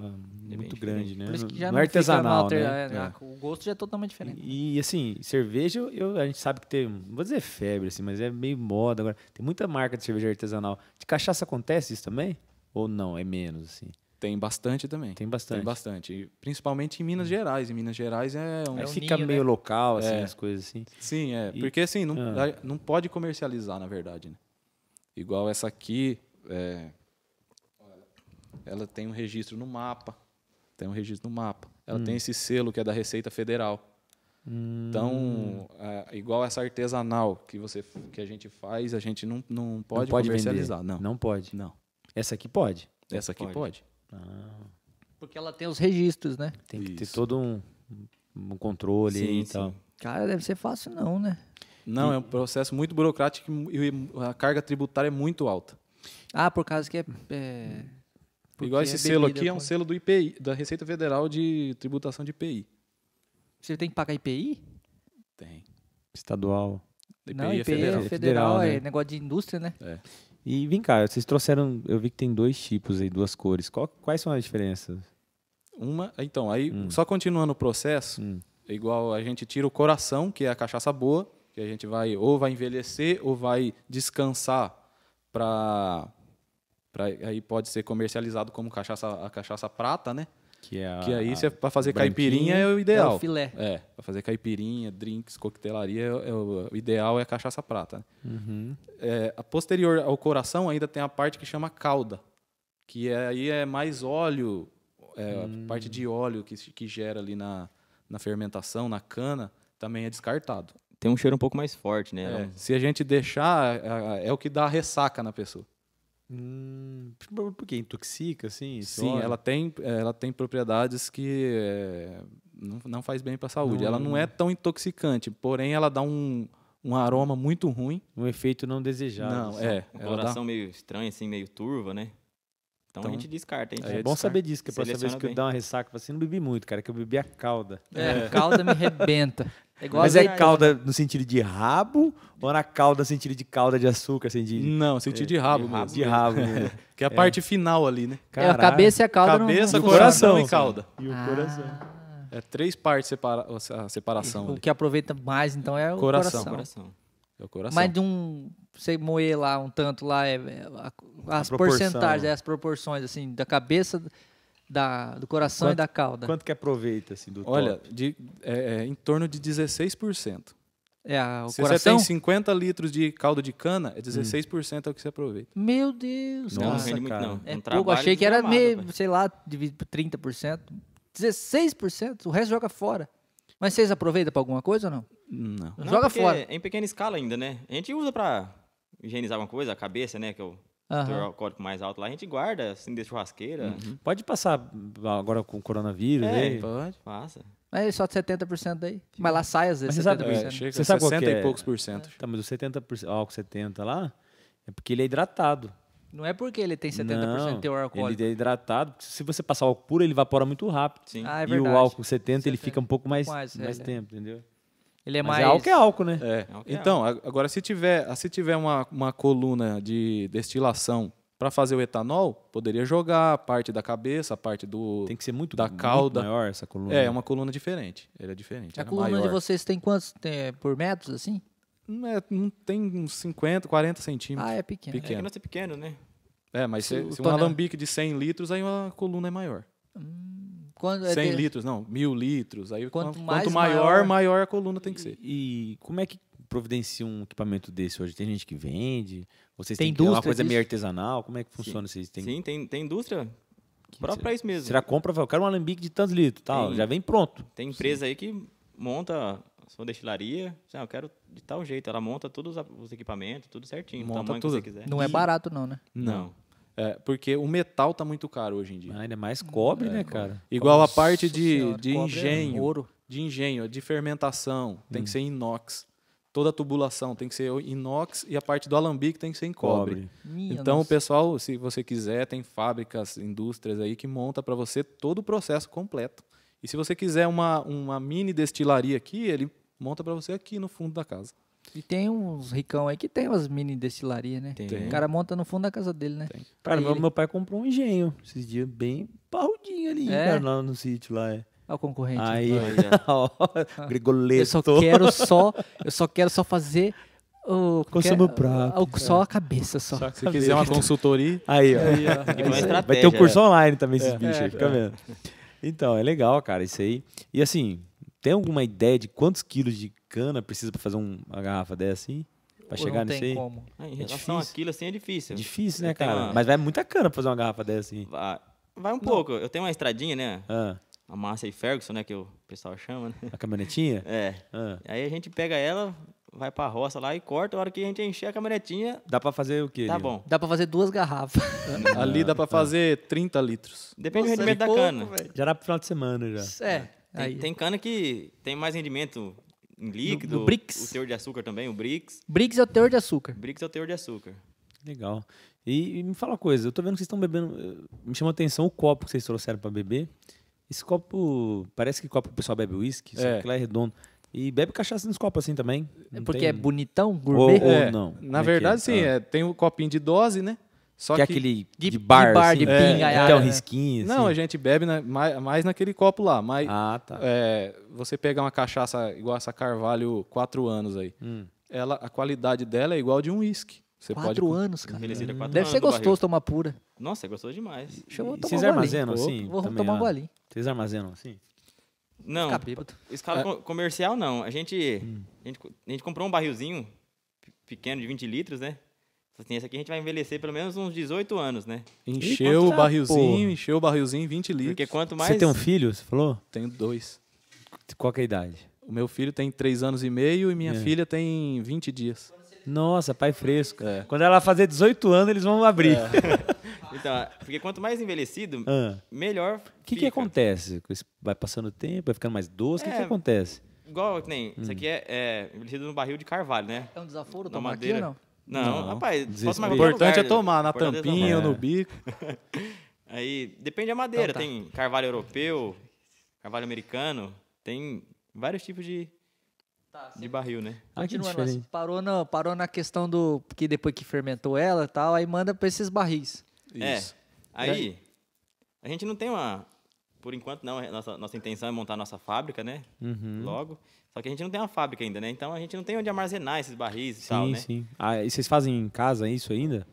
[SPEAKER 1] ah, Muito
[SPEAKER 2] diferente.
[SPEAKER 1] grande, né?
[SPEAKER 4] Por isso que já
[SPEAKER 1] não,
[SPEAKER 4] não,
[SPEAKER 1] é
[SPEAKER 4] fica
[SPEAKER 1] artesanal,
[SPEAKER 4] alter-
[SPEAKER 1] né?
[SPEAKER 4] é,
[SPEAKER 1] É.
[SPEAKER 4] a- O gosto já é totalmente diferente.
[SPEAKER 1] E, e, assim, cerveja, eu, a gente sabe que tem, não vou dizer febre, assim, mas é meio moda agora. Tem muita marca de cerveja artesanal. De cachaça acontece isso também? Ou não? É menos, assim?
[SPEAKER 3] Tem bastante também.
[SPEAKER 1] Tem bastante.
[SPEAKER 3] Tem bastante. E Principalmente em Minas Gerais. Em Minas Gerais é um.
[SPEAKER 1] Aí
[SPEAKER 4] É um
[SPEAKER 1] fica
[SPEAKER 4] ninho,
[SPEAKER 1] meio
[SPEAKER 4] né?
[SPEAKER 1] local, assim,
[SPEAKER 3] É.
[SPEAKER 1] as coisas assim.
[SPEAKER 3] Sim, é.
[SPEAKER 1] E-
[SPEAKER 3] Porque assim, não,
[SPEAKER 1] Ah.
[SPEAKER 3] a- não pode comercializar, na verdade. né? Igual essa aqui, é, ela tem um registro no mapa. Tem um registro no mapa. Ela tem esse selo que é da Receita Federal. Então, a- igual essa artesanal que, você, que a gente faz, a gente não, não pode,
[SPEAKER 1] não pode
[SPEAKER 3] comercializar.
[SPEAKER 1] vender.
[SPEAKER 3] Não.
[SPEAKER 1] Não pode.
[SPEAKER 3] Não.
[SPEAKER 1] Essa aqui pode.
[SPEAKER 3] Essa aqui pode.
[SPEAKER 4] Porque ela tem os registros, né?
[SPEAKER 1] Tem que ter
[SPEAKER 3] Isso.
[SPEAKER 1] todo um, um controle
[SPEAKER 2] Sim,
[SPEAKER 1] aí e
[SPEAKER 2] sim.
[SPEAKER 1] tal.
[SPEAKER 4] Cara, deve ser fácil não, né?
[SPEAKER 3] Não, é um processo muito burocrático e a carga tributária é muito alta.
[SPEAKER 4] Ah, por causa que é... é- porque
[SPEAKER 3] Igual
[SPEAKER 4] é
[SPEAKER 3] esse selo
[SPEAKER 4] bebida,
[SPEAKER 3] aqui é um
[SPEAKER 4] pô.
[SPEAKER 3] selo do IPI, da Receita Federal de Tributação de IPI.
[SPEAKER 4] Você tem que pagar IPI?
[SPEAKER 3] Tem.
[SPEAKER 1] Estadual.
[SPEAKER 3] IPI
[SPEAKER 4] não,
[SPEAKER 3] é
[SPEAKER 4] IPI
[SPEAKER 3] federal.
[SPEAKER 4] é federal,
[SPEAKER 1] Federal, né?
[SPEAKER 4] é negócio de indústria, né?
[SPEAKER 1] E vem cá, vocês trouxeram. Eu vi que tem dois tipos aí, duas cores. Qual- quais são as diferenças?
[SPEAKER 3] Uma, então, aí
[SPEAKER 4] Hum.
[SPEAKER 3] só continuando o processo,
[SPEAKER 1] Hum.
[SPEAKER 3] é igual a gente tira o coração, que é a cachaça boa, que a gente vai ou vai envelhecer ou vai descansar para aí pode ser comercializado como cachaça a cachaça prata, né?
[SPEAKER 1] Que, é a-
[SPEAKER 3] que aí
[SPEAKER 1] a-
[SPEAKER 3] você para fazer
[SPEAKER 1] branquinha.
[SPEAKER 3] caipirinha é o
[SPEAKER 4] Ah, É
[SPEAKER 3] ideal.
[SPEAKER 4] o filé.
[SPEAKER 3] É, pra fazer caipirinha, drinks, coquetelaria, é, o, o ideal é a cachaça prata. né?
[SPEAKER 1] Uhum.
[SPEAKER 3] É, a posterior ao coração ainda tem a parte que chama cauda, que é- aí é mais óleo, é, a parte de óleo que, se- que gera ali na, na fermentação, na cana, também é descartado.
[SPEAKER 2] Tem um cheiro um pouco mais forte, né?
[SPEAKER 3] É, se a gente deixar, é, é o que dá ressaca na pessoa.
[SPEAKER 1] Hum, por por quê? Intoxica, assim? esse
[SPEAKER 3] Sim,
[SPEAKER 1] óleo?
[SPEAKER 3] ela tem, ela tem propriedades que é, não, não faz bem para a saúde.
[SPEAKER 1] Não-
[SPEAKER 3] ela não é tão intoxicante, porém ela dá um, um aroma muito ruim.
[SPEAKER 1] Um efeito não desejado.
[SPEAKER 3] não,
[SPEAKER 1] assim.
[SPEAKER 3] é.
[SPEAKER 2] Uma
[SPEAKER 3] ela dá-
[SPEAKER 2] coloração meio estranha, assim, meio turva, né? Então,
[SPEAKER 3] Então,
[SPEAKER 2] a gente descarta. A gente
[SPEAKER 3] aí
[SPEAKER 1] É bom
[SPEAKER 3] descarta.
[SPEAKER 1] saber disso, que a próxima vez
[SPEAKER 2] Seleciona
[SPEAKER 1] que eu
[SPEAKER 2] bem.
[SPEAKER 1] dar uma ressaca, eu falo assim, não bebi muito, cara, que eu bebi a calda.
[SPEAKER 4] É, calda me rebenta. É igual
[SPEAKER 1] Mas
[SPEAKER 4] a
[SPEAKER 1] é
[SPEAKER 4] azeitona.
[SPEAKER 1] calda no sentido de rabo ou na calda no sentido de calda de açúcar, assim, de,
[SPEAKER 3] Não, senti de
[SPEAKER 1] de
[SPEAKER 3] rabo, mesmo.
[SPEAKER 1] rabo? De rabo mesmo.
[SPEAKER 3] Que é a parte final ali, né?
[SPEAKER 4] É, a cabeça e a calda não-
[SPEAKER 3] Cabeça,
[SPEAKER 1] E o
[SPEAKER 4] não...
[SPEAKER 3] coração,
[SPEAKER 1] coração,
[SPEAKER 3] e cauda.
[SPEAKER 1] E o
[SPEAKER 4] Ah,
[SPEAKER 1] coração.
[SPEAKER 3] É três partes separa a separação
[SPEAKER 4] O
[SPEAKER 3] ali.
[SPEAKER 4] que aproveita mais, então, é o
[SPEAKER 3] Coração.
[SPEAKER 4] coração.
[SPEAKER 2] coração.
[SPEAKER 3] É o coração.
[SPEAKER 4] Mas de um... Você moer lá um tanto lá, é, é a- as
[SPEAKER 1] proporção.
[SPEAKER 4] porcentagens, é, as proporções, assim, da cabeça da, do coração e
[SPEAKER 1] Quanto-
[SPEAKER 4] da cauda.
[SPEAKER 1] Quanto que aproveita, assim, do
[SPEAKER 3] Olha,
[SPEAKER 1] top?
[SPEAKER 3] de- é, é em torno de 16%.
[SPEAKER 4] É a, o
[SPEAKER 3] Se
[SPEAKER 4] coração?
[SPEAKER 3] você tem 50 litros de caldo de cana, é 16% é o que você aproveita.
[SPEAKER 4] Meu Deus,
[SPEAKER 2] Não, não
[SPEAKER 1] Nossa,
[SPEAKER 4] cara.
[SPEAKER 2] rende muito,
[SPEAKER 1] cara.
[SPEAKER 2] não.
[SPEAKER 4] É
[SPEAKER 2] Um
[SPEAKER 4] pouco,
[SPEAKER 2] trabalho
[SPEAKER 4] achei que era
[SPEAKER 2] desgramado,
[SPEAKER 4] meio,
[SPEAKER 2] pai.
[SPEAKER 4] sei lá, dividido por 30%. 16%, o resto joga fora. Mas vocês aproveitam pra alguma coisa ou não?
[SPEAKER 3] Não.
[SPEAKER 2] Não,
[SPEAKER 4] joga
[SPEAKER 2] porque
[SPEAKER 4] fora.
[SPEAKER 2] é Em pequena escala ainda, né? A gente usa pra higienizar alguma coisa, a cabeça, né? Que é o
[SPEAKER 4] Aham.
[SPEAKER 2] teor alcoólico mais alto lá. A gente guarda, assim, de churrasqueira,
[SPEAKER 3] Uhum.
[SPEAKER 1] Pode passar agora com o coronavírus,
[SPEAKER 2] É,
[SPEAKER 1] né?
[SPEAKER 3] Pode.
[SPEAKER 2] passa.
[SPEAKER 4] Mas é só 70% daí. Mas lá sai às
[SPEAKER 1] Mas
[SPEAKER 4] vezes
[SPEAKER 1] você sabe-
[SPEAKER 4] 70%.
[SPEAKER 3] É,
[SPEAKER 1] Percebe?
[SPEAKER 3] chega
[SPEAKER 1] Você
[SPEAKER 3] a
[SPEAKER 1] sabe qual que
[SPEAKER 3] 60
[SPEAKER 1] é?
[SPEAKER 3] e poucos por cento.
[SPEAKER 1] Tá, mas o 70%, álcool 70 lá, é porque ele é hidratado.
[SPEAKER 4] Não é porque ele tem 70%
[SPEAKER 1] Não,
[SPEAKER 4] de teor alcoólico.
[SPEAKER 1] Ele é hidratado. porque Se você passar o álcool puro, ele evapora muito rápido.
[SPEAKER 2] Sim.
[SPEAKER 4] Ah, é
[SPEAKER 1] e o
[SPEAKER 4] verdade.
[SPEAKER 1] álcool 70, ele
[SPEAKER 4] 70,
[SPEAKER 1] fica um pouco mais,
[SPEAKER 4] mais,
[SPEAKER 1] mais
[SPEAKER 4] é.
[SPEAKER 1] tempo, entendeu?
[SPEAKER 4] Ele é
[SPEAKER 1] Mas
[SPEAKER 4] mais...
[SPEAKER 1] álcool é álcool, né?
[SPEAKER 3] É.
[SPEAKER 2] É o que é.
[SPEAKER 3] Então, a- agora se tiver, se tiver uma, uma coluna de destilação para fazer o etanol, poderia jogar a parte da cabeça, a parte do
[SPEAKER 1] Tem que ser muito,
[SPEAKER 3] Da
[SPEAKER 1] muito
[SPEAKER 3] cauda.
[SPEAKER 1] maior essa coluna. né?
[SPEAKER 3] É, é uma coluna diferente. Ele é diferente.
[SPEAKER 4] A
[SPEAKER 3] ele é
[SPEAKER 4] coluna de
[SPEAKER 3] maior.
[SPEAKER 4] vocês tem quantos tem- por metros, assim?
[SPEAKER 3] Não, é- não tem uns 50, 40 centímetros.
[SPEAKER 4] Ah, é pequeno.
[SPEAKER 2] É que
[SPEAKER 3] pequeno.
[SPEAKER 2] nós é pequeno, né?
[SPEAKER 3] É, mas
[SPEAKER 4] Se
[SPEAKER 3] se,
[SPEAKER 4] o
[SPEAKER 3] se um
[SPEAKER 4] tonel-
[SPEAKER 3] alambique de 100 litros, aí uma coluna é maior.
[SPEAKER 4] Quando é
[SPEAKER 3] 100
[SPEAKER 4] de-
[SPEAKER 3] litros, não, mil litros. Aí quanto,
[SPEAKER 4] Quanto
[SPEAKER 3] quanto
[SPEAKER 4] mais maior-
[SPEAKER 3] maior, maior a coluna tem que ser.
[SPEAKER 1] E como é que providencia um equipamento desse hoje? Tem gente que vende? Vocês
[SPEAKER 4] Tem
[SPEAKER 1] têm que, é uma
[SPEAKER 4] indústria
[SPEAKER 1] coisa meio
[SPEAKER 4] disso?
[SPEAKER 1] artesanal? Como é que funciona? Vocês têm
[SPEAKER 2] Sim, tem, tem indústria própria pra isso mesmo.
[SPEAKER 1] Será compra, fala, eu quero um alambique de tantos litros, tal,
[SPEAKER 2] Tem.
[SPEAKER 1] já vem pronto.
[SPEAKER 2] Tem empresa aí que monta a sua destilaria. Ah, eu quero de tal jeito. Ela monta todos os- os equipamentos, tudo certinho.
[SPEAKER 3] Monta
[SPEAKER 2] o tamanho
[SPEAKER 3] tudo.
[SPEAKER 2] que você quiser.
[SPEAKER 4] Não é barato, não, né?
[SPEAKER 2] Não.
[SPEAKER 3] É, porque o metal tá muito caro hoje em dia.
[SPEAKER 1] Ah, ainda mais cobre, né, cara?
[SPEAKER 3] Igual
[SPEAKER 4] Nossa
[SPEAKER 3] a parte de,
[SPEAKER 4] Senhora,
[SPEAKER 3] de
[SPEAKER 4] cobre é
[SPEAKER 3] engenho,
[SPEAKER 4] ouro.
[SPEAKER 3] de engenho, de fermentação, tem que ser inox. Toda a tubulação tem que ser inox e a parte do alambique tem que ser em cobre.
[SPEAKER 4] Minha
[SPEAKER 3] Então, o
[SPEAKER 4] nossa.
[SPEAKER 3] pessoal, se você quiser, tem fábricas, indústrias aí que monta para você todo o processo completo. E se você quiser uma, uma mini destilaria aqui, ele monta para você aqui no fundo da casa.
[SPEAKER 4] E tem uns ricão aí que tem umas mini destilarias, né?
[SPEAKER 2] Tem.
[SPEAKER 4] O cara monta no fundo da casa dele, né?
[SPEAKER 1] Cara,
[SPEAKER 4] Aí
[SPEAKER 1] meu,
[SPEAKER 4] ele-
[SPEAKER 1] meu pai comprou um engenho esses dias, bem parrudinho ali,
[SPEAKER 4] É?
[SPEAKER 1] cara, lá no sítio lá. É.
[SPEAKER 4] Olha o concorrente.
[SPEAKER 1] Aí,
[SPEAKER 2] Olha.
[SPEAKER 1] ó,
[SPEAKER 4] Eu
[SPEAKER 1] Grigoleto.
[SPEAKER 4] só quero só, eu só quero só fazer o
[SPEAKER 1] Consumo é.
[SPEAKER 4] que-
[SPEAKER 1] próprio.
[SPEAKER 4] o- só a cabeça só.
[SPEAKER 1] Só
[SPEAKER 3] Se quiser uma consultoria,
[SPEAKER 1] Aí, ó.
[SPEAKER 2] Tem uma
[SPEAKER 1] Isso aí. Vai ter
[SPEAKER 2] estratégia,
[SPEAKER 1] um curso
[SPEAKER 2] né? É,
[SPEAKER 1] online também, esses bichos aí, fica vendo. Então, é legal, cara, isso aí. E assim, tem alguma ideia de quantos quilos de cana precisa pra fazer um- uma garrafa dessa assim? Pra
[SPEAKER 4] Ou
[SPEAKER 1] chegar
[SPEAKER 4] não
[SPEAKER 1] nisso
[SPEAKER 4] tem
[SPEAKER 1] aí?
[SPEAKER 4] como.
[SPEAKER 2] Ah, em
[SPEAKER 1] É
[SPEAKER 2] relação
[SPEAKER 1] difícil.
[SPEAKER 2] àquilo, assim, é
[SPEAKER 1] É
[SPEAKER 2] difícil.
[SPEAKER 1] difícil, né,
[SPEAKER 2] Eu tenho
[SPEAKER 1] cara?
[SPEAKER 2] uma-
[SPEAKER 1] Mas vai muita cana pra fazer uma garrafa dessa assim.
[SPEAKER 2] Vai, vai um pouco. Eu tenho uma estradinha, né?
[SPEAKER 1] Ah,
[SPEAKER 2] A Márcia e Ferguson, né? Que o pessoal chama, né?
[SPEAKER 1] a caminhonetinha?
[SPEAKER 2] É.
[SPEAKER 1] Ah.
[SPEAKER 2] Aí a gente pega ela, vai pra roça lá e corta. A hora que a gente encher a caminhonetinha,
[SPEAKER 1] Dá pra fazer o quê?
[SPEAKER 2] tá
[SPEAKER 1] Nil?
[SPEAKER 2] bom.
[SPEAKER 4] Dá pra fazer duas garrafas.
[SPEAKER 3] ali dá para fazer 30 litros.
[SPEAKER 2] Depende
[SPEAKER 4] Nossa,
[SPEAKER 2] do rendimento da
[SPEAKER 4] pouco,
[SPEAKER 2] cana.
[SPEAKER 4] velho.
[SPEAKER 1] Já dá pro final de semana já.
[SPEAKER 4] É. Aí.
[SPEAKER 2] Tem, tem cana que tem mais rendimento em líquido.
[SPEAKER 4] no Brix.
[SPEAKER 2] O teor de açúcar também, o Brix.
[SPEAKER 4] Briggs é o teor de açúcar.
[SPEAKER 2] Brix é o teor de açúcar.
[SPEAKER 1] Legal. E, e me fala uma coisa, eu tô vendo que vocês estão bebendo. eh, Me chama a atenção o copo que vocês trouxeram pra beber. Esse copo. Parece que copo que o pessoal bebe uísque, só
[SPEAKER 3] É.
[SPEAKER 1] que lá é redondo. E bebe cachaça nos copos assim também.
[SPEAKER 4] É
[SPEAKER 1] Não
[SPEAKER 4] porque
[SPEAKER 1] tem-
[SPEAKER 4] é bonitão, gourmet.
[SPEAKER 1] Ou- ou-
[SPEAKER 3] É,
[SPEAKER 1] não, como é
[SPEAKER 3] Na
[SPEAKER 1] que
[SPEAKER 3] verdade,
[SPEAKER 1] é?
[SPEAKER 3] sim,
[SPEAKER 1] Ah.
[SPEAKER 3] é, tem o copinho de dose, né? Só
[SPEAKER 1] que é aquele de, bar,
[SPEAKER 4] de bar,
[SPEAKER 1] assim,
[SPEAKER 4] de
[SPEAKER 1] é,
[SPEAKER 4] pinga,
[SPEAKER 1] que
[SPEAKER 4] é,
[SPEAKER 1] tem um
[SPEAKER 4] né?
[SPEAKER 1] risquinho.
[SPEAKER 3] Não, a
[SPEAKER 1] assim.
[SPEAKER 3] gente bebe na- mais, mais naquele copo lá, mas
[SPEAKER 1] Ah, tá.
[SPEAKER 3] é, você pegar uma cachaça igual essa Carvalho 4 anos aí, ela, a qualidade dela é igual de um uísque. Você pode
[SPEAKER 4] Quatro anos, cara.
[SPEAKER 2] Envelhecida quatro
[SPEAKER 4] Deve
[SPEAKER 2] anos
[SPEAKER 4] ser
[SPEAKER 2] do barril.
[SPEAKER 4] gostoso tomar pura.
[SPEAKER 2] Nossa, gostou demais.
[SPEAKER 4] Deixa eu
[SPEAKER 1] E
[SPEAKER 4] tomar
[SPEAKER 1] vocês
[SPEAKER 4] um golinho.
[SPEAKER 1] armazenam assim?
[SPEAKER 4] Vou
[SPEAKER 1] também
[SPEAKER 4] tomar um
[SPEAKER 1] lá?
[SPEAKER 4] golinho.
[SPEAKER 1] Vocês armazenam assim?
[SPEAKER 2] Não,
[SPEAKER 4] Ficar bêbado.
[SPEAKER 2] escala co- comercial não. A gente, a, gente, co- a gente comprou um barrilzinho pe- pequeno de 20 litros, né? Falei Assim, esse aqui a gente vai envelhecer pelo menos uns 18 anos, né?
[SPEAKER 3] Encheu o
[SPEAKER 1] Eita,
[SPEAKER 3] barrilzinho,
[SPEAKER 1] porra.
[SPEAKER 3] encheu o barrilzinho, 20 litros.
[SPEAKER 2] Porque quanto mais.
[SPEAKER 1] Você tem um filho, você falou?
[SPEAKER 3] Tenho dois.
[SPEAKER 1] Qual que é a idade?
[SPEAKER 3] O meu filho tem 3 anos e meio e minha
[SPEAKER 1] É.
[SPEAKER 3] filha tem 20 dias.
[SPEAKER 1] Nossa, pai fresco. Quando ela fazer 18 anos, eles vão abrir.
[SPEAKER 2] Então, porque quanto mais envelhecido,
[SPEAKER 1] Ah.
[SPEAKER 2] melhor.
[SPEAKER 1] O que, que acontece? com esse- Vai passando o tempo, vai ficando mais doce. O que, que
[SPEAKER 2] É.
[SPEAKER 1] acontece?
[SPEAKER 2] Igual que nem. Isso aqui é, é envelhecido no barril de carvalho, né?
[SPEAKER 4] É um desaforo
[SPEAKER 2] Na
[SPEAKER 4] tomar
[SPEAKER 2] madeira.
[SPEAKER 4] aqui ou não?
[SPEAKER 2] Não,
[SPEAKER 3] Não.
[SPEAKER 2] rapaz,
[SPEAKER 1] Desespero.
[SPEAKER 2] pode tomar
[SPEAKER 3] O
[SPEAKER 2] em qualquer
[SPEAKER 3] importante é
[SPEAKER 2] lugar.
[SPEAKER 3] tomar na
[SPEAKER 2] O importante é
[SPEAKER 3] tampinha,
[SPEAKER 2] tomar.
[SPEAKER 3] no bico.
[SPEAKER 2] Aí depende da madeira,
[SPEAKER 4] Então tá.
[SPEAKER 2] tem carvalho europeu, carvalho americano, tem vários tipos de, de barril, né?
[SPEAKER 1] Ah, que
[SPEAKER 4] Continuando,
[SPEAKER 1] diferente.
[SPEAKER 4] nós parou, na, parou na questão do. que depois que fermentou ela e tal, aí manda pra esses barris.
[SPEAKER 3] Isso.
[SPEAKER 2] É. Aí, a gente não tem uma. Por enquanto, não. a Nossa, nossa intenção é montar nossa fábrica, né?
[SPEAKER 1] Uhum.
[SPEAKER 2] Logo. Só que a gente não tem uma fábrica ainda, né? Então a gente não tem onde armazenar esses barris e
[SPEAKER 1] Sim,
[SPEAKER 2] tal, né?
[SPEAKER 1] sim. Ah, e vocês fazem em casa isso ainda?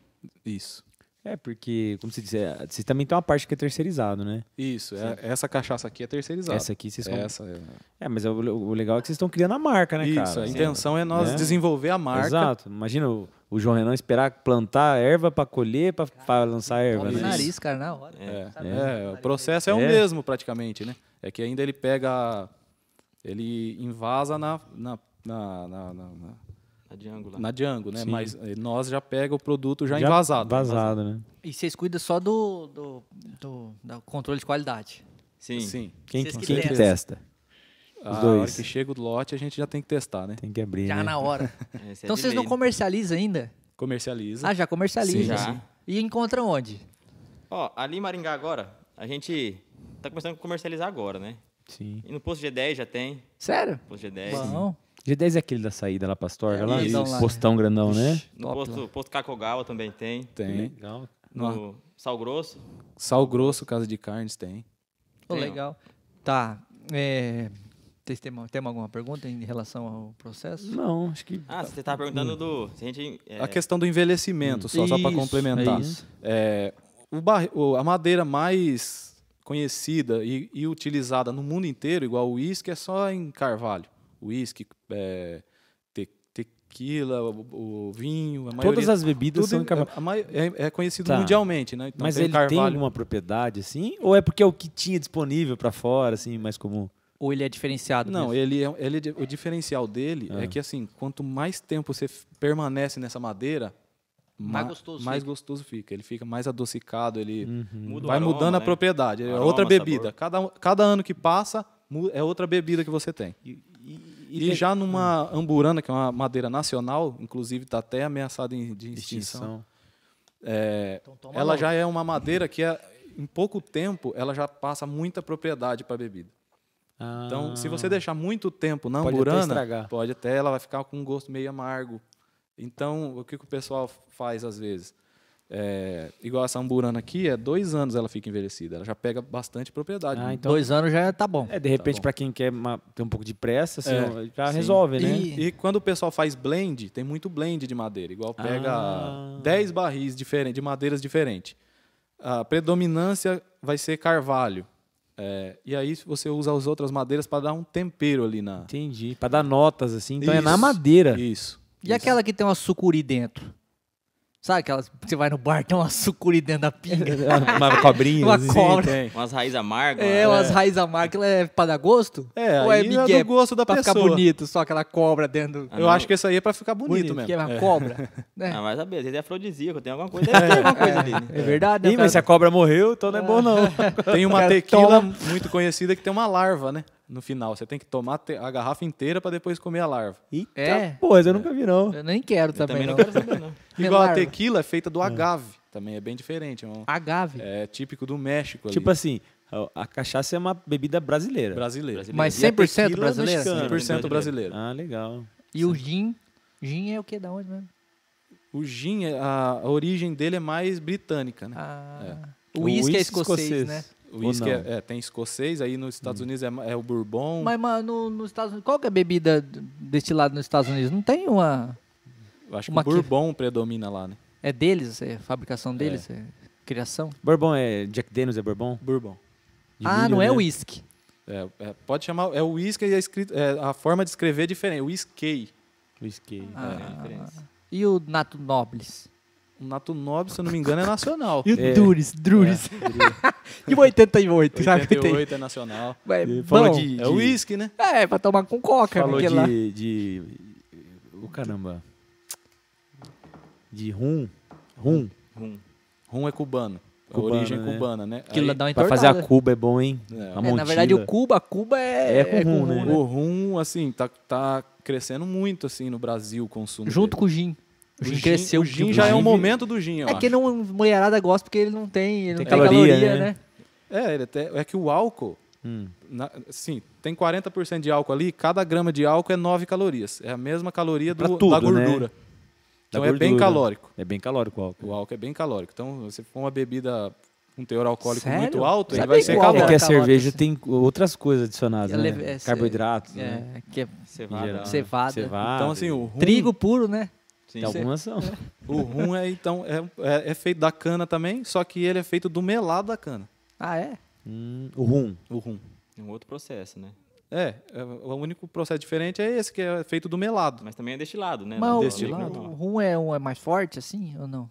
[SPEAKER 3] Isso.
[SPEAKER 1] É, porque, como se diz, é, vocês também tem uma parte que é terceirizado, né?
[SPEAKER 3] Isso, é- essa cachaça aqui é terceirizada.
[SPEAKER 1] Essa aqui vocês compram.
[SPEAKER 3] Essa é-
[SPEAKER 1] É, mas é o, o legal é que vocês estão criando a marca, né, cara?
[SPEAKER 3] Isso, a intenção é nós
[SPEAKER 1] Né?
[SPEAKER 3] desenvolver a marca.
[SPEAKER 1] Exato. Imagina o, o João Renan esperar plantar erva pra colher, pra, pra lançar erva,
[SPEAKER 4] Toma no
[SPEAKER 1] né?
[SPEAKER 4] nariz, cara, na hora.
[SPEAKER 3] É,
[SPEAKER 4] Sabe?
[SPEAKER 3] é, o processo é o
[SPEAKER 1] É.
[SPEAKER 3] mesmo praticamente, né? É que ainda ele pega, ele invasa na na, na, na, na, na-
[SPEAKER 2] A Django lá.
[SPEAKER 3] na Django, né?
[SPEAKER 1] Sim.
[SPEAKER 3] Mas eh, nós já pega o produto já,
[SPEAKER 1] Já
[SPEAKER 3] invasado.
[SPEAKER 1] Vazado, né?
[SPEAKER 4] E vocês cuidam só do, do, do, do controle de qualidade.
[SPEAKER 2] Sim.
[SPEAKER 3] Sim.
[SPEAKER 1] Quem,
[SPEAKER 4] Vocês que
[SPEAKER 1] quem que
[SPEAKER 4] testam.
[SPEAKER 1] testa?
[SPEAKER 3] A hora
[SPEAKER 1] dois.
[SPEAKER 3] que chega o lote a gente já tem que testar, né?
[SPEAKER 1] Tem que abrir,
[SPEAKER 4] Já
[SPEAKER 1] né?
[SPEAKER 4] na hora.
[SPEAKER 2] É, esse é
[SPEAKER 4] então
[SPEAKER 2] de
[SPEAKER 4] vocês não
[SPEAKER 2] lei.
[SPEAKER 4] comercializam ainda?
[SPEAKER 3] Comercializa.
[SPEAKER 4] Ah, já comercializa.
[SPEAKER 3] Sim,
[SPEAKER 2] já.
[SPEAKER 4] E encontram onde?
[SPEAKER 2] né? Ó, ali em Maringá agora, a gente tá começando a comercializar agora, né?
[SPEAKER 1] Sim.
[SPEAKER 2] E no posto G10 já tem.
[SPEAKER 4] Sério?
[SPEAKER 2] Posto G10.
[SPEAKER 4] Bom.
[SPEAKER 1] G10 é aquele da saída lá pra Astorga,
[SPEAKER 4] É,
[SPEAKER 1] lá?
[SPEAKER 4] isso.
[SPEAKER 1] Isso. Postão grandão, né?
[SPEAKER 2] No
[SPEAKER 4] Top
[SPEAKER 2] posto, posto Cacogawa também tem.
[SPEAKER 3] Tem.
[SPEAKER 1] Legal.
[SPEAKER 2] No Sal Grosso.
[SPEAKER 3] Sal grosso, casa de carnes tem.
[SPEAKER 4] Pô,
[SPEAKER 2] Tem, ó.
[SPEAKER 4] legal. Tá. É, vocês têm, têm alguma pergunta em relação ao processo?
[SPEAKER 1] Não, acho que.
[SPEAKER 2] Ah, você tava perguntando do. Se a gente. é,
[SPEAKER 3] A questão do envelhecimento, só, só para
[SPEAKER 4] Isso,
[SPEAKER 3] complementar.
[SPEAKER 4] é isso.
[SPEAKER 3] É, o bar- o- a madeira mais conhecida e, e utilizada no mundo inteiro, igual o uísque, é só em carvalho. Uísque, é, te- tequila, o, o vinho, a maioria...
[SPEAKER 1] Todas as bebidas
[SPEAKER 3] tudo
[SPEAKER 1] são em carvalho.
[SPEAKER 3] a mai- é, é conhecido
[SPEAKER 1] Tá.
[SPEAKER 3] mundialmente, né? Então
[SPEAKER 1] Mas
[SPEAKER 3] tem
[SPEAKER 1] ele tem um
[SPEAKER 3] carvalho.
[SPEAKER 1] alguma propriedade, assim? Ou é porque é o que tinha disponível pra fora, assim, mais comum?
[SPEAKER 4] Ou ele é diferenciado?
[SPEAKER 3] Não,
[SPEAKER 4] mesmo?
[SPEAKER 3] ele, é- ele é- o diferencial dele
[SPEAKER 1] Ah.
[SPEAKER 3] é. que assim, quanto mais tempo você f- permanece nessa madeira,
[SPEAKER 4] Mais
[SPEAKER 3] ma-
[SPEAKER 4] gostoso
[SPEAKER 3] mais
[SPEAKER 4] fica.
[SPEAKER 3] gostoso fica. Ele fica mais adocicado, ele
[SPEAKER 1] Hum.
[SPEAKER 2] Muda o
[SPEAKER 3] vai
[SPEAKER 2] aroma,
[SPEAKER 3] mudando a
[SPEAKER 2] né?
[SPEAKER 3] propriedade. é
[SPEAKER 2] Aroma,
[SPEAKER 3] outra
[SPEAKER 2] sabor.
[SPEAKER 3] bebida. Cada, um, cada ano que passa mu- é outra bebida que você tem.
[SPEAKER 1] E,
[SPEAKER 3] E, já numa amburana, que é uma madeira nacional, inclusive está até ameaçada em- de extinção.
[SPEAKER 1] distinção.
[SPEAKER 4] Então toma
[SPEAKER 3] Ela
[SPEAKER 4] logo.
[SPEAKER 3] já é uma madeira que é, em pouco tempo ela já passa muita propriedade para a bebida. Então, se
[SPEAKER 2] Ah.
[SPEAKER 3] você deixar muito tempo na
[SPEAKER 1] Pode Ah, até
[SPEAKER 3] amburana,
[SPEAKER 1] estragar.
[SPEAKER 3] pode até ela vai ficar com um gosto meio amargo. Então, o que, que o pessoal faz às vezes? É, igual essa amburana aqui, é dois anos ela fica envelhecida. Ela já pega bastante propriedade.
[SPEAKER 1] Ah, então-
[SPEAKER 4] Dois anos já tá bom.
[SPEAKER 1] É, de repente,
[SPEAKER 3] bom.
[SPEAKER 1] pra quem quer uma- ter um pouco de pressa, assim,
[SPEAKER 3] É,
[SPEAKER 1] já
[SPEAKER 3] sim.
[SPEAKER 1] resolve, né?
[SPEAKER 4] E-
[SPEAKER 3] E quando o pessoal faz blend, tem muito blend de madeira. Igual
[SPEAKER 1] Ah.
[SPEAKER 3] pega 10 barris diferentes, de madeiras diferentes. A predominância vai ser carvalho. É, e aí você usa as outras madeiras para dar um tempero ali na.
[SPEAKER 1] Entendi. Pra dar notas, assim. Então é na
[SPEAKER 3] Isso,
[SPEAKER 1] madeira.
[SPEAKER 3] Isso.
[SPEAKER 4] E aquela que tem uma sucuri dentro? Sabe aquela que você vai no bar tem uma sucuri dentro da pinga?
[SPEAKER 1] uma cobrinha.
[SPEAKER 4] Uma
[SPEAKER 1] assim.
[SPEAKER 4] cobra.
[SPEAKER 3] Tem.
[SPEAKER 2] Umas né? raízes amargas.
[SPEAKER 4] É, umas raízes amargas. Aquilo é pra dar gosto?
[SPEAKER 3] É,
[SPEAKER 4] Ou é
[SPEAKER 3] aí é do
[SPEAKER 4] migué
[SPEAKER 3] gosto da
[SPEAKER 4] pra ficar
[SPEAKER 3] pessoa?
[SPEAKER 4] bonito, só aquela cobra dentro do...
[SPEAKER 2] Ah,
[SPEAKER 3] Eu
[SPEAKER 2] não.
[SPEAKER 3] acho que isso aí é pra ficar bonito,
[SPEAKER 4] Que é
[SPEAKER 3] mesmo.
[SPEAKER 4] uma cobra. né?
[SPEAKER 2] Ah, mas sabe, às vezes é afrodisíaco, tem alguma coisa. Deve ter alguma coisa ali. né?
[SPEAKER 4] É verdade, né,
[SPEAKER 1] Ih, mas se a
[SPEAKER 4] cara?
[SPEAKER 1] cobra morreu, então não é bom, não.
[SPEAKER 3] Tem uma
[SPEAKER 4] Cara,
[SPEAKER 3] tequila
[SPEAKER 4] toma.
[SPEAKER 3] muito conhecida que tem uma larva, né? No final. Você tem que tomar te- a garrafa inteira pra depois comer a larva.
[SPEAKER 1] Eita,
[SPEAKER 4] É.
[SPEAKER 1] pô, essa eu nunca vi, não.
[SPEAKER 4] Eu nem quero
[SPEAKER 2] Eu
[SPEAKER 4] também,
[SPEAKER 2] também
[SPEAKER 4] não.
[SPEAKER 2] não quero saber, não.
[SPEAKER 4] Tem
[SPEAKER 3] Igual a
[SPEAKER 4] larva.
[SPEAKER 3] tequila é feita do agave. Também é bem diferente. É, um-
[SPEAKER 4] Agave.
[SPEAKER 3] é típico do México ali.
[SPEAKER 1] Tipo assim, a a cachaça é uma bebida brasileira.
[SPEAKER 3] brasileiro.
[SPEAKER 2] Brasileiro.
[SPEAKER 4] Mas
[SPEAKER 1] E a
[SPEAKER 4] 100%
[SPEAKER 1] tequila
[SPEAKER 4] brasileira?
[SPEAKER 1] mexicana.
[SPEAKER 3] 100% brasileiro.
[SPEAKER 1] Ah, legal.
[SPEAKER 4] E o gin? Gin é o que? Da onde mesmo?
[SPEAKER 3] O gin, é- a, a origem dele é mais britânica, né?
[SPEAKER 4] Ah, O uísque é escocês, né?
[SPEAKER 3] O
[SPEAKER 1] Ou
[SPEAKER 3] uísque
[SPEAKER 1] não.
[SPEAKER 3] é, é, tem escocês, aí nos Estados Unidos é, ma- é o bourbon.
[SPEAKER 4] Hum. Mas, mano, no- nos Estados Unidos, qual que é a bebida d- destilada nos Estados Unidos? Não tem uma...
[SPEAKER 3] Eu acho que
[SPEAKER 4] uma
[SPEAKER 3] o
[SPEAKER 4] que-
[SPEAKER 3] bourbon predomina lá, né?
[SPEAKER 4] É deles? É fabricação deles? É criação?
[SPEAKER 1] Bourbon é... Jack Daniels é bourbon?
[SPEAKER 3] Bourbon.
[SPEAKER 1] De
[SPEAKER 4] Ah,
[SPEAKER 1] milho,
[SPEAKER 4] não é
[SPEAKER 1] né?
[SPEAKER 4] uísque.
[SPEAKER 3] É, é, pode chamar, é o uísque e a, escrita, é, a forma de escrever é diferente. Whisky.
[SPEAKER 1] Whisky.
[SPEAKER 3] Ah,
[SPEAKER 2] É, tem diferença.
[SPEAKER 4] E o Nato Nobles?
[SPEAKER 3] O um Nato Nobre, se eu não me engano, é nacional.
[SPEAKER 4] E o
[SPEAKER 1] É.
[SPEAKER 4] Dures, Dures. e o 88, sabe? que tem?
[SPEAKER 3] 88 é nacional.
[SPEAKER 4] Ué,
[SPEAKER 1] Ele
[SPEAKER 4] bom.
[SPEAKER 1] falou de, de...
[SPEAKER 3] É o uísque, né?
[SPEAKER 4] É, pra tomar com coca,
[SPEAKER 1] Falou
[SPEAKER 4] porque
[SPEAKER 1] de...
[SPEAKER 4] lá...
[SPEAKER 1] de... O caramba. De rum. Rum.
[SPEAKER 2] Rum.
[SPEAKER 3] Rum é cubano. A
[SPEAKER 1] Cubano,
[SPEAKER 3] origem
[SPEAKER 1] né?
[SPEAKER 3] cubana, né?
[SPEAKER 4] Aquilo
[SPEAKER 3] Aí,
[SPEAKER 4] dá uma
[SPEAKER 1] Pra
[SPEAKER 4] entortada.
[SPEAKER 1] fazer a Cuba é bom, hein?
[SPEAKER 3] É.
[SPEAKER 1] A
[SPEAKER 4] então É, na verdade, o
[SPEAKER 1] Montila.
[SPEAKER 4] Cuba, Cuba é,
[SPEAKER 1] É com rum, né?
[SPEAKER 3] o rum, Uhum, assim, tá, tá crescendo muito, assim, no Brasil, o consumo
[SPEAKER 4] Junto
[SPEAKER 3] dele.
[SPEAKER 4] com o gin. O gin cresceu.
[SPEAKER 3] O gin
[SPEAKER 4] tipo,
[SPEAKER 3] já é o
[SPEAKER 1] Inclusive-
[SPEAKER 3] momento do gin, eu
[SPEAKER 4] É que
[SPEAKER 3] acho.
[SPEAKER 4] não, mulherada gosta porque ele não tem,
[SPEAKER 1] Tem
[SPEAKER 4] ele não tem caloria,
[SPEAKER 1] caloria,
[SPEAKER 4] né?
[SPEAKER 1] né?
[SPEAKER 3] É, ele até- é que o álcool, na- sim, tem 40% de álcool ali, cada grama de álcool é 9 calorias. É a mesma caloria do,
[SPEAKER 1] Pra tudo,
[SPEAKER 3] da
[SPEAKER 1] né?
[SPEAKER 3] gordura. Então é bem
[SPEAKER 1] gordura.
[SPEAKER 3] calórico.
[SPEAKER 1] É bem calórico o álcool.
[SPEAKER 3] O álcool é bem calórico. Então, se for uma bebida com teor alcoólico
[SPEAKER 4] Sério?
[SPEAKER 3] muito alto, ele
[SPEAKER 4] Sabe
[SPEAKER 3] vai ser
[SPEAKER 4] igual,
[SPEAKER 1] É
[SPEAKER 3] calórico.
[SPEAKER 1] que a
[SPEAKER 4] Calórico,
[SPEAKER 1] cerveja
[SPEAKER 4] assim.
[SPEAKER 1] tem outras coisas adicionadas,
[SPEAKER 4] É leve-
[SPEAKER 1] né?
[SPEAKER 4] é,
[SPEAKER 1] Carboidratos, né?
[SPEAKER 4] É, que é
[SPEAKER 2] Cevada.
[SPEAKER 1] geral.
[SPEAKER 2] né?
[SPEAKER 4] cevada.
[SPEAKER 1] Cevada.
[SPEAKER 3] Então, assim, o rum...
[SPEAKER 4] Trigo puro, né?
[SPEAKER 2] Sim.
[SPEAKER 1] Tem algumas são.
[SPEAKER 3] O rum é, então, é, é- é feito da cana também, só que ele é feito do melado da cana,
[SPEAKER 4] Ah, é?
[SPEAKER 1] Hum, o rum.
[SPEAKER 3] o rum.
[SPEAKER 2] É um outro processo, né?
[SPEAKER 3] É, é, o único processo diferente é esse, que é feito do melado.
[SPEAKER 2] Mas também é destilado, né?
[SPEAKER 4] Mas o-
[SPEAKER 3] destilado.
[SPEAKER 4] o rum é, um, é mais forte, assim, ou não?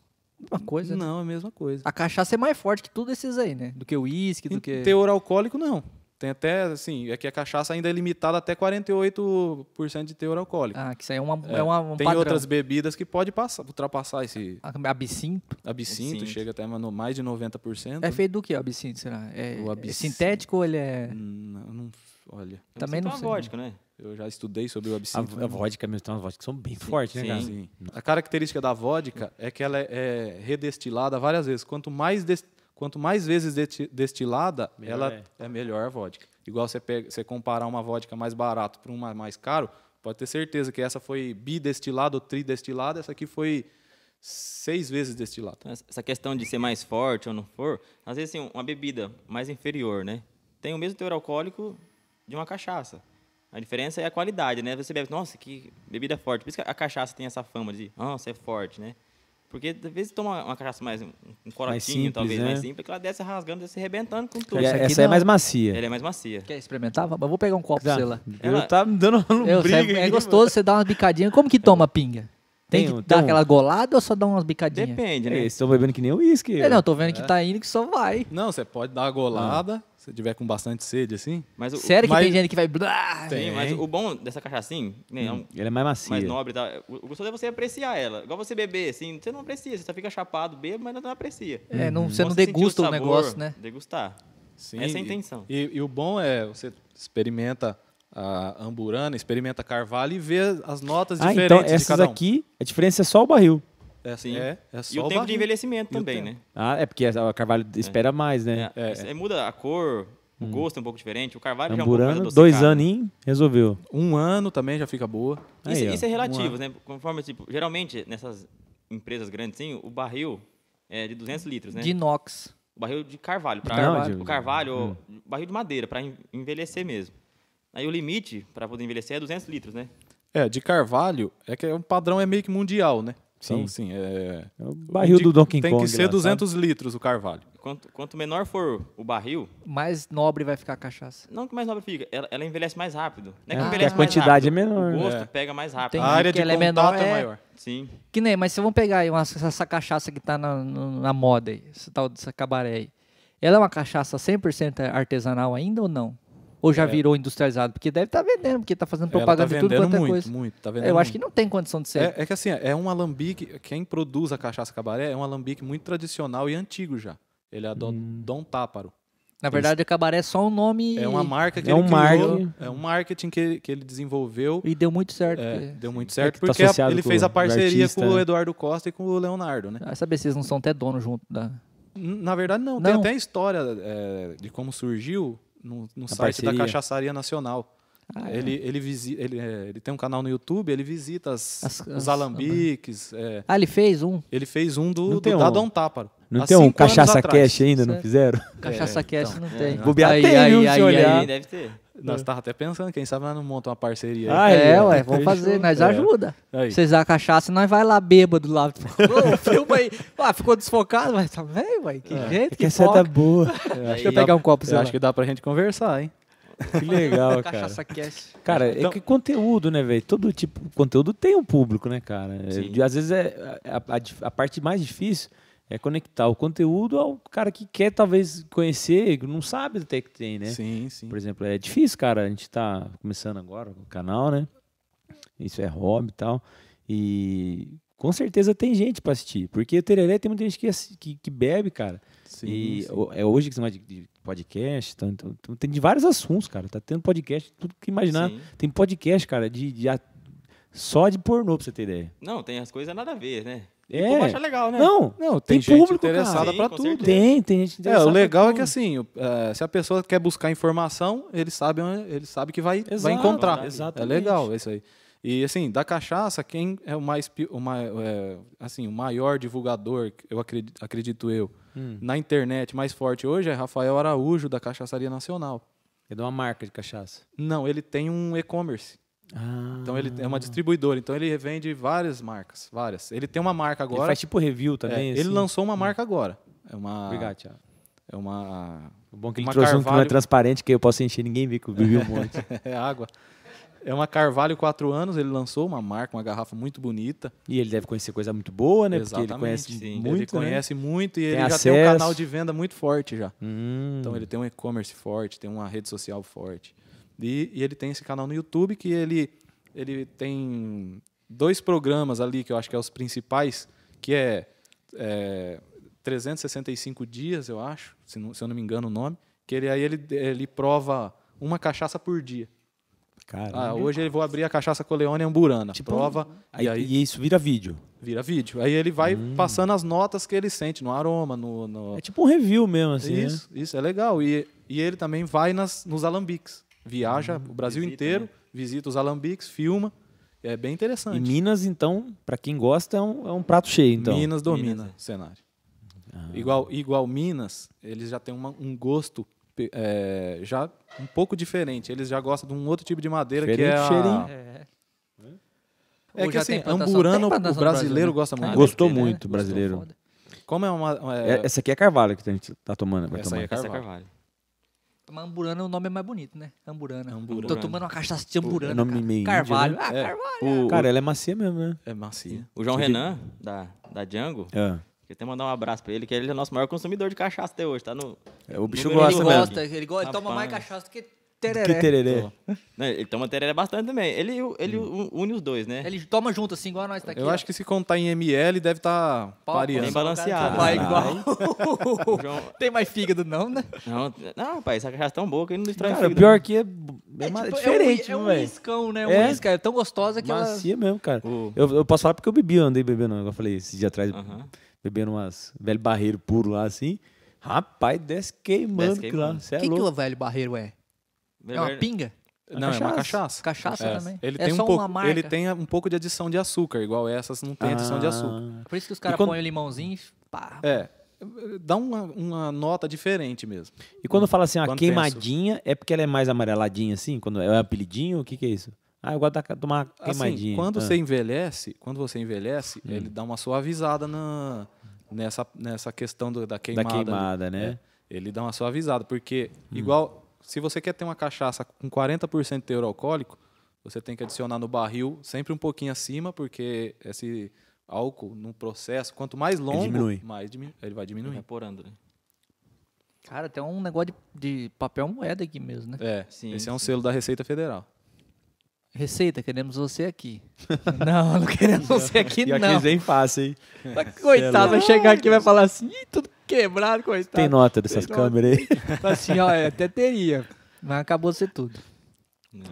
[SPEAKER 4] Uma coisa, né?
[SPEAKER 3] Não, é a mesma coisa.
[SPEAKER 4] A cachaça é mais forte que tudo esses aí, né? Do que o uísque, do que...
[SPEAKER 3] Teor alcoólico, não. Tem até, assim, é que a cachaça ainda é limitada até 48% de teor alcoólico.
[SPEAKER 4] Ah, que isso aí é, uma, é, uma, um
[SPEAKER 3] Tem
[SPEAKER 4] padrão.
[SPEAKER 3] outras bebidas que pode passar, ultrapassar esse
[SPEAKER 4] Absinto?
[SPEAKER 3] absinto,
[SPEAKER 2] Absinto.
[SPEAKER 3] chega até mano, mais de 90%.
[SPEAKER 4] É feito do que o absinto, será? É,
[SPEAKER 3] O
[SPEAKER 4] é
[SPEAKER 3] absinto.
[SPEAKER 4] sintético ou ele é...
[SPEAKER 3] Hum, Não, não- olha,
[SPEAKER 4] também não sei.
[SPEAKER 2] vodka, né?
[SPEAKER 3] eu já estudei sobre o
[SPEAKER 1] A,
[SPEAKER 3] absinto.
[SPEAKER 1] a vodka mesmo, tem umas vodkas que são bem fortes, né, cara?
[SPEAKER 2] sim.
[SPEAKER 3] Sim. A característica da vodka é que ela é, é redestilada várias vezes. Quanto mais, des- quanto mais vezes desti- destilada,
[SPEAKER 1] Melhor
[SPEAKER 3] ela
[SPEAKER 1] é.
[SPEAKER 3] é. melhor a vodka. Igual você, pega, você comparar uma vodka mais barata para uma mais caro, pode ter certeza que essa foi bidestilada ou tridestilada, essa aqui foi seis vezes destilada.
[SPEAKER 2] Então, essa- Essa questão de ser mais forte ou não for, às vezes, assim, uma bebida mais inferior, né? Tem o mesmo teor alcoólico de uma cachaça. A diferença é a qualidade, né? Você bebe, nossa, que bebida forte. Por isso que a cachaça tem essa fama de, nossa, é forte, né? Porque, às vezes, toma uma cachaça mais, um um corotinho,
[SPEAKER 1] simples,
[SPEAKER 2] talvez,
[SPEAKER 1] né?
[SPEAKER 2] mais simples, que ela desce rasgando, desce arrebentando com tudo.
[SPEAKER 1] E
[SPEAKER 4] Essa
[SPEAKER 1] a-
[SPEAKER 4] aqui
[SPEAKER 1] essa aí é
[SPEAKER 4] não.
[SPEAKER 1] mais macia.
[SPEAKER 2] Ela é mais macia.
[SPEAKER 4] Quer experimentar? Eu vou pegar um copo,
[SPEAKER 1] Tá.
[SPEAKER 4] sei lá.
[SPEAKER 1] Eu
[SPEAKER 2] Ela-
[SPEAKER 1] tá me dando uma
[SPEAKER 4] Eu,
[SPEAKER 1] briga
[SPEAKER 4] sabe, é
[SPEAKER 1] aqui,
[SPEAKER 4] gostoso, você dá umas bicadinhas. Como que toma pinga? Tem,
[SPEAKER 1] Tem
[SPEAKER 4] que
[SPEAKER 1] um-
[SPEAKER 4] dar
[SPEAKER 1] tem um-
[SPEAKER 4] aquela golada ou só dar umas bicadinhas?
[SPEAKER 2] Depende,
[SPEAKER 1] mano. É,
[SPEAKER 2] né?
[SPEAKER 1] Eles estão bebendo que nem uísque.
[SPEAKER 4] É, não, tô vendo que tá indo que só vai.
[SPEAKER 3] Não, você pode dar uma golada,
[SPEAKER 2] Ah.
[SPEAKER 3] se tiver com bastante sede assim.
[SPEAKER 2] Mas o,
[SPEAKER 4] Sério que
[SPEAKER 3] mas-
[SPEAKER 4] tem gente que vai... blá?
[SPEAKER 2] Sim, mas o bom dessa cachaça, assim, né, é um-
[SPEAKER 1] Ela é mais macia.
[SPEAKER 2] mais nobre e tal. O gostoso é você apreciar ela. Igual você beber, assim, você não aprecia, você só fica chapado, bebe, mas não aprecia.
[SPEAKER 4] É, não, você
[SPEAKER 2] Bom
[SPEAKER 4] não
[SPEAKER 2] Hum. sentir
[SPEAKER 4] degusta o
[SPEAKER 2] sabor,
[SPEAKER 4] negócio, né?
[SPEAKER 2] Degustar.
[SPEAKER 3] Sim,
[SPEAKER 2] Essa é a
[SPEAKER 3] e-
[SPEAKER 2] intenção.
[SPEAKER 3] E, e o bom é você experimenta a amburana, experimenta a carvalho e vê as notas
[SPEAKER 1] ah,
[SPEAKER 3] diferentes
[SPEAKER 1] então
[SPEAKER 3] de
[SPEAKER 1] essas
[SPEAKER 3] cada um.
[SPEAKER 1] aqui, a diferença é só o barril.
[SPEAKER 3] é,
[SPEAKER 4] assim,
[SPEAKER 2] Sim.
[SPEAKER 3] É, é só
[SPEAKER 2] e o tempo de
[SPEAKER 3] barril.
[SPEAKER 2] envelhecimento
[SPEAKER 3] E o
[SPEAKER 2] também,
[SPEAKER 3] tempo.
[SPEAKER 2] né?
[SPEAKER 1] Ah, é porque a a Carvalho espera mais, né?
[SPEAKER 2] É, isso aí muda a cor, o gosto é um pouco diferente. O carvalho já é um pouco
[SPEAKER 1] Amburano,
[SPEAKER 2] mais
[SPEAKER 1] dois
[SPEAKER 2] adocicado.
[SPEAKER 1] anos, hein? Resolveu.
[SPEAKER 3] Um ano também já fica boa.
[SPEAKER 2] Isso,
[SPEAKER 1] Aí, ó.
[SPEAKER 2] isso é relativo,
[SPEAKER 3] Um
[SPEAKER 2] né? Conforme, tipo, geralmente nessas empresas grandes, sim, o barril é de 200 litros, né?
[SPEAKER 4] De inox.
[SPEAKER 2] O barril de carvalho. Pra,
[SPEAKER 1] carvalho.
[SPEAKER 2] O carvalho, o barril de madeira, para envelhecer mesmo. Aí o limite para poder envelhecer é 200 litros, né?
[SPEAKER 3] É, de carvalho, é que é um padrão é meio que mundial, né?
[SPEAKER 1] Sim.
[SPEAKER 3] Então, assim, é...
[SPEAKER 1] É o barril do Donkey
[SPEAKER 3] Tem
[SPEAKER 1] Kong.
[SPEAKER 3] que ser
[SPEAKER 1] lá,
[SPEAKER 3] 200 litros o carvalho.
[SPEAKER 2] Quanto, quanto menor for o barril,
[SPEAKER 4] Mais nobre vai ficar a cachaça.
[SPEAKER 2] não que mais nobre fica, ela, ela envelhece mais rápido. Não é que
[SPEAKER 4] Ah, porque
[SPEAKER 2] envelhece
[SPEAKER 4] a
[SPEAKER 2] mais
[SPEAKER 1] quantidade
[SPEAKER 2] rápido,
[SPEAKER 1] é menor,
[SPEAKER 2] O
[SPEAKER 1] né?
[SPEAKER 2] gosto pega mais rápido.
[SPEAKER 4] Tem
[SPEAKER 3] a
[SPEAKER 4] gente
[SPEAKER 3] área
[SPEAKER 4] que
[SPEAKER 3] de
[SPEAKER 4] ela é
[SPEAKER 3] contato
[SPEAKER 4] menor,
[SPEAKER 3] é
[SPEAKER 4] é-
[SPEAKER 3] maior.
[SPEAKER 2] Sim.
[SPEAKER 4] Que nem, mas vocês vão pegar aí uma, essa cachaça que tá na, no- na moda aí, essa tal dessa cabaré aí. Ela é uma cachaça 100% artesanal ainda ou não? Ou já virou industrializado? Porque deve estar vendendo, porque tá fazendo
[SPEAKER 3] É. Ela tá
[SPEAKER 4] propaganda de tudo
[SPEAKER 3] vendendo
[SPEAKER 4] quanto é
[SPEAKER 3] muito,
[SPEAKER 4] coisa.
[SPEAKER 3] muito. Tá
[SPEAKER 4] É,
[SPEAKER 3] vendendo
[SPEAKER 4] Eu acho
[SPEAKER 3] muito.
[SPEAKER 4] que não tem condição de ser.
[SPEAKER 3] É, é que assim, é um alambique. Quem produz a cachaça cabaré é um alambique muito tradicional e antigo já. Ele é Dom,
[SPEAKER 1] Hum.
[SPEAKER 3] Dom Táparo.
[SPEAKER 4] na verdade, a cabaré é só um nome
[SPEAKER 3] É uma marca que
[SPEAKER 1] É
[SPEAKER 3] ele
[SPEAKER 1] um
[SPEAKER 3] criou,
[SPEAKER 1] marketing.
[SPEAKER 3] é um marketing que, que ele desenvolveu.
[SPEAKER 4] e deu muito certo.
[SPEAKER 3] É,
[SPEAKER 4] porque-
[SPEAKER 3] deu muito certo
[SPEAKER 1] que tá
[SPEAKER 3] porque a-
[SPEAKER 1] associado
[SPEAKER 3] ele
[SPEAKER 1] com
[SPEAKER 3] fez a
[SPEAKER 1] o
[SPEAKER 3] parceria
[SPEAKER 1] artista,
[SPEAKER 3] com o
[SPEAKER 1] né?
[SPEAKER 3] Eduardo Costa e com o Leonardo, né?
[SPEAKER 4] Ah, saber se eles não são até dono junto da.
[SPEAKER 3] N- Na verdade, não. Tem
[SPEAKER 4] Não.
[SPEAKER 3] até história é, de como surgiu no, no site da
[SPEAKER 1] parceria. Ah, é.
[SPEAKER 3] Cachaçaria Nacional. ele, ele, visi, ele, é, ele tem um canal no YouTube, ele visita as-
[SPEAKER 4] As- as-
[SPEAKER 3] os alambiques. é,
[SPEAKER 4] Ah, ele fez um
[SPEAKER 3] ele fez um
[SPEAKER 1] Não
[SPEAKER 3] do,
[SPEAKER 1] tem
[SPEAKER 3] do
[SPEAKER 1] um-
[SPEAKER 3] da Dom Táparo.
[SPEAKER 1] Não
[SPEAKER 3] há
[SPEAKER 1] tem um
[SPEAKER 3] cinco anos
[SPEAKER 1] cachaça
[SPEAKER 3] atrás.
[SPEAKER 1] cash ainda, não
[SPEAKER 4] Certo.
[SPEAKER 1] fizeram?
[SPEAKER 4] cachaça cast,
[SPEAKER 3] então.
[SPEAKER 4] não
[SPEAKER 3] É.
[SPEAKER 4] tem.
[SPEAKER 1] Bobear tem, viu, se
[SPEAKER 2] E
[SPEAKER 1] olhar.
[SPEAKER 2] aí deve ter.
[SPEAKER 3] Nós estávamos até pensando, quem sabe nós não montamos uma parceria. aí.
[SPEAKER 1] Ah,
[SPEAKER 4] É,
[SPEAKER 1] Aí, ó.
[SPEAKER 4] ué, vamos fazer, nós
[SPEAKER 3] É.
[SPEAKER 4] ajuda.
[SPEAKER 3] Aí.
[SPEAKER 4] Vocês dão a cachaça e nós vai lá bêbado lá. Ô, filma aí. Ah, ficou desfocado, mas tá velho, ué, que jeito que
[SPEAKER 1] Porque essa é
[SPEAKER 4] foca.
[SPEAKER 1] da boa.
[SPEAKER 4] Deixa eu pegar um copo,
[SPEAKER 3] Eu
[SPEAKER 4] seu.
[SPEAKER 3] acho que dá pra gente conversar, hein?
[SPEAKER 1] Que legal, cara.
[SPEAKER 4] Cachaça cast.
[SPEAKER 1] Cara,
[SPEAKER 3] Então-
[SPEAKER 1] é que conteúdo, né, velho? Todo tipo de conteúdo tem um público, né, cara? É,
[SPEAKER 2] Sim.
[SPEAKER 1] de- Às vezes é a, a dif- a parte mais difícil é conectar o conteúdo ao cara que quer talvez conhecer, não sabe até que tem, né?
[SPEAKER 3] Sim, sim.
[SPEAKER 1] Por exemplo, é difícil, cara. A gente tá começando agora o canal, né? Isso é hobby e tal. E com certeza tem gente pra assistir. Porque tereré tem muita gente que, assi- que, que bebe, cara.
[SPEAKER 3] Sim,
[SPEAKER 1] e
[SPEAKER 3] sim.
[SPEAKER 1] o- é hoje que você vai de, de podcast. Então, então- então tem de vários assuntos, cara. Tá tendo podcast, tudo que imaginar.
[SPEAKER 2] Sim.
[SPEAKER 1] Tem podcast, cara, de, de a- só de pornô, pra você ter ideia.
[SPEAKER 2] Não, tem as coisas nada a ver, né?
[SPEAKER 1] É.
[SPEAKER 2] O povo acha legal, né?
[SPEAKER 1] Não,
[SPEAKER 3] Não,
[SPEAKER 1] tem
[SPEAKER 3] tem, gente
[SPEAKER 1] público, cara.
[SPEAKER 3] interessada
[SPEAKER 2] Sim,
[SPEAKER 3] pra
[SPEAKER 2] com
[SPEAKER 3] tudo.
[SPEAKER 2] certeza.
[SPEAKER 1] tem, tem gente
[SPEAKER 3] É,
[SPEAKER 1] interessada
[SPEAKER 3] o
[SPEAKER 1] pra
[SPEAKER 3] legal é que
[SPEAKER 1] tudo.
[SPEAKER 3] assim, o- é, se a pessoa quer buscar informação, ele sabe, onde- ele sabe que vai, vai
[SPEAKER 1] Exato,
[SPEAKER 3] encontrar.
[SPEAKER 1] exatamente.
[SPEAKER 3] É legal isso aí. E assim, da cachaça, quem é o mais pi- o mai- é, assim, o maior divulgador, eu acredito, acredito eu,
[SPEAKER 1] Hum.
[SPEAKER 3] na internet mais forte hoje é Rafael Araújo da Cachaçaria Nacional.
[SPEAKER 1] É de uma marca de cachaça.
[SPEAKER 3] Não, ele tem um e-commerce.
[SPEAKER 1] Ah,
[SPEAKER 3] Então ele é uma distribuidora, então ele revende várias marcas, várias. Ele tem uma marca
[SPEAKER 1] ele
[SPEAKER 3] agora.
[SPEAKER 1] faz tipo review
[SPEAKER 3] é,
[SPEAKER 1] também.
[SPEAKER 3] ele
[SPEAKER 1] assim?
[SPEAKER 3] lançou uma marca agora. É uma
[SPEAKER 1] Obrigado, Thiago.
[SPEAKER 3] é uma
[SPEAKER 1] O bom é que ele
[SPEAKER 3] uma
[SPEAKER 1] trouxe um que não é
[SPEAKER 3] Carvalho-
[SPEAKER 1] transparente, que eu posso encher ninguém vê que eu bebi um monte.
[SPEAKER 3] é água. É uma Carvalho 4 anos, ele lançou uma marca, uma garrafa muito bonita.
[SPEAKER 1] E ele deve conhecer coisa muito boa, né? Porque ele
[SPEAKER 3] Exatamente,
[SPEAKER 1] conhece
[SPEAKER 2] sim.
[SPEAKER 1] muito. né?
[SPEAKER 3] ele conhece muito e ele
[SPEAKER 1] Tem
[SPEAKER 3] já tem um
[SPEAKER 1] acesso.
[SPEAKER 3] canal de venda muito forte já.
[SPEAKER 1] Né? Hum,
[SPEAKER 3] Então ele tem um e-commerce forte, tem uma rede social forte. E, e ele tem esse canal no YouTube que ele, ele tem dois programas ali que eu acho que é os principais, que é, é, 365 dias, eu acho, se, não- se eu não me engano o nome, que ele aí ele, ele prova uma cachaça por dia.
[SPEAKER 1] cara.
[SPEAKER 3] Ah, hoje eu vou abrir a cachaça Coleone Amburana.
[SPEAKER 1] Tipo,
[SPEAKER 3] prova
[SPEAKER 1] Aí-
[SPEAKER 3] e aí
[SPEAKER 1] e isso vira vídeo.
[SPEAKER 3] vira vídeo. Aí ele vai passando as notas que ele sente no aroma, no, no-
[SPEAKER 1] É tipo um review mesmo, assim. né?
[SPEAKER 3] isso, isso é legal. E, e ele também vai nas, nos alambiques. Viaja
[SPEAKER 1] Hum,
[SPEAKER 3] o Brasil
[SPEAKER 2] visita,
[SPEAKER 3] inteiro,
[SPEAKER 2] né?
[SPEAKER 3] visita os alambiques, filma. É bem
[SPEAKER 1] E
[SPEAKER 3] interessante.
[SPEAKER 1] Minas, então, pra quem gosta, é um, é um prato cheio, então. Ah.
[SPEAKER 3] Minas domina
[SPEAKER 2] Minas, é.
[SPEAKER 3] o cenário. Igual, igual Minas, eles já têm uma- um gosto pe- é, já um pouco diferente. Eles já gostam de um outro tipo de madeira que é
[SPEAKER 1] Diferente
[SPEAKER 3] a...
[SPEAKER 1] cheirinho.
[SPEAKER 4] É.
[SPEAKER 3] É
[SPEAKER 4] Ou
[SPEAKER 3] que
[SPEAKER 4] já
[SPEAKER 3] assim,
[SPEAKER 4] tem plantação- tem
[SPEAKER 3] amburano, o
[SPEAKER 4] plantação no
[SPEAKER 3] brasileiro
[SPEAKER 4] Brasil, né?
[SPEAKER 3] gosta muito.
[SPEAKER 1] Ah, Gosto. Gostou
[SPEAKER 4] besteira,
[SPEAKER 1] muito, brasileiro.
[SPEAKER 4] foda.
[SPEAKER 3] Como é uma... é-
[SPEAKER 1] É- Essa aqui é Carvalho que a gente tá tomando. Vai
[SPEAKER 3] Essa
[SPEAKER 1] tomar.
[SPEAKER 3] aí é
[SPEAKER 2] Essa é
[SPEAKER 3] Carvalho.
[SPEAKER 2] Carvalho.
[SPEAKER 4] Mas Amburana, o nome é mais bonito, né? Amburana.
[SPEAKER 3] Amburana.
[SPEAKER 4] Tô tomando uma cachaça de Amburana,
[SPEAKER 1] É nome
[SPEAKER 4] cara.
[SPEAKER 1] meio índio,
[SPEAKER 4] Carvalho.
[SPEAKER 1] né?
[SPEAKER 4] Ah,
[SPEAKER 3] É.
[SPEAKER 4] Carvalho.
[SPEAKER 2] O,
[SPEAKER 1] Cara, ela é macia mesmo, né?
[SPEAKER 3] É macia.
[SPEAKER 2] o João Renan, da, da Django,
[SPEAKER 1] É.
[SPEAKER 2] queria até mandar um abraço pra ele, que ele é o nosso maior consumidor de cachaça até hoje. Tá no,
[SPEAKER 1] É, o bicho
[SPEAKER 2] Número
[SPEAKER 1] gosta
[SPEAKER 4] Ele
[SPEAKER 2] um.
[SPEAKER 1] mesmo.
[SPEAKER 4] gosta, ele gosta, ele toma mais
[SPEAKER 2] Rapaz.
[SPEAKER 4] cachaça do que
[SPEAKER 1] Que
[SPEAKER 4] tereré.
[SPEAKER 1] tererê.
[SPEAKER 2] né, ele toma tereré bastante também. Ele, e o- ele
[SPEAKER 1] Hum.
[SPEAKER 2] u- une os dois, né?
[SPEAKER 4] Ele toma junto, assim, igual nós tá aqui.
[SPEAKER 3] Eu acho que se contar em ML deve tá estar
[SPEAKER 4] Pau,
[SPEAKER 2] Bem
[SPEAKER 3] pareando.
[SPEAKER 4] pau,
[SPEAKER 2] balanceado.
[SPEAKER 4] Vai
[SPEAKER 1] Caralho.
[SPEAKER 2] O
[SPEAKER 4] igual.
[SPEAKER 2] João-
[SPEAKER 4] Tem mais fígado, não, né?
[SPEAKER 2] não, não, rapaz, essa cachaça é tão boa que ele não destrói né?
[SPEAKER 1] Cara, o
[SPEAKER 2] fígado, não.
[SPEAKER 1] pior que é, é, ma-
[SPEAKER 4] tipo,
[SPEAKER 1] diferente, né,
[SPEAKER 4] É um, é um
[SPEAKER 1] velho?
[SPEAKER 4] iscão, né? Um
[SPEAKER 1] É.
[SPEAKER 4] isca. É tão gostosa que ela...
[SPEAKER 1] Macia mesmo, cara.
[SPEAKER 2] O-
[SPEAKER 1] Eu, eu posso falar porque eu bebi, eu andei bebendo, igual eu falei esse dia atrás,
[SPEAKER 2] Aham.
[SPEAKER 1] bebendo umas velho barreiro puro lá assim. Rapaz, desce queimando
[SPEAKER 2] Desce
[SPEAKER 1] que lá.
[SPEAKER 2] queimando.
[SPEAKER 1] Você é
[SPEAKER 4] que que
[SPEAKER 1] louco.
[SPEAKER 4] o velho barreiro é? É uma
[SPEAKER 2] Verdade.
[SPEAKER 4] pinga?
[SPEAKER 3] Não, é uma
[SPEAKER 1] cachaça.
[SPEAKER 3] cachaça.
[SPEAKER 4] Cachaça
[SPEAKER 3] É.
[SPEAKER 4] também?
[SPEAKER 3] Ele
[SPEAKER 4] é
[SPEAKER 3] tem
[SPEAKER 4] só
[SPEAKER 3] um pouco,
[SPEAKER 4] uma marca?
[SPEAKER 3] ele tem um pouco de adição de açúcar, igual essas não tem
[SPEAKER 1] Ah.
[SPEAKER 3] adição de açúcar.
[SPEAKER 4] Por isso que os caras
[SPEAKER 1] E quando-
[SPEAKER 4] põem o limãozinho e pá.
[SPEAKER 3] É, dá uma, uma nota diferente mesmo.
[SPEAKER 1] E quando fala assim, uma
[SPEAKER 3] Quando
[SPEAKER 1] queimadinha, é porque ela é mais amareladinha assim? Quando é um apelidinho? O que que é isso? Ah, eu gosto de tomar queimadinha.
[SPEAKER 3] Assim, quando
[SPEAKER 1] Ah. Hum.
[SPEAKER 3] você envelhece, quando você envelhece, ele dá uma suavizada na nessa nessa questão do- da é queimada. ali.
[SPEAKER 1] queimada, Hum. né?
[SPEAKER 3] É, ele dá uma suavizada, porque igual se você quer ter uma cachaça com 40% de teor alcoólico, você tem que adicionar no barril sempre um pouquinho acima, porque esse álcool no processo, quanto mais longo,
[SPEAKER 1] diminui. Uhum.
[SPEAKER 3] mais diminu- ele vai
[SPEAKER 2] Vai
[SPEAKER 3] diminuindo.
[SPEAKER 2] Evaporando, né?
[SPEAKER 4] Cara, tem um negócio de, de papel moeda aqui mesmo, né?
[SPEAKER 3] É,
[SPEAKER 2] Sim,
[SPEAKER 3] esse é um
[SPEAKER 2] sim.
[SPEAKER 3] selo da Receita Federal.
[SPEAKER 4] Receita, queremos você aqui. não, não queremos você é aqui,
[SPEAKER 1] E
[SPEAKER 4] não.
[SPEAKER 1] aqueles bem fácil, hein?
[SPEAKER 4] Mas, coitado, vai chegar aqui e vai falar assim, Ih, tudo quebrado, coitado.
[SPEAKER 1] Tem nota dessas
[SPEAKER 4] Tem Tá nota.
[SPEAKER 1] câmeras aí.
[SPEAKER 4] Fala assim, ó, é, até teria. Mas acabou ser tudo.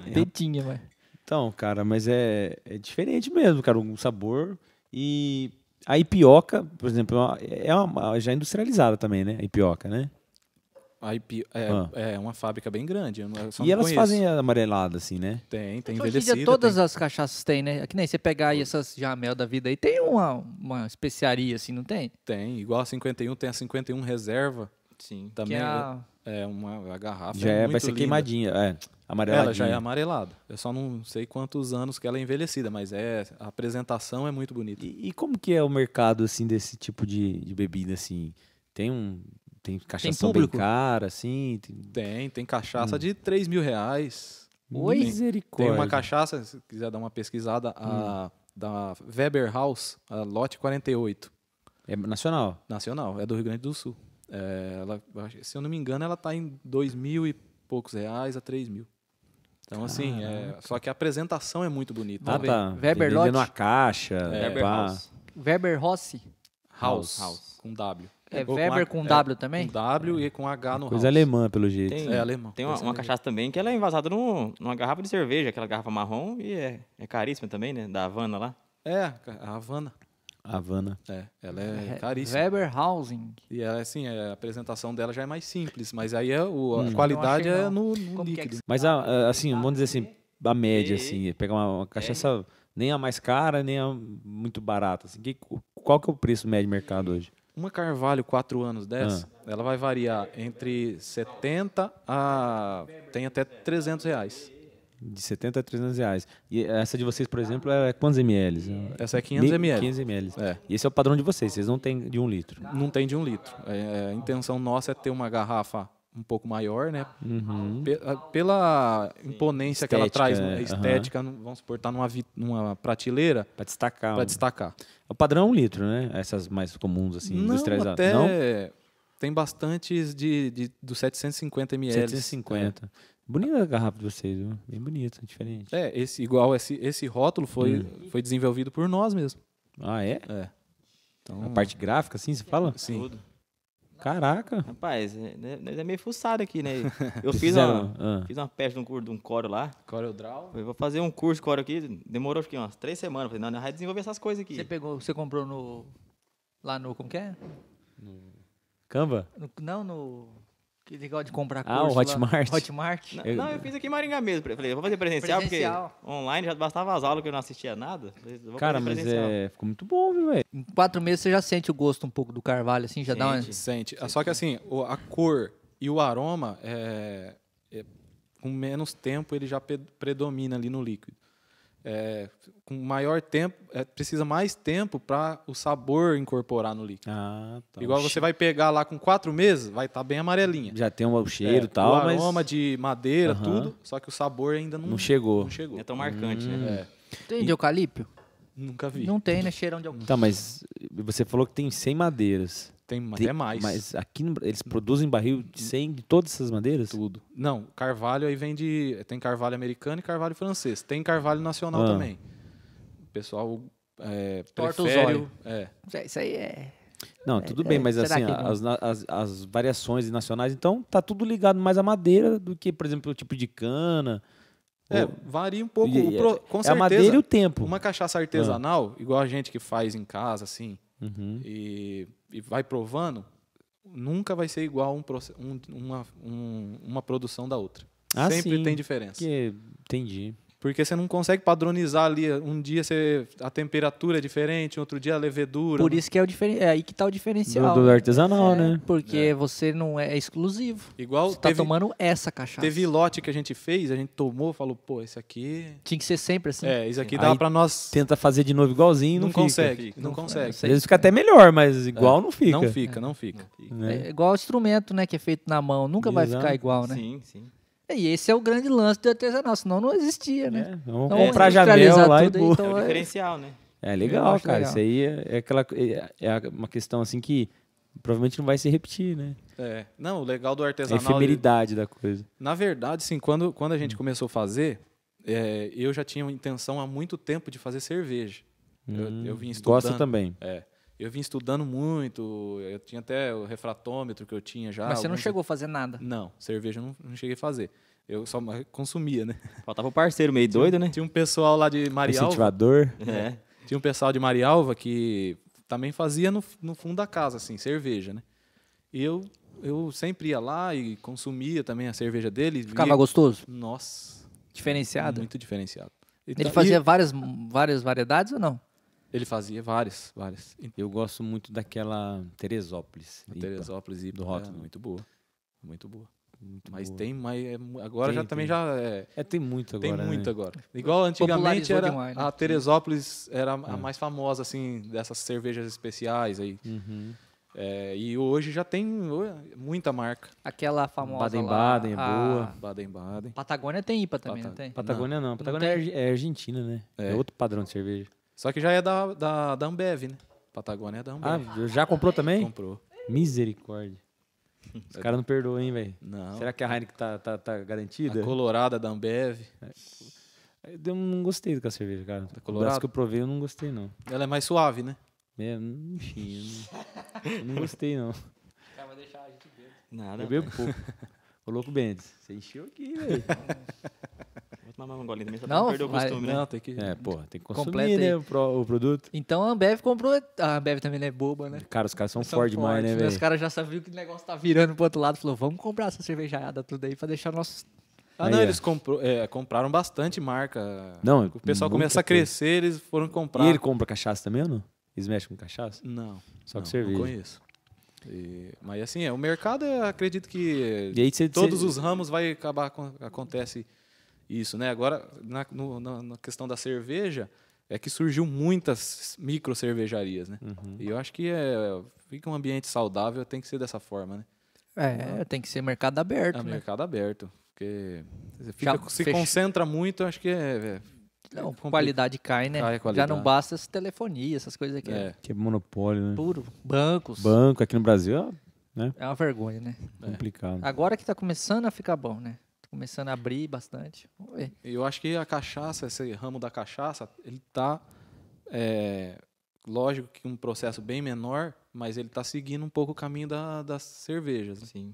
[SPEAKER 4] Até tinha, mas.
[SPEAKER 1] Então, cara, mas é, é diferente mesmo, cara, um sabor. E a ipioca, por exemplo, é uma- é uma, já industrializada também, né? A ipioca, né?
[SPEAKER 3] A IP é,
[SPEAKER 1] Ah.
[SPEAKER 3] é uma fábrica bem grande. eu não- eu só
[SPEAKER 1] e
[SPEAKER 3] não
[SPEAKER 1] elas
[SPEAKER 3] conheço.
[SPEAKER 1] fazem a amarelada, assim, né?
[SPEAKER 3] Tem, tem
[SPEAKER 4] Hoje em
[SPEAKER 3] envelhecida.
[SPEAKER 4] dia todas
[SPEAKER 3] tem-
[SPEAKER 4] as cachaças têm, né? Que nem você pegar aí essas jamel da vida aí, tem uma, uma especiaria assim, não tem?
[SPEAKER 3] Tem, igual a 51, tem a 51 reserva
[SPEAKER 2] Sim.
[SPEAKER 4] Que
[SPEAKER 3] também.
[SPEAKER 4] é
[SPEAKER 3] É,
[SPEAKER 4] a-
[SPEAKER 3] uma a garrafa.
[SPEAKER 1] já
[SPEAKER 3] é
[SPEAKER 1] é- vai
[SPEAKER 3] muito
[SPEAKER 1] ser
[SPEAKER 3] linda.
[SPEAKER 1] queimadinha, é, amareladinha.
[SPEAKER 3] Ela já é amarelada. Eu só não sei quantos anos que ela é envelhecida, mas é a apresentação é muito bonita.
[SPEAKER 1] E, e como que é o mercado, assim, desse tipo de, de bebida, assim? Tem um... Tem cachaça bem
[SPEAKER 4] público?
[SPEAKER 1] cara, assim? Tem,
[SPEAKER 3] Tem, tem cachaça de 3 mil reais.
[SPEAKER 4] Oi?
[SPEAKER 1] Hum. Misericórdia. Hum.
[SPEAKER 3] Tem uma cachaça, se quiser dar uma pesquisada, a, da Weber House, a lote 48,
[SPEAKER 1] É nacional.
[SPEAKER 3] nacional, é do Rio Grande do Sul. É, ela- eu acho- se eu não me engano, ela está em 2 mil e poucos reais a 3 mil. Então, assim, é- só que a apresentação é muito bonita.
[SPEAKER 1] Ah, tá.
[SPEAKER 4] Weber
[SPEAKER 1] Vendendo
[SPEAKER 4] Lodge?
[SPEAKER 1] a caixa.
[SPEAKER 2] Weber
[SPEAKER 1] É, pá.
[SPEAKER 2] House.
[SPEAKER 4] Weber Rossi.
[SPEAKER 3] House,
[SPEAKER 2] House.
[SPEAKER 3] com W.
[SPEAKER 4] É
[SPEAKER 3] Ou
[SPEAKER 4] Weber
[SPEAKER 3] H-
[SPEAKER 4] com
[SPEAKER 3] é,
[SPEAKER 4] W também?
[SPEAKER 3] Com W e com H no
[SPEAKER 1] Coisa
[SPEAKER 3] House.
[SPEAKER 1] alemã, pelo jeito.
[SPEAKER 2] Tem,
[SPEAKER 3] É alemão,
[SPEAKER 2] tem uma,
[SPEAKER 3] deve ser
[SPEAKER 2] uma
[SPEAKER 3] alemão.
[SPEAKER 2] cachaça também que ela é envasada num- numa garrafa de cerveja, aquela garrafa marrom, e é, é caríssima também, né? Da Havana lá.
[SPEAKER 3] É, a Havana.
[SPEAKER 1] Havana.
[SPEAKER 3] É, ela é caríssima.
[SPEAKER 4] Weber Housing.
[SPEAKER 3] E ela, assim, é, a apresentação dela já é mais simples, mas aí é o- a
[SPEAKER 4] Não
[SPEAKER 3] qualidade
[SPEAKER 4] Hum. achei,
[SPEAKER 3] é
[SPEAKER 4] não.
[SPEAKER 3] no, no
[SPEAKER 4] Como que é que
[SPEAKER 3] líquido.
[SPEAKER 1] Mas, a- a- assim, vamos dizer assim, a média, assim, é pegar uma, uma cachaça nem a mais cara, nem a muito barata. Assim. Que- qual que é o preço médio de mercado hoje?
[SPEAKER 3] Uma Carvalho 4 anos dessa,
[SPEAKER 1] Ah.
[SPEAKER 3] ela vai variar entre 70 a... tem até 300 reais.
[SPEAKER 1] De 70 a 300 reais. E essa de vocês, por exemplo, é quantos ml?
[SPEAKER 3] Essa é 500 ml.
[SPEAKER 1] 500 ml.
[SPEAKER 3] É.
[SPEAKER 1] E esse é o padrão de vocês, vocês não têm de um litro.
[SPEAKER 3] Não tem de um litro. É, a intenção nossa é ter uma garrafa um pouco maior, né? Pe- a- Pela imponência que ela
[SPEAKER 1] Uhum. Estética,
[SPEAKER 3] traz,
[SPEAKER 1] né?
[SPEAKER 3] né?
[SPEAKER 1] Aham.
[SPEAKER 3] estética, não- vamos supor, tá numa, vi- numa prateleira
[SPEAKER 1] Pra destacar.
[SPEAKER 3] para
[SPEAKER 1] um-
[SPEAKER 3] destacar.
[SPEAKER 1] O padrão é um litro, né? Essas mais comuns, assim,
[SPEAKER 3] não,
[SPEAKER 1] industrializadas.
[SPEAKER 3] até
[SPEAKER 1] Não?
[SPEAKER 3] tem bastantes de, de, dos 750 ml.
[SPEAKER 1] 750. Bonita a garrafa de vocês, viu? Bem bonita, diferente.
[SPEAKER 3] É, é, esse, igual esse, esse rótulo foi,
[SPEAKER 1] Hum.
[SPEAKER 3] foi desenvolvido por nós mesmo.
[SPEAKER 1] Ah, é?
[SPEAKER 3] É. Então,
[SPEAKER 1] A parte gráfica, assim, você fala?
[SPEAKER 3] sim.
[SPEAKER 2] Tudo.
[SPEAKER 1] Caraca.
[SPEAKER 2] Rapaz, é, né, nós é meio fuçado aqui, né? Eu
[SPEAKER 1] Vocês
[SPEAKER 2] fiz
[SPEAKER 1] fizeram-
[SPEAKER 2] uma,
[SPEAKER 1] ah.
[SPEAKER 2] fiz uma peça de um, cor- de um coro lá.
[SPEAKER 3] Corel Draw.
[SPEAKER 2] Falei, vou fazer um curso de coro aqui. Demorou acho que umas três semanas. Falei, não, nós vai desenvolver essas coisas aqui.
[SPEAKER 4] Você pegou, você comprou no. Lá no. Como que é?
[SPEAKER 1] Canva?
[SPEAKER 4] No- não, no. Que legal de comprar
[SPEAKER 1] Ah, o
[SPEAKER 4] curso lá.
[SPEAKER 1] Hotmart.
[SPEAKER 4] Hotmart.
[SPEAKER 2] Não,
[SPEAKER 1] Eu-
[SPEAKER 2] não, eu fiz aqui em Maringá mesmo. Falei, vou fazer presencial,
[SPEAKER 4] Presencial.
[SPEAKER 2] porque online já bastava as aulas que eu não assistia nada. Falei, vou
[SPEAKER 1] Cara,
[SPEAKER 2] fazer
[SPEAKER 1] mas
[SPEAKER 2] presencial.
[SPEAKER 1] é... ficou muito bom, viu, velho?
[SPEAKER 4] Em quatro meses você já sente o gosto um pouco do carvalho, assim, já dá uma.
[SPEAKER 2] Sente.
[SPEAKER 3] Sente. Ah, Só que assim, o- a cor e o aroma, é, é- com menos tempo, ele já pe- predomina ali no líquido. É, com maior tempo, é, precisa mais tempo para o sabor incorporar no líquido.
[SPEAKER 1] Ah, tá.
[SPEAKER 3] Igual você vai pegar lá com quatro meses, vai estar bem amarelinha.
[SPEAKER 1] Já tem um cheiro e
[SPEAKER 3] É,
[SPEAKER 1] tal,
[SPEAKER 3] o
[SPEAKER 1] mas
[SPEAKER 3] aroma de madeira,
[SPEAKER 1] Aham.
[SPEAKER 3] tudo, só que o sabor ainda não,
[SPEAKER 1] não chegou. Então,
[SPEAKER 3] não chegou.
[SPEAKER 2] É tão marcante, né?
[SPEAKER 3] É,
[SPEAKER 4] Tem de eucalipto?
[SPEAKER 3] nunca vi.
[SPEAKER 4] Não tem, né? Cheirão de eucalipto.
[SPEAKER 1] Tá, mas você falou que tem 100 madeiras.
[SPEAKER 3] Tem até
[SPEAKER 1] Tem-
[SPEAKER 3] é mais.
[SPEAKER 1] Mas aqui no Bra- eles produzem barril de 100 de todas essas madeiras?
[SPEAKER 3] Tudo. Não, carvalho aí vem de. Tem carvalho americano e carvalho francês. Tem carvalho nacional
[SPEAKER 1] Ah.
[SPEAKER 3] também. O pessoal é,
[SPEAKER 4] Torta o
[SPEAKER 3] prefere.
[SPEAKER 4] zóio.
[SPEAKER 3] É,
[SPEAKER 4] Isso aí- Isso aí é.
[SPEAKER 1] Não, tudo
[SPEAKER 4] é,
[SPEAKER 1] bem, mas
[SPEAKER 4] será
[SPEAKER 1] assim,
[SPEAKER 4] que não?
[SPEAKER 1] as, na- as, as variações nacionais, então tá tudo ligado mais à madeira do que, por exemplo, o tipo de cana.
[SPEAKER 3] é,
[SPEAKER 1] Ou-
[SPEAKER 3] varia um pouco.
[SPEAKER 1] E-
[SPEAKER 3] o pro- com
[SPEAKER 1] é a madeira e
[SPEAKER 3] certeza,
[SPEAKER 1] o tempo.
[SPEAKER 3] uma cachaça artesanal, igual a gente que faz em casa, assim,
[SPEAKER 1] Uhum.
[SPEAKER 3] e, e vai provando, nunca vai ser igual um proce- um- uma, um- uma produção da outra.
[SPEAKER 1] Ah,
[SPEAKER 3] Sempre
[SPEAKER 1] sim.
[SPEAKER 3] tem diferença.
[SPEAKER 1] Que, entendi.
[SPEAKER 3] Porque você não consegue padronizar ali. Um dia você, a temperatura é diferente, outro dia a levedura.
[SPEAKER 4] Por isso que é, o diferen... é aí que tá o diferencial.
[SPEAKER 1] Do, do artesanal,
[SPEAKER 4] É,
[SPEAKER 1] né?
[SPEAKER 4] Porque você não é exclusivo.
[SPEAKER 3] Igual
[SPEAKER 4] Você tá
[SPEAKER 3] teve-
[SPEAKER 4] tomando essa cachaça.
[SPEAKER 3] Teve lote que a gente fez, a gente tomou, falou, pô, esse aqui.
[SPEAKER 4] Tinha que ser sempre assim.
[SPEAKER 3] É, esse aqui
[SPEAKER 1] Aí
[SPEAKER 3] dá pra nós.
[SPEAKER 1] Tenta fazer de novo igualzinho, não,
[SPEAKER 3] Não,
[SPEAKER 1] fica.
[SPEAKER 3] consegue,
[SPEAKER 2] Fica.
[SPEAKER 3] não
[SPEAKER 4] Não
[SPEAKER 3] consegue.
[SPEAKER 1] Às vezes fica até melhor, mas igual não fica.
[SPEAKER 3] Não fica, não fica.
[SPEAKER 1] né?
[SPEAKER 4] É igual o instrumento, né? Que é feito na mão. Nunca vai
[SPEAKER 1] Exato.
[SPEAKER 4] ficar igual, né?
[SPEAKER 2] Sim, sim.
[SPEAKER 4] E esse é o grande lance do artesanal, senão não existia, né?
[SPEAKER 1] É, vamos
[SPEAKER 4] Então,
[SPEAKER 1] comprar
[SPEAKER 4] industrializar
[SPEAKER 1] janela lá e
[SPEAKER 4] tudo aí,
[SPEAKER 1] boa.
[SPEAKER 2] É
[SPEAKER 4] Então,
[SPEAKER 2] o
[SPEAKER 4] é-
[SPEAKER 2] diferencial, né?
[SPEAKER 1] É
[SPEAKER 4] Eu
[SPEAKER 1] legal,
[SPEAKER 4] acho
[SPEAKER 1] cara.
[SPEAKER 4] legal.
[SPEAKER 1] Isso aí é, é aquela, é, é uma questão assim que provavelmente não vai se repetir, né?
[SPEAKER 3] É. Não, o legal do
[SPEAKER 1] A
[SPEAKER 3] artesanal.
[SPEAKER 1] efemeridade da coisa.
[SPEAKER 3] Na verdade, sim, quando, quando a gente começou a fazer, é, eu já tinha uma intenção há muito tempo de fazer cerveja.
[SPEAKER 1] Hum,
[SPEAKER 3] Eu, eu vim estudando.
[SPEAKER 1] Gosta também.
[SPEAKER 3] É. Eu vim estudando muito, eu tinha até o refratômetro que eu tinha já.
[SPEAKER 4] Mas você não
[SPEAKER 3] alguns-
[SPEAKER 4] chegou a fazer nada.
[SPEAKER 3] Não, cerveja eu não, não cheguei a fazer. Eu só consumia, né?
[SPEAKER 2] Faltava o parceiro meio doido, né?
[SPEAKER 3] Tinha um pessoal lá de Marialva.
[SPEAKER 1] Incentivador.
[SPEAKER 2] É.
[SPEAKER 3] Tinha um pessoal de Marialva que também fazia no, no fundo da casa, assim, cerveja, né? E eu, eu sempre ia lá e consumia também a cerveja dele.
[SPEAKER 4] Ficava
[SPEAKER 3] via-
[SPEAKER 4] gostoso?
[SPEAKER 3] Nossa,
[SPEAKER 1] Hum.
[SPEAKER 4] Diferenciado?
[SPEAKER 3] muito diferenciado.
[SPEAKER 4] Ele
[SPEAKER 3] Então-
[SPEAKER 4] fazia
[SPEAKER 3] e-
[SPEAKER 4] várias, várias variedades ou não?
[SPEAKER 3] ele fazia várias, várias. Então, Em
[SPEAKER 1] Eu gosto muito daquela Teresópolis. Ipa.
[SPEAKER 3] Teresópolis e
[SPEAKER 1] do rótulo. né?
[SPEAKER 3] é, muito boa, muito boa.
[SPEAKER 1] Muito
[SPEAKER 3] Mas
[SPEAKER 1] boa.
[SPEAKER 3] tem, mas é mu- agora
[SPEAKER 1] Tem,
[SPEAKER 3] já também
[SPEAKER 1] tem.
[SPEAKER 3] já é,
[SPEAKER 1] É, tem muito
[SPEAKER 3] tem
[SPEAKER 1] agora.
[SPEAKER 3] muito
[SPEAKER 1] né?
[SPEAKER 3] agora. Igual antigamente
[SPEAKER 4] Popularizou
[SPEAKER 3] era
[SPEAKER 4] demais, né?
[SPEAKER 3] a Teresópolis era
[SPEAKER 1] É.
[SPEAKER 3] a mais famosa assim dessas cervejas especiais aí.
[SPEAKER 1] Uhum.
[SPEAKER 3] É, e hoje já tem uh, muita marca.
[SPEAKER 4] Aquela famosa
[SPEAKER 1] Baden-Baden é
[SPEAKER 4] lá, a-
[SPEAKER 3] Baden-Baden.
[SPEAKER 4] Patagônia tem IPA também,
[SPEAKER 3] Pata-
[SPEAKER 4] não tem?
[SPEAKER 1] Patagônia não. Patagônia é
[SPEAKER 4] tem?
[SPEAKER 1] arge- é Argentina, né? É.
[SPEAKER 3] É.
[SPEAKER 1] outro padrão de cerveja.
[SPEAKER 3] Só que já é da, da, da Ambev, né? Patagônia é da
[SPEAKER 1] Ah,
[SPEAKER 3] Ambev.
[SPEAKER 1] já comprou também?
[SPEAKER 3] comprou.
[SPEAKER 1] Misericórdia. Os
[SPEAKER 3] É.
[SPEAKER 1] caras não perdoam, hein, velho?
[SPEAKER 3] Não.
[SPEAKER 1] Será que a Heineken tá, tá, tá garantida? É,
[SPEAKER 3] A Colorada é da Ambev.
[SPEAKER 1] Eu não gostei daquela cerveja, cara. Da
[SPEAKER 3] colorado?
[SPEAKER 1] que eu provei, eu não gostei, não.
[SPEAKER 3] Ela é mais suave, né?
[SPEAKER 1] É, enfim, eu não, eu não gostei, não.
[SPEAKER 2] Nada.
[SPEAKER 1] Eu bebo pouco. Ô, louco Bendes, você encheu aqui, velho.
[SPEAKER 2] Vou tomar mais um golinho também,
[SPEAKER 4] Não,
[SPEAKER 2] só pra não perder o
[SPEAKER 4] vai-
[SPEAKER 2] costume, né?
[SPEAKER 3] Não, tem que.
[SPEAKER 1] É, porra, tem que consumir,
[SPEAKER 4] Completa aí.
[SPEAKER 1] né, o, pro- o produto.
[SPEAKER 4] Então a Ambev comprou. A Ambev também não é boba, né?
[SPEAKER 1] Cara, os caras são,
[SPEAKER 4] São
[SPEAKER 1] fortes demais,
[SPEAKER 4] fortes,
[SPEAKER 1] né,
[SPEAKER 4] Os
[SPEAKER 1] velho?
[SPEAKER 4] caras já sabiam que o negócio tá virando pro outro lado. Falou, vamos comprar essa cervejaiada tudo aí pra deixar nosso.
[SPEAKER 3] Ah, não,
[SPEAKER 1] Aí, ó.
[SPEAKER 3] eles comprou, é, compraram bastante marca.
[SPEAKER 1] Não,
[SPEAKER 3] o pessoal
[SPEAKER 1] muita
[SPEAKER 3] começa
[SPEAKER 1] coisa.
[SPEAKER 3] a crescer, eles foram comprar.
[SPEAKER 1] E ele compra cachaça também ou não? Eles mexem com cachaça?
[SPEAKER 3] Não.
[SPEAKER 1] Só
[SPEAKER 3] não,
[SPEAKER 1] com cerveja.
[SPEAKER 3] Não conheço. E- Mas assim, é, o mercado, eu acredito que
[SPEAKER 1] E aí você...
[SPEAKER 3] todos
[SPEAKER 1] você-
[SPEAKER 3] os ramos vai acabar. acon- Acontece Isso, né? Agora, na, no- na- na questão da cerveja, é que surgiu muitas micro cervejarias, né?
[SPEAKER 1] Uhum.
[SPEAKER 3] E eu acho que é, fica um ambiente saudável, tem que ser dessa forma, né?
[SPEAKER 4] É, tem que ser mercado aberto,
[SPEAKER 3] É
[SPEAKER 4] né?
[SPEAKER 3] mercado aberto. Porque você fica-
[SPEAKER 4] Já
[SPEAKER 3] se
[SPEAKER 4] fecha-
[SPEAKER 3] concentra muito, eu acho que é. é
[SPEAKER 4] Não,
[SPEAKER 3] complica.
[SPEAKER 4] qualidade cai, né?
[SPEAKER 3] Cai a
[SPEAKER 4] Já
[SPEAKER 3] qualidade.
[SPEAKER 4] não basta essa telefonia, essas coisas aqui. É.
[SPEAKER 3] É.
[SPEAKER 1] Que é monopólio, né?
[SPEAKER 4] Puro. Bancos.
[SPEAKER 1] Banco aqui no Brasil é
[SPEAKER 4] É uma vergonha, né?
[SPEAKER 1] complicado.
[SPEAKER 4] Agora que tá começando a ficar bom, né? Tá começando a abrir bastante. Vamos ver.
[SPEAKER 3] Eu acho que a cachaça, esse ramo da cachaça, ele tá. é, lógico que um processo bem menor, mas ele tá seguindo um pouco o caminho da- das cervejas. né?
[SPEAKER 2] Sim.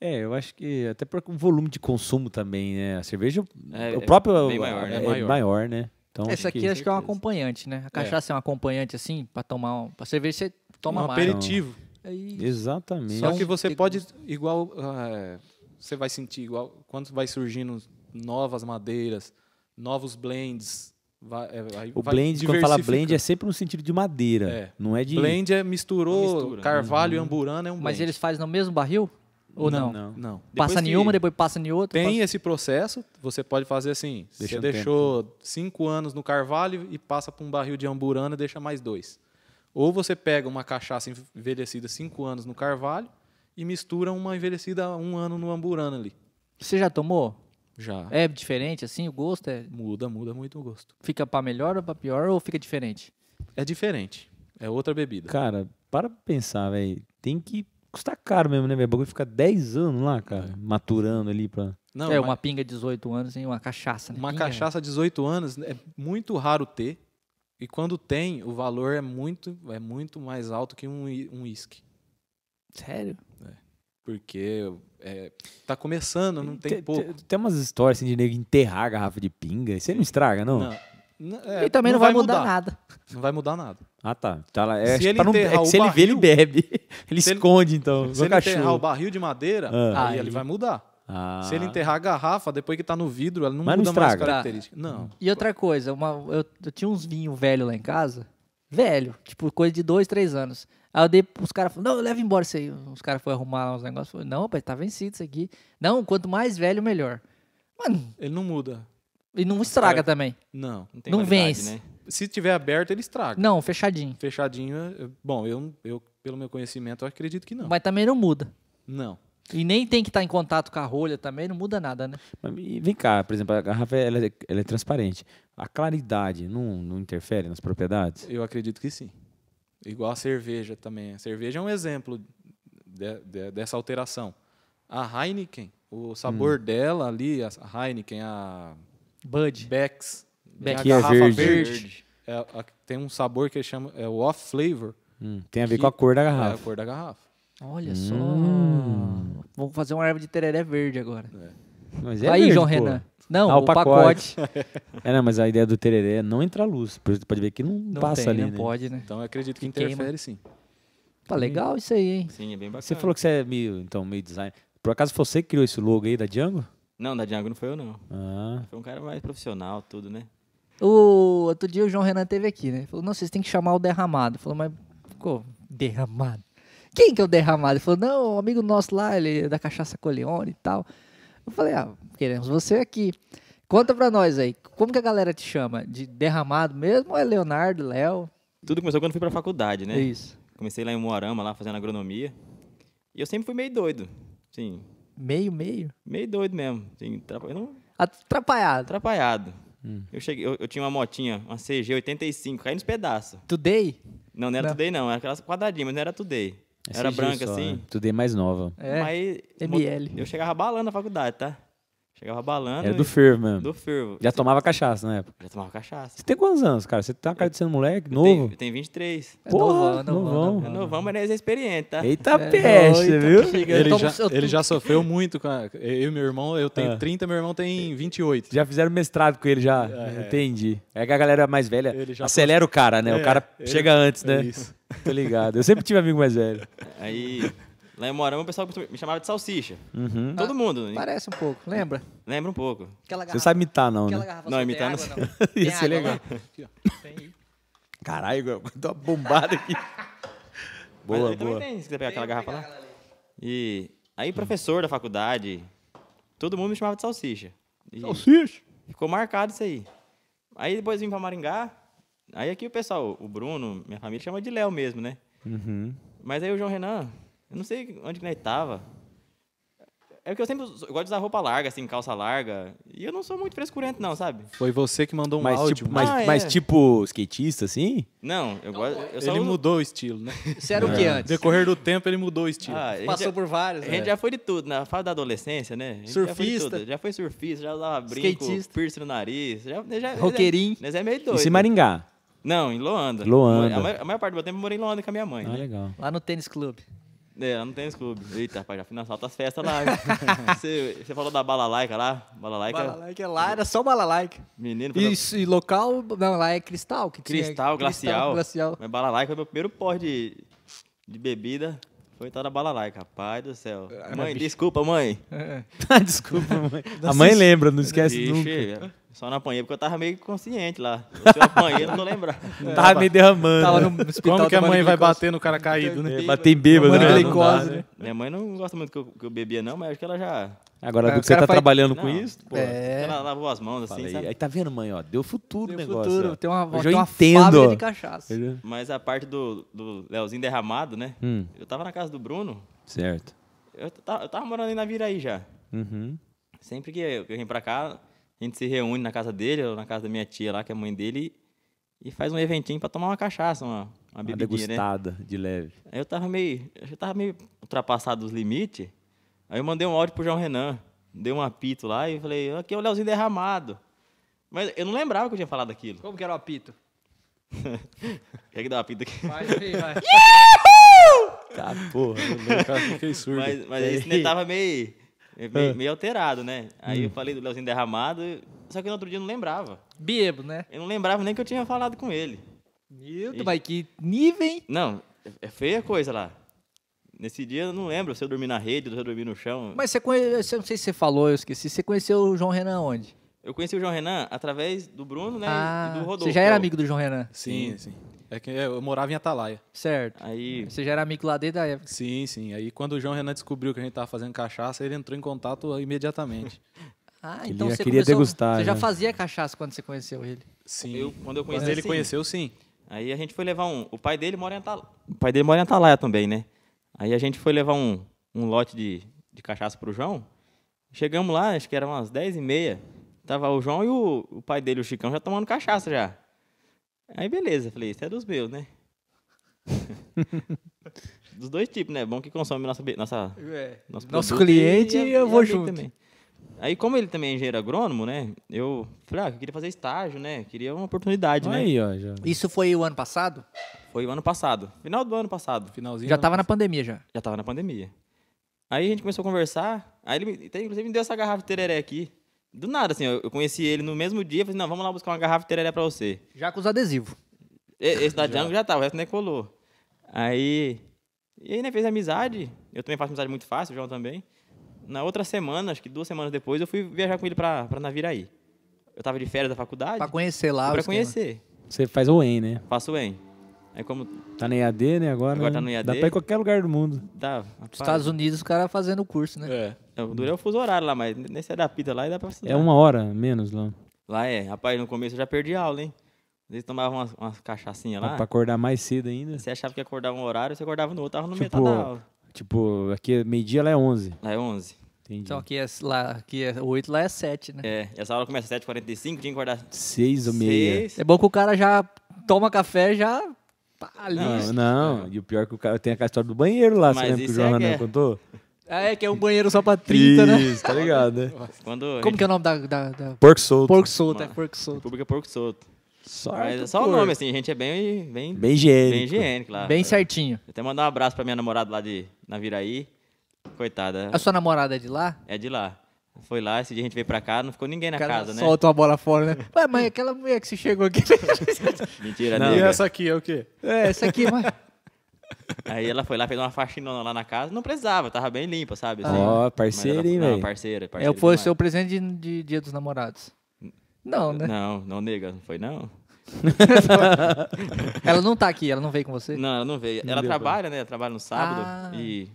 [SPEAKER 1] É, eu acho que até por o volume de consumo também, né? A cerveja,
[SPEAKER 2] É,
[SPEAKER 1] o
[SPEAKER 2] é
[SPEAKER 1] próprio
[SPEAKER 2] bem maior,
[SPEAKER 1] é,
[SPEAKER 2] né?
[SPEAKER 1] é
[SPEAKER 3] Maior.
[SPEAKER 1] maior, né? Então,
[SPEAKER 4] Essa aqui
[SPEAKER 1] que-
[SPEAKER 4] acho que é um
[SPEAKER 2] certeza.
[SPEAKER 4] acompanhante, né? A cachaça é, um acompanhante, assim, pra tomar um. Pra cerveja, você toma
[SPEAKER 3] um
[SPEAKER 4] mais.
[SPEAKER 3] aperitivo.
[SPEAKER 4] Aí-
[SPEAKER 1] Exatamente.
[SPEAKER 4] Só
[SPEAKER 3] Só que você
[SPEAKER 4] tem
[SPEAKER 3] pode, igual. é, você vai sentir igual. Quando vai surgindo novas madeiras, novos blends. Vai, é, aí
[SPEAKER 1] O
[SPEAKER 3] vai
[SPEAKER 1] blend, quando fala
[SPEAKER 3] diversificando.
[SPEAKER 1] blend, é sempre no sentido de madeira.
[SPEAKER 3] É.
[SPEAKER 1] Não é de.
[SPEAKER 3] Blend é misturou
[SPEAKER 2] Mistura, né?
[SPEAKER 3] carvalho e amburana é um blend.
[SPEAKER 4] Mas eles fazem no mesmo barril? Ou não?
[SPEAKER 1] não.
[SPEAKER 3] Não.
[SPEAKER 4] Passa
[SPEAKER 2] Depois que-
[SPEAKER 4] nenhuma, depois passa em outra.
[SPEAKER 3] Tem esse processo, você pode fazer assim.
[SPEAKER 1] Deixa
[SPEAKER 3] você
[SPEAKER 1] um
[SPEAKER 3] deixou cinco anos no carvalho e passa para um barril de amburana e deixa mais dois. Ou você pega uma cachaça envelhecida cinco anos no carvalho e mistura uma envelhecida um ano no amburana ali.
[SPEAKER 4] passa- Você já tomou?
[SPEAKER 3] Já.
[SPEAKER 4] É diferente, assim? O gosto é...
[SPEAKER 3] Muda, muda muito o gosto.
[SPEAKER 4] fica pra melhor ou pra pior ou fica diferente?
[SPEAKER 3] É diferente. É outra bebida.
[SPEAKER 1] Cara, para pra pensar, velho. Tem que custar caro mesmo, né, velho? O bagulho fica 10 anos lá,
[SPEAKER 3] É.
[SPEAKER 1] cara, maturando ali pra.
[SPEAKER 3] Não,
[SPEAKER 4] é
[SPEAKER 3] mas
[SPEAKER 4] uma pinga 18 anos e uma cachaça. Né?
[SPEAKER 3] uma
[SPEAKER 4] Pinga,
[SPEAKER 3] cachaça 18 anos é muito raro ter. E quando tem, o valor é muito, é muito mais alto que um i- um uísque.
[SPEAKER 4] Sério?
[SPEAKER 3] Porque é, tá começando, não tem
[SPEAKER 1] Te-
[SPEAKER 3] pouco.
[SPEAKER 1] te- Tem umas histórias assim, de nego enterrar a garrafa de pinga. Isso aí não estraga, não?
[SPEAKER 3] Não. N- é,
[SPEAKER 4] e também não, vai mudar, nada.
[SPEAKER 3] Não vai mudar nada.
[SPEAKER 1] Ah, tá. Tá lá- é,
[SPEAKER 3] Se
[SPEAKER 1] acho que
[SPEAKER 3] ele
[SPEAKER 1] pra não- é
[SPEAKER 3] enterrar
[SPEAKER 1] que
[SPEAKER 3] o
[SPEAKER 1] se ele vê, ele
[SPEAKER 3] barril-
[SPEAKER 1] bebe. Ele
[SPEAKER 3] se ele-
[SPEAKER 1] esconde, então.
[SPEAKER 3] Se
[SPEAKER 1] igual
[SPEAKER 3] ele enterrar o
[SPEAKER 1] cachorro.
[SPEAKER 3] barril de madeira,
[SPEAKER 1] Ah.
[SPEAKER 3] aí
[SPEAKER 4] Aí.
[SPEAKER 3] ele vai mudar.
[SPEAKER 1] Ah.
[SPEAKER 3] Se ele enterrar a garrafa, depois que tá no vidro, ela não
[SPEAKER 1] Mas não
[SPEAKER 3] muda mais
[SPEAKER 1] estraga.
[SPEAKER 3] características. Não.
[SPEAKER 4] E outra coisa, uma, eu, eu tinha uns vinhos velho lá em casa. Velho, tipo, coisa de dois, três anos. Aí eu dei pros caras, falaram, não, leva embora isso aí. Os caras foram arrumar uns negócios. Falei, não, pai, tá vencido isso aqui. Não, quanto mais velho, melhor. Mano,
[SPEAKER 3] Ele não muda.
[SPEAKER 4] e não estraga também.
[SPEAKER 3] Não.
[SPEAKER 2] Não, tem
[SPEAKER 4] Não
[SPEAKER 2] validade,
[SPEAKER 4] vence.
[SPEAKER 2] Né?
[SPEAKER 3] Se tiver aberto, ele estraga.
[SPEAKER 4] Não, fechadinho.
[SPEAKER 3] Fechadinho, é- é- bom, eu, eu, pelo meu conhecimento, eu acredito que não.
[SPEAKER 4] Mas também não muda.
[SPEAKER 3] Não.
[SPEAKER 4] E nem tem que estar em contato com a rolha também, não muda nada, né?
[SPEAKER 1] Mas e vem cá, por exemplo, a garrafa ela é, ela é transparente. A claridade não, não interfere nas propriedades?
[SPEAKER 3] Eu acredito que sim. Igual a cerveja também. A cerveja é um exemplo de- de- dessa alteração. A Heineken, o
[SPEAKER 1] Hum.
[SPEAKER 3] sabor dela ali, a Heineken, a
[SPEAKER 4] Bud.
[SPEAKER 3] Beck's, tem
[SPEAKER 4] Beck's.
[SPEAKER 3] a
[SPEAKER 1] Que é
[SPEAKER 3] garrafa
[SPEAKER 1] verde.
[SPEAKER 3] verde,
[SPEAKER 2] Verde.
[SPEAKER 3] é a- tem um sabor que chama é o off flavor,
[SPEAKER 1] Hum, tem a ver
[SPEAKER 3] Que-
[SPEAKER 1] com a cor da
[SPEAKER 3] é a
[SPEAKER 1] garrafa.
[SPEAKER 3] cor da garrafa.
[SPEAKER 4] Olha só.
[SPEAKER 1] Hum.
[SPEAKER 4] Vamos fazer uma erva de tereré verde agora.
[SPEAKER 1] Mas é
[SPEAKER 4] Aí,
[SPEAKER 1] verde,
[SPEAKER 4] João
[SPEAKER 1] pô.
[SPEAKER 4] Renan. Não,
[SPEAKER 1] Ah, o
[SPEAKER 4] o pacote.
[SPEAKER 1] É, não, mas a ideia do tereré é não entrar luz. Por isso pode ver que não,
[SPEAKER 4] Não
[SPEAKER 1] passa
[SPEAKER 4] tem,
[SPEAKER 1] ali,
[SPEAKER 4] não
[SPEAKER 1] né?
[SPEAKER 4] pode, né?
[SPEAKER 3] Então eu acredito que
[SPEAKER 4] Que queima.
[SPEAKER 3] interfere sim.
[SPEAKER 4] Tá legal isso aí, hein?
[SPEAKER 2] Sim, é bem bacana.
[SPEAKER 1] Você falou que você é meio, então, meio design. Por acaso foi você que criou esse logo aí da Django?
[SPEAKER 2] Não, da Django não foi eu, não.
[SPEAKER 1] Ah,
[SPEAKER 2] Foi um cara mais profissional, tudo, né?
[SPEAKER 4] O outro dia o João Renan teve aqui, né? Falou, não, vocês têm que chamar o derramado. Falou, mas ficou derramado. Quem que é o derramado? Ele falou, não, um amigo nosso lá, ele é da cachaça Coleone e tal. Eu falei, ah, queremos você aqui. Conta pra nós aí, como que a galera te chama? De derramado mesmo ou é Leonardo, Léo?
[SPEAKER 2] Tudo começou quando eu fui pra faculdade, né?
[SPEAKER 4] É isso.
[SPEAKER 2] Comecei lá em Moarama, lá fazendo agronomia. E eu sempre fui meio doido. Sim,
[SPEAKER 4] Meio, meio.
[SPEAKER 2] meio doido mesmo. Assim, trapa- eu não-
[SPEAKER 4] Atrapalhado.
[SPEAKER 2] atrapalhado.
[SPEAKER 1] Hum.
[SPEAKER 2] Eu, cheguei, eu, eu tinha uma motinha, uma CG 85, caí nos pedaços.
[SPEAKER 4] Today?
[SPEAKER 2] Não, não era
[SPEAKER 4] Não.
[SPEAKER 2] Today, não. Era aquelas quadradinhas, mas não era Today.
[SPEAKER 1] é
[SPEAKER 2] era
[SPEAKER 1] CG
[SPEAKER 2] branca,
[SPEAKER 1] só,
[SPEAKER 2] assim.
[SPEAKER 1] Né? Tudo é mais nova.
[SPEAKER 4] É.
[SPEAKER 2] Mas
[SPEAKER 4] ML.
[SPEAKER 2] Eu chegava balando na faculdade, tá? Chegava
[SPEAKER 4] Ah,
[SPEAKER 2] balando.
[SPEAKER 1] Era É do
[SPEAKER 4] é.
[SPEAKER 2] e-
[SPEAKER 1] Fervo mesmo.
[SPEAKER 2] do fervo.
[SPEAKER 1] Já tomava cachaça na época.
[SPEAKER 2] Já tomava cachaça.
[SPEAKER 1] Você tem quantos anos, cara? Você tá na cara de sendo moleque,
[SPEAKER 2] Eu tenho-
[SPEAKER 1] novo?
[SPEAKER 2] Eu tenho 23.
[SPEAKER 4] É
[SPEAKER 1] Porra,
[SPEAKER 4] novão, novão,
[SPEAKER 1] novão.
[SPEAKER 2] Eu não vamos, mas nós é experiente, tá?
[SPEAKER 1] Eita
[SPEAKER 4] É,
[SPEAKER 1] peste,
[SPEAKER 4] eita,
[SPEAKER 1] viu?
[SPEAKER 4] chega. Eu
[SPEAKER 3] Ele,
[SPEAKER 4] tomo-
[SPEAKER 3] já,
[SPEAKER 4] eu
[SPEAKER 3] ele
[SPEAKER 4] tomo-
[SPEAKER 3] já sofreu muito com a, eu e meu irmão, eu tenho
[SPEAKER 1] Ah.
[SPEAKER 3] 30, meu irmão tem 28.
[SPEAKER 1] Já fizeram mestrado com ele, já. Entendi. É que a galera mais velha
[SPEAKER 3] Ele já
[SPEAKER 1] acelera o cara, né? o
[SPEAKER 3] É,
[SPEAKER 1] cara
[SPEAKER 3] ele-
[SPEAKER 1] chega antes, né?
[SPEAKER 3] É isso.
[SPEAKER 1] Tô ligado. Eu sempre tive amigo mais velho.
[SPEAKER 2] Aí, lá em Morama, o pessoal costuma- me chamava de salsicha.
[SPEAKER 1] Uhum.
[SPEAKER 2] Todo mundo.
[SPEAKER 4] Parece um pouco, lembra?
[SPEAKER 2] Lembra um pouco.
[SPEAKER 4] Aquela
[SPEAKER 1] Você
[SPEAKER 4] garrafa,
[SPEAKER 1] não sabe imitar, não,
[SPEAKER 4] aquela
[SPEAKER 1] né?
[SPEAKER 4] garrafa
[SPEAKER 2] Não,
[SPEAKER 4] só
[SPEAKER 2] imitar
[SPEAKER 4] tem
[SPEAKER 2] não
[SPEAKER 4] água, não. Tipo, Tem
[SPEAKER 1] Ia ser
[SPEAKER 2] né?
[SPEAKER 4] água lá?
[SPEAKER 1] legal.
[SPEAKER 3] Aqui, ó.
[SPEAKER 1] Caralho, Igor, deu uma bombada aqui.
[SPEAKER 2] Mas
[SPEAKER 1] Boa, boa.
[SPEAKER 2] aí também tem, se quiser pegar aquela garrafa lá. E aí, professor da faculdade, todo mundo me chamava de salsicha. E
[SPEAKER 4] Salsicha.
[SPEAKER 2] ficou marcado isso aí. Aí depois vim pra Maringá. Aí aqui o pessoal, o Bruno, minha família chama de Léo mesmo, né?
[SPEAKER 1] Uhum.
[SPEAKER 2] Mas aí o João Renan, eu não sei onde que nós tava. É porque eu sempre uso- eu gosto de usar roupa larga, assim, calça larga. E eu não sou muito frescurento, não, sabe?
[SPEAKER 3] Foi você que mandou um
[SPEAKER 1] Mas,
[SPEAKER 3] áudio.
[SPEAKER 1] tipo,
[SPEAKER 3] mano.
[SPEAKER 1] mas,
[SPEAKER 2] Ah,
[SPEAKER 1] mas
[SPEAKER 2] é.
[SPEAKER 1] tipo skatista, assim?
[SPEAKER 2] Não, eu gosto. Eu só
[SPEAKER 3] Ele
[SPEAKER 2] uso-
[SPEAKER 3] mudou o estilo, né?
[SPEAKER 4] Você era o que
[SPEAKER 3] No
[SPEAKER 4] antes?
[SPEAKER 3] decorrer do tempo, ele mudou o estilo.
[SPEAKER 2] Ah, a gente
[SPEAKER 4] Passou
[SPEAKER 2] já-
[SPEAKER 4] por
[SPEAKER 2] A
[SPEAKER 4] vários, né?
[SPEAKER 2] gente já foi de tudo, na fase da adolescência, né? A gente Já foi, de
[SPEAKER 4] Surfista.
[SPEAKER 2] tudo. já foi surfista, já usava brinco,
[SPEAKER 4] Skatista.
[SPEAKER 2] piercing no nariz. Já, já,
[SPEAKER 4] Roqueirinho.
[SPEAKER 2] Nós é meio doido.
[SPEAKER 1] Isso em Maringá.
[SPEAKER 2] Não, em Loanda.
[SPEAKER 1] Loanda.
[SPEAKER 2] A maior, a maior parte do meu tempo eu morei em Loanda com a minha mãe.
[SPEAKER 1] Ah,
[SPEAKER 2] né?
[SPEAKER 1] legal.
[SPEAKER 4] Lá no tênis clube.
[SPEAKER 2] É, lá no tênis clube. Eita, rapaz, já fui nas altas festas lá. você, você falou da balalaica lá. Balalaica,
[SPEAKER 4] Balalaica é lá, era só balalaica.
[SPEAKER 2] menino. foi meu-
[SPEAKER 4] Isso, e local, não, lá é cristal. Que tinha-
[SPEAKER 2] é Cristal, glacial.
[SPEAKER 4] glacial.
[SPEAKER 2] Mas balalaica foi meu primeiro porre de, de bebida. Foi tal da balalaica, rapaz do céu. Mãe, desculpa, mãe.
[SPEAKER 4] É.
[SPEAKER 1] Ah, Desculpa, mãe. A mãe lembra, não esquece
[SPEAKER 2] Vixe,
[SPEAKER 1] nunca.
[SPEAKER 2] só não apanhei porque eu tava meio consciente lá. Se eu apanhei, eu não tô lembrando.
[SPEAKER 1] Tava me derramando. né?
[SPEAKER 4] Tava no hospital
[SPEAKER 3] Como que a
[SPEAKER 4] tomando
[SPEAKER 3] mãe vai
[SPEAKER 4] glicose.
[SPEAKER 3] bater no cara caído, né?
[SPEAKER 1] É, Bater em bêbado.
[SPEAKER 4] Tomando
[SPEAKER 1] né? Não
[SPEAKER 4] glicose,
[SPEAKER 1] dá,
[SPEAKER 4] né?
[SPEAKER 2] Minha mãe não gosta muito que eu, que eu bebia, não, mas acho que ela já.
[SPEAKER 1] Agora,
[SPEAKER 4] É,
[SPEAKER 1] do
[SPEAKER 4] o
[SPEAKER 1] que você
[SPEAKER 4] cara
[SPEAKER 1] tá
[SPEAKER 4] faz-
[SPEAKER 1] trabalhando
[SPEAKER 2] não,
[SPEAKER 1] com isso?
[SPEAKER 2] pô,
[SPEAKER 4] É.
[SPEAKER 2] Ela lavou as mãos assim,
[SPEAKER 1] Falei,
[SPEAKER 2] sabe?
[SPEAKER 1] aí tá vendo, mãe, ó, deu futuro o
[SPEAKER 4] Tem
[SPEAKER 1] negócio.
[SPEAKER 4] futuro,
[SPEAKER 1] ó.
[SPEAKER 4] tem uma,
[SPEAKER 1] Hoje
[SPEAKER 4] tem
[SPEAKER 1] eu
[SPEAKER 4] uma
[SPEAKER 1] entendo.
[SPEAKER 4] fábrica
[SPEAKER 1] ó.
[SPEAKER 4] de cachaça.
[SPEAKER 1] Entendeu?
[SPEAKER 2] Mas a parte do, do Leozinho derramado, né?
[SPEAKER 1] Hum.
[SPEAKER 2] Eu tava na casa do Bruno,
[SPEAKER 1] Certo.
[SPEAKER 2] eu, ta- eu tava morando aí na Viraí já.
[SPEAKER 1] Uhum.
[SPEAKER 2] Sempre que eu, que eu vim pra cá, a gente se reúne na casa dele ou na casa da minha tia lá, que é mãe dele, e, e faz um eventinho pra tomar uma cachaça, uma, uma
[SPEAKER 1] Uma
[SPEAKER 2] bebidinha, né?
[SPEAKER 1] degustada de leve.
[SPEAKER 2] Aí eu tava meio. Eu já tava meio ultrapassado os limites. Aí eu mandei um áudio pro João Renan. Dei um apito lá e falei, aqui é o Leozinho derramado. Mas eu não lembrava que eu tinha falado aquilo.
[SPEAKER 4] Como que era o apito?
[SPEAKER 2] Quer que dá um apito aqui?
[SPEAKER 4] Vai, vai.
[SPEAKER 1] Tá, porra.
[SPEAKER 3] Eu cara fiquei surdo.
[SPEAKER 2] Mas, mas aí esse né, tava meio, meio,
[SPEAKER 4] Ah.
[SPEAKER 2] meio alterado, né? Aí
[SPEAKER 4] Hum.
[SPEAKER 2] eu falei do Leozinho derramado, só que no outro dia eu não lembrava.
[SPEAKER 4] Bebo, né?
[SPEAKER 2] Eu não lembrava nem que eu tinha falado com ele.
[SPEAKER 4] Meu
[SPEAKER 2] Ixi.
[SPEAKER 4] Deus, mas que nível, hein?
[SPEAKER 2] Não, é- é feia a coisa lá. Nesse dia eu não lembro se eu dormi na rede, se eu dormi no chão.
[SPEAKER 4] Mas você conhece, eu não sei se você falou, eu esqueci. Você conheceu o João Renan onde?
[SPEAKER 2] Eu conheci o João Renan através do Bruno, né? e- e do Rodolfo.
[SPEAKER 4] Ah, você já era
[SPEAKER 2] que é o-
[SPEAKER 4] amigo do João Renan,
[SPEAKER 3] Sim, sim. É que eu morava em Atalaia.
[SPEAKER 4] certo?
[SPEAKER 2] Aí
[SPEAKER 4] Você já era amigo lá desde a época.
[SPEAKER 3] Sim, sim. Aí quando o João Renan descobriu que a gente tava fazendo cachaça, ele entrou em contato imediatamente.
[SPEAKER 4] Ah,
[SPEAKER 1] Ele
[SPEAKER 4] então
[SPEAKER 1] já
[SPEAKER 4] você
[SPEAKER 1] queria
[SPEAKER 4] começou-
[SPEAKER 1] degustar,
[SPEAKER 4] Você já
[SPEAKER 1] né?
[SPEAKER 4] fazia cachaça quando você conheceu ele.
[SPEAKER 3] Sim.
[SPEAKER 2] Eu- quando eu conheci
[SPEAKER 3] Quando ele
[SPEAKER 2] sim.
[SPEAKER 3] conheceu, sim.
[SPEAKER 2] Aí a gente foi levar um. O pai dele mora em Atalaia. O pai dele mora em Atalaia também, né? Aí a gente foi levar um, um lote de, de cachaça pro João. Chegamos lá, acho que era umas 10 e meia. Tava o João e o, o pai dele, o Chicão, já tomando cachaça já. Aí beleza, falei, isso é dos meus, né? dos dois tipos, né? Bom que consome nossa, be- nossa,
[SPEAKER 4] Nosso
[SPEAKER 2] nosso, produto
[SPEAKER 4] cliente,
[SPEAKER 2] e- e
[SPEAKER 4] eu vou
[SPEAKER 2] amigo
[SPEAKER 4] junto.
[SPEAKER 2] Aí, como ele também é engenheiro agrônomo, né? Eu falei, ah, eu queria fazer estágio, né? Queria uma oportunidade, né?
[SPEAKER 1] Aí, ó. Já.
[SPEAKER 4] Isso foi o ano passado?
[SPEAKER 2] Foi o ano passado, final do ano passado.
[SPEAKER 3] Finalzinho.
[SPEAKER 4] Já tava na pandemia já.
[SPEAKER 2] Já tava na pandemia. Aí a gente começou a conversar. Aí ele, me, até, inclusive, me deu essa garrafa de tereré aqui. Do nada, assim, eu, eu conheci ele no mesmo dia. Falei, não, vamos lá buscar uma garrafa de tereré pra você.
[SPEAKER 4] Já com os adesivos.
[SPEAKER 2] E- Esse da Django já tá, o resto nem colou. Aí. E aí, né, fez amizade. Eu também faço amizade muito fácil, o João também. Na outra semana, acho que duas semanas depois, eu fui viajar com ele pra, pra Naviraí. Eu tava de férias da faculdade.
[SPEAKER 4] Pra conhecer lá. o
[SPEAKER 2] pra
[SPEAKER 4] esquema.
[SPEAKER 2] conhecer.
[SPEAKER 1] Você faz o EN, né?
[SPEAKER 2] Faço bem. Aí, como.
[SPEAKER 1] Tá na EAD, né? Agora,
[SPEAKER 2] Agora
[SPEAKER 1] né?
[SPEAKER 2] tá no EAD.
[SPEAKER 1] Dá pra ir em qualquer lugar do mundo.
[SPEAKER 2] Tá,
[SPEAKER 4] Nos
[SPEAKER 2] rapaz,
[SPEAKER 4] Estados Unidos, o cara fazendo o curso, né?
[SPEAKER 3] É.
[SPEAKER 2] É, O duro é o fuso horário lá, mas nem se adapta lá e dá pra estudar.
[SPEAKER 1] É uma hora menos lá.
[SPEAKER 2] Lá é. Rapaz, no começo eu já perdi aula, hein? Às vezes tomava umas, umas cachaçinhas É lá.
[SPEAKER 1] Pra acordar mais cedo ainda.
[SPEAKER 2] Você achava que acordava um horário, você acordava no outro, tava no
[SPEAKER 1] Tipo,
[SPEAKER 2] metade da aula.
[SPEAKER 1] Tipo, aqui é meio-dia, lá é 11.
[SPEAKER 2] Lá é 11.
[SPEAKER 1] Entendi.
[SPEAKER 4] Então aqui é, lá, aqui é 8, lá é 7, né?
[SPEAKER 2] É, essa aula começa às 7h45, tinha que acordar às
[SPEAKER 1] 6 ou meia.
[SPEAKER 2] 6.
[SPEAKER 4] É bom que o cara já toma café, já. pá, ali.
[SPEAKER 1] Não, não. E o pior é que o cara tem aquela história do banheiro lá. você
[SPEAKER 2] Mas
[SPEAKER 1] lembra que o
[SPEAKER 2] isso é
[SPEAKER 1] João Renan
[SPEAKER 2] guerra.
[SPEAKER 1] contou?
[SPEAKER 4] Ah, É, que é um banheiro só pra 30, né?
[SPEAKER 1] Isso, tá ligado, né?
[SPEAKER 2] Quando
[SPEAKER 4] Como que é o nome da. da, da...
[SPEAKER 1] Porco solto.
[SPEAKER 4] Porco solto, é
[SPEAKER 2] Mano.
[SPEAKER 4] porco Ah, então solto.
[SPEAKER 2] República Porco Solto.
[SPEAKER 1] Só
[SPEAKER 2] Mas
[SPEAKER 1] do
[SPEAKER 2] é só o
[SPEAKER 1] porco.
[SPEAKER 2] nome, assim, a gente é bem, bem, bem,
[SPEAKER 1] Bem higiênico.
[SPEAKER 2] higiênico
[SPEAKER 1] Ah.
[SPEAKER 2] lá.
[SPEAKER 4] Bem certinho.
[SPEAKER 2] Até mandar um abraço pra minha namorada lá de Naviraí. Coitada,
[SPEAKER 4] A sua namorada é de lá?
[SPEAKER 2] é de lá. Foi lá, esse dia a gente veio pra cá, não ficou ninguém na
[SPEAKER 4] O cara
[SPEAKER 2] casa, né?
[SPEAKER 4] solta uma bola fora, né? Ué, mas aquela mulher que você chegou aqui.
[SPEAKER 2] Mentira,
[SPEAKER 3] E
[SPEAKER 2] nega.
[SPEAKER 3] essa aqui é o quê?
[SPEAKER 4] é, essa aqui, mas.
[SPEAKER 2] Aí ela foi lá, fez uma faxinona lá na casa. Não precisava, tava bem limpa, sabe? assim.
[SPEAKER 1] Ó,
[SPEAKER 2] Mas
[SPEAKER 1] parceira,
[SPEAKER 2] ela-
[SPEAKER 1] hein,
[SPEAKER 2] não,
[SPEAKER 1] velho?
[SPEAKER 2] parceira,
[SPEAKER 4] É,
[SPEAKER 2] parceira.
[SPEAKER 4] foi o
[SPEAKER 2] demais.
[SPEAKER 4] seu presente de, de Dia dos Namorados. Não, né?
[SPEAKER 2] Não, não, nega, não foi não.
[SPEAKER 4] Ela não tá aqui, ela não veio com você?
[SPEAKER 2] Não, ela não veio. ela
[SPEAKER 1] deu
[SPEAKER 2] trabalha, né? Ela trabalha no sábado
[SPEAKER 4] Ah.
[SPEAKER 2] e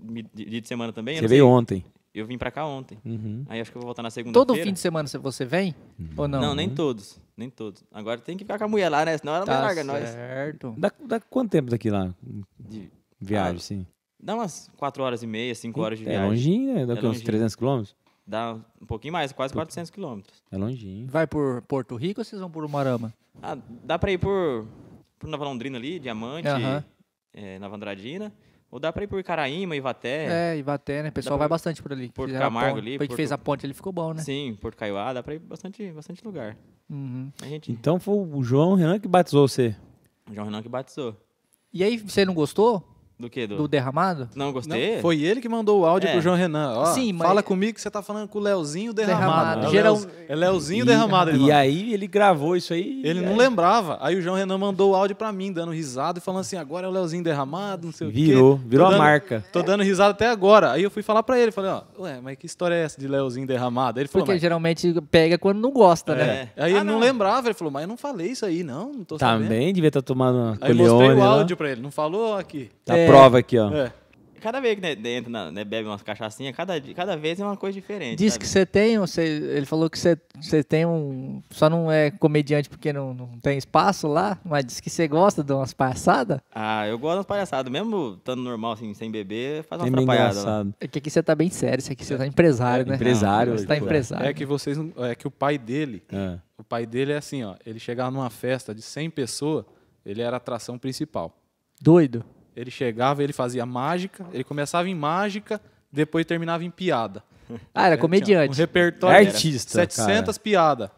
[SPEAKER 2] me- de- dia de semana também. eu
[SPEAKER 1] Você
[SPEAKER 2] não
[SPEAKER 1] veio
[SPEAKER 2] sei.
[SPEAKER 1] ontem.
[SPEAKER 2] Eu vim pra cá ontem.
[SPEAKER 1] Uhum.
[SPEAKER 2] Aí acho que eu vou voltar na segunda-feira.
[SPEAKER 4] Todo fim de semana você- você vem? Ou não?
[SPEAKER 2] Não, nem todos. Nem todos. Agora tem que ficar com a mulher lá, né? Senão ela não
[SPEAKER 4] Tá
[SPEAKER 2] larga nós.
[SPEAKER 4] certo.
[SPEAKER 1] Dá, dá quanto tempo daqui lá? Viagem,
[SPEAKER 2] Ah,
[SPEAKER 1] sim.
[SPEAKER 2] Dá umas 4 horas e meia, 5 horas de
[SPEAKER 1] é
[SPEAKER 2] viagem.
[SPEAKER 1] longinho, né? Dá
[SPEAKER 2] É
[SPEAKER 1] o quê, uns
[SPEAKER 2] longinho.
[SPEAKER 1] 300 quilômetros?
[SPEAKER 2] Dá um pouquinho mais, quase 400 quilômetros.
[SPEAKER 1] É longinho.
[SPEAKER 4] Vai por Porto Rico ou vocês vão por Umarama?
[SPEAKER 2] Ah, dá pra ir por, por Nova Londrina ali, Diamante,
[SPEAKER 4] Aham.
[SPEAKER 2] eh, Nova Andradina. Ou dá pra ir por Caraíma, Ivaté.
[SPEAKER 4] É, Ivaté, né? O pessoal
[SPEAKER 2] pra-
[SPEAKER 4] vai bastante por ali.
[SPEAKER 2] Porto
[SPEAKER 4] Fizeram a
[SPEAKER 2] Camargo
[SPEAKER 4] ponte.
[SPEAKER 2] ali,
[SPEAKER 4] Foi que
[SPEAKER 2] Porto-
[SPEAKER 4] fez a ponte, ele ficou bom, né?
[SPEAKER 2] Sim, Porto Caiuá. Dá pra ir bastante, bastante lugar.
[SPEAKER 4] Uhum.
[SPEAKER 2] A gente...
[SPEAKER 1] Então foi o João Renan que batizou você.
[SPEAKER 2] O João Renan que batizou.
[SPEAKER 4] E aí, você não gostou
[SPEAKER 2] Do que? Do...
[SPEAKER 4] do derramado?
[SPEAKER 2] Não gostei?
[SPEAKER 3] Não, foi ele que mandou o áudio
[SPEAKER 2] É.
[SPEAKER 3] pro João Renan. Ó,
[SPEAKER 4] Sim, mas-
[SPEAKER 3] Fala comigo que você tá falando com o Leozinho
[SPEAKER 4] Derramado.
[SPEAKER 3] derramado. É o
[SPEAKER 4] Geral-
[SPEAKER 3] Leoz- É Leozinho derramado. Ele,
[SPEAKER 1] E
[SPEAKER 3] mandou.
[SPEAKER 1] aí ele gravou isso aí.
[SPEAKER 3] ele
[SPEAKER 1] e
[SPEAKER 3] não
[SPEAKER 1] aí
[SPEAKER 3] lembrava. Aí o João Renan mandou o áudio pra mim, dando risada e falando assim: agora é o Leozinho derramado, não sei
[SPEAKER 1] Virou,
[SPEAKER 3] o quê. Tô
[SPEAKER 1] virou a
[SPEAKER 3] dando-
[SPEAKER 1] marca.
[SPEAKER 3] Tô dando risada até agora. Aí eu fui falar pra ele, falei, ó, ué, mas que história é essa de Leozinho derramado? Aí ele falou,
[SPEAKER 4] Porque
[SPEAKER 3] mas...
[SPEAKER 4] geralmente pega quando não gosta, né?
[SPEAKER 2] É.
[SPEAKER 3] Aí
[SPEAKER 2] Ah,
[SPEAKER 3] ele não,
[SPEAKER 2] não.
[SPEAKER 3] lembrava, ele falou, mas eu não falei isso aí, não, não tô sabendo.
[SPEAKER 1] Também tá devia estar tomando uma
[SPEAKER 3] Aí eu mostrei
[SPEAKER 1] coleone
[SPEAKER 3] o
[SPEAKER 1] lá.
[SPEAKER 3] áudio pra ele, não falou aqui.
[SPEAKER 1] Tá
[SPEAKER 4] É.
[SPEAKER 1] prova aqui, ó.
[SPEAKER 3] É.
[SPEAKER 2] Cada vez que né, entra, na- né, bebe umas cachaçinhas, cada, di- cada vez é uma coisa diferente.
[SPEAKER 4] Diz
[SPEAKER 2] sabe?
[SPEAKER 4] que você tem, um, você, ele falou que você, você tem um. Só não é comediante porque não, não tem espaço lá, mas diz que você gosta de umas passadas.
[SPEAKER 2] Ah, eu gosto das palhaçadas. Mesmo estando normal, assim, sem beber, faz uma
[SPEAKER 1] É meio
[SPEAKER 2] atrapalhada lá.
[SPEAKER 1] engraçado.
[SPEAKER 4] É que aqui você tá bem sério, isso aqui você tá empresário, né?
[SPEAKER 1] empresário,
[SPEAKER 4] Você tá
[SPEAKER 1] pô.
[SPEAKER 4] empresário.
[SPEAKER 3] É que vocês não- é que o pai dele,
[SPEAKER 1] É.
[SPEAKER 3] o pai dele é assim, ó, ele chegava numa festa de 100 pessoas, ele era a atração principal.
[SPEAKER 4] Doido.
[SPEAKER 3] Ele chegava, ele fazia mágica, ele começava em mágica, depois terminava em piada. Ele
[SPEAKER 4] Ah, era
[SPEAKER 3] tinha Um
[SPEAKER 4] comediante.
[SPEAKER 3] repertório
[SPEAKER 1] É artista,
[SPEAKER 3] era 700 piadas.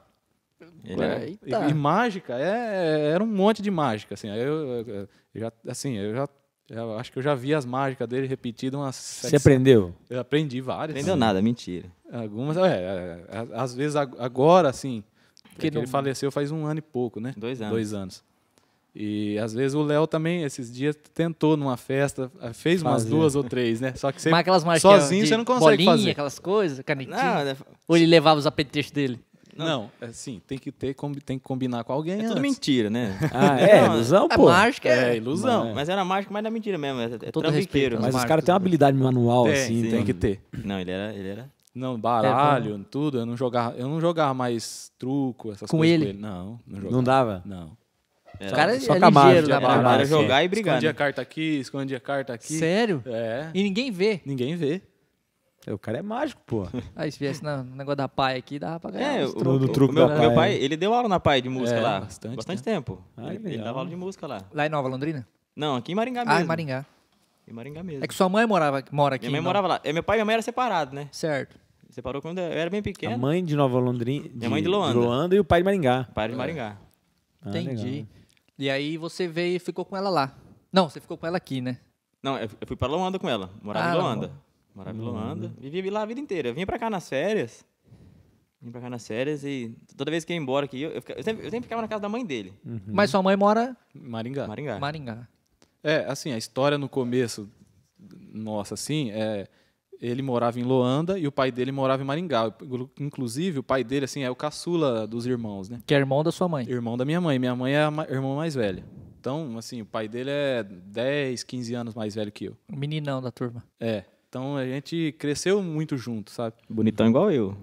[SPEAKER 2] Ele é-
[SPEAKER 3] E,
[SPEAKER 4] Eita.
[SPEAKER 3] e mágica é, era um monte de mágica, assim. aí Eu, eu- eu já, assim, eu já eu acho que eu já vi as mágicas dele repetidas umas
[SPEAKER 1] Você
[SPEAKER 3] 700
[SPEAKER 1] aprendeu?
[SPEAKER 3] Eu aprendi várias. assim.
[SPEAKER 2] Entendeu nada, mentira.
[SPEAKER 3] Algumas, é, é, a- às vezes ag- agora, assim, porque
[SPEAKER 4] não-
[SPEAKER 3] ele faleceu faz um ano e pouco, né?
[SPEAKER 2] Dois anos.
[SPEAKER 3] Dois anos. E às vezes o Léo também, esses dias, tentou numa festa, eh, fez umas
[SPEAKER 1] Fazer.
[SPEAKER 3] duas ou três, né? Só que você,
[SPEAKER 4] Mas aquelas marcas
[SPEAKER 3] sozinho
[SPEAKER 4] de
[SPEAKER 3] você não consegue
[SPEAKER 4] bolinha,
[SPEAKER 3] fazer.
[SPEAKER 4] aquelas coisas, canetinha.
[SPEAKER 2] Não, é,
[SPEAKER 4] Ou ele levava os apetrechos dele?
[SPEAKER 3] Não, assim, tem que ter, combi- tem que combinar com alguém
[SPEAKER 2] é
[SPEAKER 3] antes.
[SPEAKER 2] tudo mentira, né?
[SPEAKER 1] Ah, é,
[SPEAKER 2] Não,
[SPEAKER 1] ilusão,
[SPEAKER 4] a
[SPEAKER 1] pô.
[SPEAKER 4] mágica
[SPEAKER 3] É,
[SPEAKER 4] é.
[SPEAKER 3] ilusão.
[SPEAKER 2] Mas era mágico, mas não é mentira mesmo. É, é
[SPEAKER 4] Todo respeito
[SPEAKER 2] trambiqueiro.
[SPEAKER 4] às
[SPEAKER 1] Mas os
[SPEAKER 4] marcas,
[SPEAKER 1] caras têm uma habilidade manual,
[SPEAKER 3] Tem,
[SPEAKER 1] assim.
[SPEAKER 3] tem
[SPEAKER 1] né?
[SPEAKER 3] que ter.
[SPEAKER 2] Não, ele era. Ele era...
[SPEAKER 3] Não, baralho, tudo, eu não jogava, eu não jogava mais truco, essas
[SPEAKER 4] Com
[SPEAKER 3] coisas
[SPEAKER 4] ele?
[SPEAKER 3] com ele. Não, não jogava.
[SPEAKER 1] Não dava?
[SPEAKER 3] Não.
[SPEAKER 2] era
[SPEAKER 4] O cara
[SPEAKER 1] Só
[SPEAKER 4] é
[SPEAKER 1] com a mágica,
[SPEAKER 4] ligeiro
[SPEAKER 1] com a
[SPEAKER 4] da
[SPEAKER 1] mágica.
[SPEAKER 4] barra.
[SPEAKER 2] era jogar e brigar.
[SPEAKER 3] Escondia
[SPEAKER 2] Né?
[SPEAKER 3] carta aqui, escondia carta aqui.
[SPEAKER 4] Sério?
[SPEAKER 3] É.
[SPEAKER 4] E ninguém vê.
[SPEAKER 3] Ninguém vê.
[SPEAKER 1] O cara é mágico, pô.
[SPEAKER 4] Aí se viesse na- no negócio da pai aqui, dava pra ganhar.
[SPEAKER 2] É,
[SPEAKER 4] uns
[SPEAKER 2] o,
[SPEAKER 1] truco do
[SPEAKER 2] o-
[SPEAKER 1] truco
[SPEAKER 2] o meu,
[SPEAKER 1] da
[SPEAKER 2] meu
[SPEAKER 1] praia.
[SPEAKER 2] pai, ele deu aula na pai de música
[SPEAKER 3] É,
[SPEAKER 2] lá.
[SPEAKER 3] bastante,
[SPEAKER 2] Bastante, tempo.
[SPEAKER 1] Ah,
[SPEAKER 2] ele,
[SPEAKER 1] legal.
[SPEAKER 2] ele dava aula de música lá.
[SPEAKER 4] Lá em Nova Londrina?
[SPEAKER 2] Não, aqui em Maringá É mesmo.
[SPEAKER 4] Ah, em Maringá.
[SPEAKER 2] Em Maringá mesmo.
[SPEAKER 4] É que sua mãe morava, mora aqui.
[SPEAKER 2] minha mãe
[SPEAKER 4] não?
[SPEAKER 2] morava lá. É, Meu pai e minha mãe eram separados, né?
[SPEAKER 4] Certo.
[SPEAKER 2] Separou quando eu era bem
[SPEAKER 1] A
[SPEAKER 2] pequeno.
[SPEAKER 1] mãe de Nova Londrina.
[SPEAKER 2] Minha é? mãe de Loanda.
[SPEAKER 1] e o pai de Maringá.
[SPEAKER 2] Pai de Maringá.
[SPEAKER 1] Ah,
[SPEAKER 4] Entendi.
[SPEAKER 1] legal.
[SPEAKER 4] E aí você veio e ficou com ela lá. Não, você ficou com ela aqui, né?
[SPEAKER 2] Não, eu eu fui pra Loanda com ela. Morava
[SPEAKER 4] Ah,
[SPEAKER 2] em
[SPEAKER 4] ela
[SPEAKER 2] Loanda.
[SPEAKER 4] mora-
[SPEAKER 2] Morava em Loanda. Vivi lá a vida inteira. Eu vinha pra cá nas férias. Vim pra cá nas férias e toda vez que eu ia embora aqui, eu, eu, fica- eu sempre, eu sempre ficava na casa da mãe dele,
[SPEAKER 1] Uhum.
[SPEAKER 4] Mas sua mãe mora
[SPEAKER 3] Maringá.
[SPEAKER 2] Maringá.
[SPEAKER 4] em Maringá.
[SPEAKER 3] É, assim, a história no começo, nossa, assim, é, ele morava em Loanda e o pai dele morava em Maringá. Inclusive, o pai dele, assim, é o caçula dos irmãos, né?
[SPEAKER 4] Que é irmão da sua mãe.
[SPEAKER 3] Irmão da minha mãe. Minha mãe é a ma- irmã mais velha. Então, assim, o pai dele é 10, 15 anos mais velho que eu.
[SPEAKER 4] O meninão da turma.
[SPEAKER 3] É. Então, a gente cresceu muito junto, sabe?
[SPEAKER 2] Bonitão igual eu.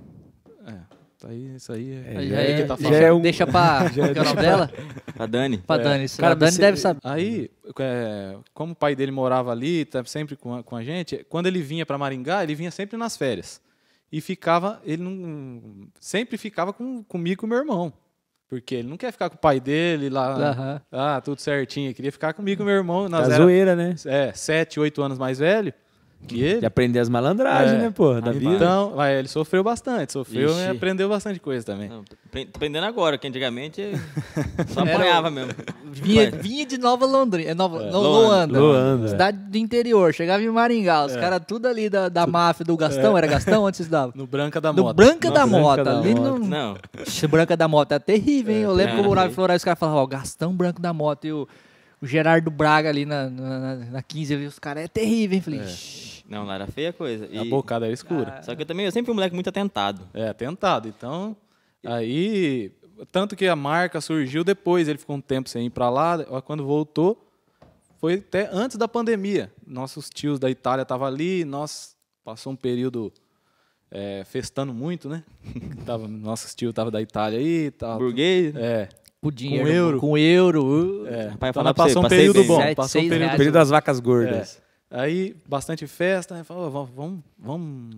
[SPEAKER 3] É. tá Aí, isso aí é...
[SPEAKER 1] É,
[SPEAKER 4] Aí
[SPEAKER 1] já
[SPEAKER 4] já
[SPEAKER 3] ele
[SPEAKER 4] é-
[SPEAKER 3] que tá
[SPEAKER 4] deixa,
[SPEAKER 1] falando.
[SPEAKER 4] deixa pra. Qual que é o nome dela?
[SPEAKER 2] A Dani.
[SPEAKER 4] Pra Dani. isso-
[SPEAKER 1] É. Cara,
[SPEAKER 4] a Dani
[SPEAKER 1] você-
[SPEAKER 4] deve saber.
[SPEAKER 3] Aí, é, como o pai dele morava ali, tá sempre com a, com a gente, quando ele vinha para Maringá, ele vinha sempre nas férias. E ficava, ele não. Sempre ficava com, comigo e com meu irmão. Porque ele não quer ficar com o pai dele lá.
[SPEAKER 4] Aham.
[SPEAKER 3] Ah, tudo certinho. Ele queria ficar comigo e com meu irmão.
[SPEAKER 1] Tá
[SPEAKER 3] Nós era,
[SPEAKER 1] zoeira, né?
[SPEAKER 3] é, 7, 8 anos mais velho que ele.
[SPEAKER 1] De aprender as malandragens,
[SPEAKER 3] É.
[SPEAKER 1] né, pô? Da vida.
[SPEAKER 3] Então, mas ele sofreu bastante, sofreu
[SPEAKER 2] Ixi.
[SPEAKER 3] e aprendeu bastante coisa também.
[SPEAKER 2] Não, tô apre- tô aprendendo agora, que antigamente eu só
[SPEAKER 4] Era
[SPEAKER 2] apanhava mesmo.
[SPEAKER 4] Vinha,
[SPEAKER 2] Vai.
[SPEAKER 4] vinha de Nova Londrina. É Nova, Lo- Loanda.
[SPEAKER 2] Loanda.
[SPEAKER 1] Loanda. é.
[SPEAKER 4] Cidade do interior. Chegava em Maringá. Os caras tudo ali da, da máfia do Gastão. Era Gastão? Antes dava.
[SPEAKER 3] No Branca da
[SPEAKER 4] Do
[SPEAKER 3] Mota.
[SPEAKER 4] Branca da
[SPEAKER 1] É. Branca
[SPEAKER 4] Mota.
[SPEAKER 1] da
[SPEAKER 4] Ali
[SPEAKER 1] Mota.
[SPEAKER 4] no,
[SPEAKER 2] Não,
[SPEAKER 4] Ixi, Branca da Mota é terrível, hein? Eu lembro que eu
[SPEAKER 2] é.
[SPEAKER 4] morava em Floresta, os caras falavam, ó, Gastão Branco da Mota e o, o Gerardo Braga ali na, na, na- na 15, ali, os caras é terrível, hein? Falei, "Ixi,
[SPEAKER 2] não, lá era feia a coisa.
[SPEAKER 3] A
[SPEAKER 2] E-
[SPEAKER 3] bocada era escura.
[SPEAKER 2] Só que eu também, eu sempre fui um moleque muito atentado.
[SPEAKER 3] É, tentado. Então, aí. Tanto que a marca surgiu depois, ele ficou um tempo sem ir pra lá. ó, Quando voltou, foi até antes da pandemia. Nossos tios da Itália estavam ali, nós passou um período é, festando muito, né? tava, nosso tio tava da Itália aí, tava,
[SPEAKER 2] Burguês.
[SPEAKER 3] é,
[SPEAKER 4] Com dinheiro.
[SPEAKER 3] euro.
[SPEAKER 4] Com euro. uh."
[SPEAKER 3] é.
[SPEAKER 2] Rapaz,
[SPEAKER 3] Então,
[SPEAKER 2] falar
[SPEAKER 3] nós
[SPEAKER 2] pra você,
[SPEAKER 3] passou um
[SPEAKER 2] passei
[SPEAKER 3] período
[SPEAKER 2] bem.
[SPEAKER 3] bom,
[SPEAKER 4] Sete,
[SPEAKER 3] passou um
[SPEAKER 4] É, seis
[SPEAKER 3] período
[SPEAKER 4] reais. né?
[SPEAKER 1] Período das vacas gordas.
[SPEAKER 3] Aí, bastante festa, né? Falou, vamos, vamos, vamos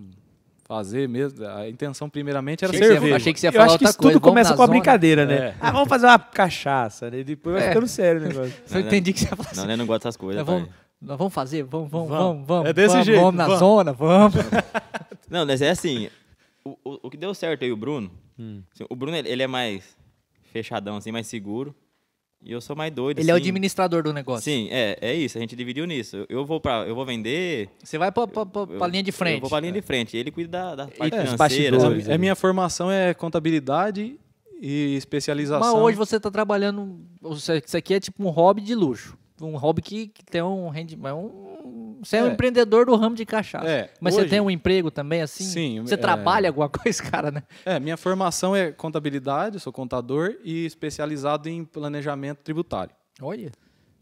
[SPEAKER 3] fazer mesmo. A intenção, primeiramente, era
[SPEAKER 4] É. Achei que você ia-
[SPEAKER 3] cerveja.
[SPEAKER 4] achei que você ia
[SPEAKER 1] Eu
[SPEAKER 4] falar
[SPEAKER 1] acho que
[SPEAKER 4] outra
[SPEAKER 1] isso
[SPEAKER 4] coisa.
[SPEAKER 1] tudo
[SPEAKER 4] vamos
[SPEAKER 1] começa
[SPEAKER 4] na
[SPEAKER 1] com a
[SPEAKER 4] zona.
[SPEAKER 1] brincadeira, né?
[SPEAKER 3] É.
[SPEAKER 1] Ah, vamos fazer uma cachaça, né? E depois vai
[SPEAKER 4] É.
[SPEAKER 1] ficando sério o negócio.
[SPEAKER 4] Só entendi que você ia falar assim.
[SPEAKER 2] Não, eu não gosto dessas
[SPEAKER 3] É
[SPEAKER 2] coisas,
[SPEAKER 4] Nós vamos,
[SPEAKER 2] rapaz.
[SPEAKER 4] nós vamos fazer, vamos, vamos,
[SPEAKER 3] Vamos.
[SPEAKER 4] vamos, vamos.
[SPEAKER 3] É desse
[SPEAKER 4] vamos,
[SPEAKER 3] jeito,
[SPEAKER 4] Vamos na
[SPEAKER 3] vamos.
[SPEAKER 4] zona, vamos.
[SPEAKER 2] Não, mas é assim, o, o, o que deu certo aí, o Bruno, assim, o Bruno, ele, ele é mais fechadão, assim, mais seguro, e eu sou mais doido,
[SPEAKER 4] Ele é o
[SPEAKER 2] assim.
[SPEAKER 4] administrador do negócio.
[SPEAKER 2] Sim, é, é isso, a gente dividiu nisso. Eu, eu vou para eu vou vender...
[SPEAKER 4] Você vai pra, pra, pra, pra
[SPEAKER 2] eu-
[SPEAKER 4] linha de
[SPEAKER 2] Eu
[SPEAKER 4] frente.
[SPEAKER 2] vou pra linha de frente, ele cuida da, da parte
[SPEAKER 1] É, os
[SPEAKER 2] financeira.
[SPEAKER 1] bastidores.
[SPEAKER 2] sabe?
[SPEAKER 3] É, minha formação é contabilidade e especialização.
[SPEAKER 4] Mas hoje você tá trabalhando. você- Isso aqui é tipo um hobby de luxo. Um hobby que, que tem um rendimento. um- você é, um
[SPEAKER 3] É.
[SPEAKER 4] empreendedor do ramo de cachaça.
[SPEAKER 3] É,
[SPEAKER 4] Mas você
[SPEAKER 3] hoje-
[SPEAKER 4] tem um emprego também, assim?
[SPEAKER 3] Sim,
[SPEAKER 4] Você
[SPEAKER 3] é-
[SPEAKER 4] trabalha alguma coisa, cara, né?
[SPEAKER 3] É, minha formação é contabilidade, eu sou contador e especializado em planejamento tributário.
[SPEAKER 4] Olha.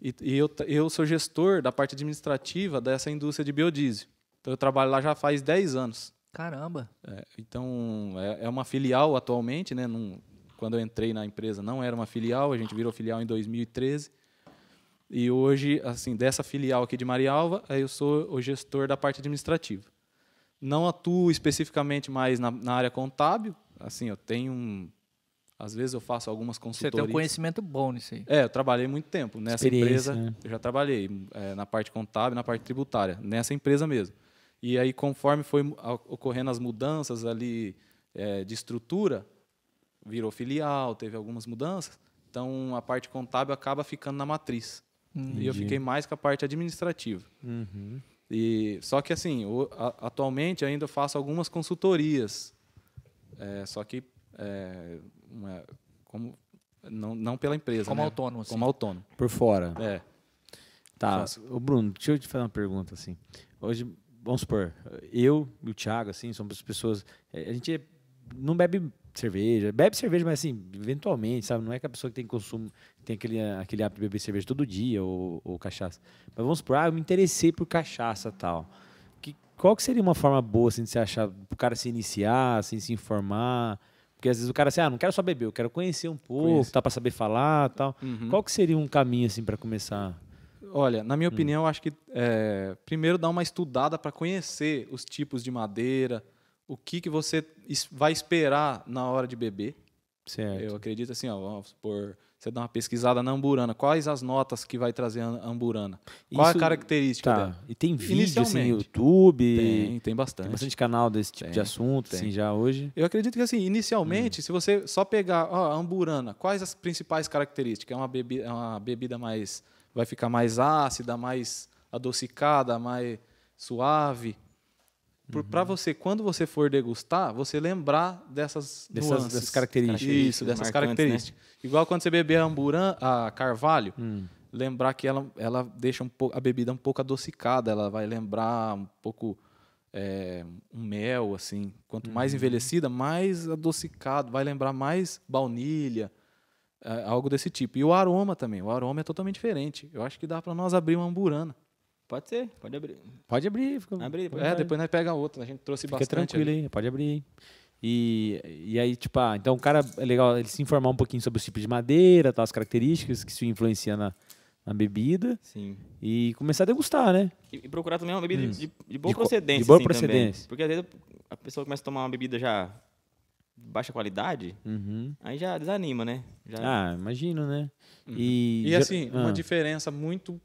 [SPEAKER 3] E, e eu, tra- eu sou gestor da parte administrativa dessa indústria de biodiesel. Então eu trabalho lá já faz 10 anos.
[SPEAKER 4] Caramba.
[SPEAKER 3] É, então é, é uma filial atualmente, né? Num- quando eu entrei na empresa não era uma filial, a gente virou filial em 2013. E hoje, assim, dessa filial aqui de Marialva, aí eu sou o gestor da parte administrativa. Não atuo especificamente mais na, na área contábil, assim, eu tenho um, às vezes eu faço algumas
[SPEAKER 4] Você
[SPEAKER 3] consultorias.
[SPEAKER 4] tem um conhecimento bom nisso aí.
[SPEAKER 3] É, eu trabalhei muito tempo nessa
[SPEAKER 1] Experiência,
[SPEAKER 3] empresa.
[SPEAKER 1] né?
[SPEAKER 3] Eu já trabalhei é, na parte contábil, na parte tributária, nessa empresa mesmo. E aí, conforme foi mu- a- ocorrendo as mudanças ali é, de estrutura, virou filial, teve algumas mudanças. Então, a parte contábil acaba ficando na matriz. E eu
[SPEAKER 1] Entendi. Uhum.
[SPEAKER 3] fiquei mais com a parte administrativa. E só que assim, o- a- atualmente ainda eu faço algumas consultorias. É, só que é, uma- como não, não pela empresa,
[SPEAKER 4] Como
[SPEAKER 3] né?
[SPEAKER 4] autônomo, assim.
[SPEAKER 3] como autônomo.
[SPEAKER 1] Por fora.
[SPEAKER 3] É.
[SPEAKER 1] Tá.
[SPEAKER 3] Faço.
[SPEAKER 1] Ô, Bruno, deixa eu te fazer uma pergunta, assim. Hoje, vamos supor, eu e o Thiago, assim, somos pessoas. eh, A gente não bebe cerveja. Bebe cerveja, mas assim, eventualmente, sabe? Não é que a pessoa que tem consumo tem aquele, ah, aquele hábito de beber cerveja todo dia ou, ou cachaça. Mas vamos supor, ah, eu me interessei por cachaça tal. Que, qual que seria uma forma boa, assim, de se achar, pro cara se iniciar, assim, se informar? Porque às vezes o cara assim, ah, não quero só beber, eu quero conhecer um pouco,
[SPEAKER 3] Conhecer.
[SPEAKER 1] tá para saber falar tal.
[SPEAKER 3] Uhum.
[SPEAKER 1] Qual que seria um caminho, assim, para começar?
[SPEAKER 3] Olha, na minha opinião, acho que é, primeiro dá uma estudada para conhecer os tipos de madeira, o que, que você es- vai esperar na hora de beber.
[SPEAKER 1] Certo.
[SPEAKER 3] Eu acredito assim, ó, vamos supor, você dá uma pesquisada na amburana, quais as notas que vai trazer a amburana? Qual é
[SPEAKER 1] Isso-
[SPEAKER 3] a característica dela?
[SPEAKER 1] Tá. E tem vídeo assim no
[SPEAKER 3] Inicialmente.
[SPEAKER 1] YouTube.
[SPEAKER 3] Tem,
[SPEAKER 1] Tem,
[SPEAKER 3] tem bastante.
[SPEAKER 1] bastante canal desse tipo de
[SPEAKER 3] Tem,
[SPEAKER 1] assunto,
[SPEAKER 3] tem.
[SPEAKER 1] assim, já hoje.
[SPEAKER 3] Eu acredito que assim, inicialmente, se você só pegar ó, a amburana, quais as principais características? É uma bebida, é uma bebida mais. Vai ficar mais ácida, mais adocicada, mais suave. Para você, quando você for degustar, você lembrar dessas,
[SPEAKER 1] Dessas-
[SPEAKER 3] nuances.
[SPEAKER 1] dessas características.
[SPEAKER 3] Isso, dessas
[SPEAKER 2] Marcantes,
[SPEAKER 3] características. Igual quando você beber a amburan, a carvalho,
[SPEAKER 1] Hum.
[SPEAKER 3] lembrar que ela, ela deixa um pouco, a bebida um pouco adocicada, ela vai lembrar um pouco é, um mel, assim. Quanto
[SPEAKER 1] Uhum.
[SPEAKER 3] mais envelhecida, mais adocicado, vai lembrar mais baunilha, é, algo desse tipo. E o aroma também, o aroma é totalmente diferente. Eu acho que dá para nós abrir uma amburana.
[SPEAKER 2] Pode ser, pode abrir.
[SPEAKER 1] Pode abrir, fica,
[SPEAKER 2] Abre,
[SPEAKER 1] fica à
[SPEAKER 3] É,
[SPEAKER 1] vontade.
[SPEAKER 3] depois nós pega outra, a gente trouxe
[SPEAKER 1] Fica
[SPEAKER 3] bastante.
[SPEAKER 1] tranquilo aí, pode abrir. hein? E, e aí, tipo, ah, então o cara é legal ele se informar um pouquinho sobre os tipos de madeira, tal, as características que se influencia na, na bebida
[SPEAKER 2] Sim.
[SPEAKER 1] e começar a degustar, né?
[SPEAKER 2] E, e procurar também uma bebida de, de boa
[SPEAKER 1] De co-
[SPEAKER 2] procedência.
[SPEAKER 1] de boa
[SPEAKER 2] assim, também.
[SPEAKER 1] procedência.
[SPEAKER 2] Porque às vezes a pessoa começa a tomar uma bebida já de baixa qualidade,
[SPEAKER 1] Uhum.
[SPEAKER 2] aí já desanima, né? Já,
[SPEAKER 1] Ah, imagino, né? E,
[SPEAKER 3] E
[SPEAKER 1] ge-
[SPEAKER 3] assim,
[SPEAKER 1] ah,
[SPEAKER 3] uma diferença muito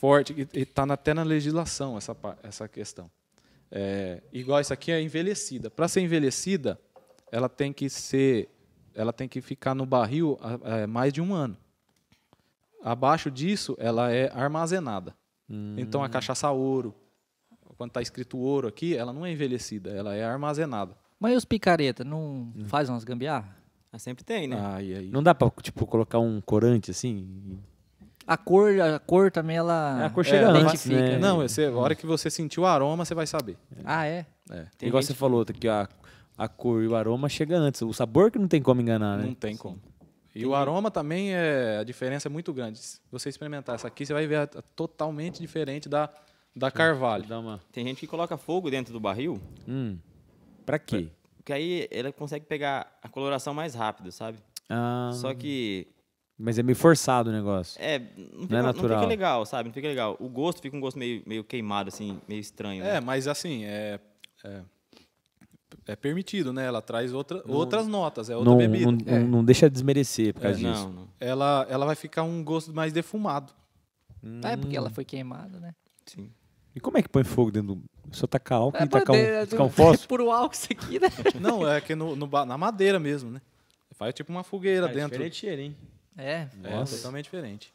[SPEAKER 3] forte, e está até na legislação essa, pa- essa questão. É, igual isso aqui é envelhecida. Para ser envelhecida, ela tem que ser. Ela tem que ficar no barril a- é, mais de um ano. Abaixo disso, ela é armazenada.
[SPEAKER 1] Hum.
[SPEAKER 3] Então a cachaça ouro, quando está escrito ouro aqui, ela não é envelhecida, ela é armazenada.
[SPEAKER 4] Mas e os picareta, não faz umas gambiarra?
[SPEAKER 2] ah, sempre tem, né?
[SPEAKER 3] Ah, e aí?
[SPEAKER 1] Não dá pra, tipo, colocar um corante assim?
[SPEAKER 4] A cor, a cor também, ela.
[SPEAKER 1] É, a cor
[SPEAKER 3] É,
[SPEAKER 1] chega
[SPEAKER 3] ela
[SPEAKER 1] antes,
[SPEAKER 4] identifica,
[SPEAKER 1] né?
[SPEAKER 4] né?
[SPEAKER 3] Não, você, a hora que você sentir o aroma, você vai saber.
[SPEAKER 4] Ah, é?
[SPEAKER 3] É,
[SPEAKER 2] Tem
[SPEAKER 1] Igual
[SPEAKER 2] gente
[SPEAKER 1] você falou, tá aqui, ó, a cor e o aroma chega antes. O sabor que não tem como enganar, né?
[SPEAKER 3] Não tem como. E o aroma também é. A diferença é muito grande. Se você experimentar essa aqui, você vai ver a- a- totalmente diferente da, da carvalho.
[SPEAKER 1] Dá uma.
[SPEAKER 2] Tem gente que coloca fogo dentro do barril
[SPEAKER 1] Hum, Pra quê?
[SPEAKER 2] Porque aí ela consegue pegar a coloração mais rápido, sabe?
[SPEAKER 1] Ah,
[SPEAKER 2] Só que
[SPEAKER 1] Mas é meio forçado o negócio.
[SPEAKER 2] É, não fica, não
[SPEAKER 1] natural.
[SPEAKER 2] fica legal, sabe? Não fica legal. O gosto fica um gosto meio, meio queimado, assim, meio estranho.
[SPEAKER 3] É,
[SPEAKER 2] né?
[SPEAKER 3] mas assim, é, é, é permitido, né? Ela traz outra, outras notas, é outra
[SPEAKER 1] não,
[SPEAKER 3] bebida.
[SPEAKER 1] não, não- não deixa desmerecer por causa disso.
[SPEAKER 2] É, Não, não.
[SPEAKER 3] Ela, ela vai ficar um gosto mais defumado.
[SPEAKER 4] Ah, é
[SPEAKER 1] Hum.
[SPEAKER 4] porque ela foi queimada, né?
[SPEAKER 2] Sim.
[SPEAKER 1] E como é que põe fogo dentro do. Só tacar álcool
[SPEAKER 4] É,
[SPEAKER 1] e tacar um,
[SPEAKER 4] mas é-
[SPEAKER 1] tacar um fósforo?
[SPEAKER 4] Puro álcool isso aqui, né?
[SPEAKER 3] Não, é que no, no ba- na madeira mesmo, né? Faz tipo uma fogueira
[SPEAKER 2] É
[SPEAKER 3] dentro.
[SPEAKER 1] hein?
[SPEAKER 4] É.
[SPEAKER 3] É totalmente diferente.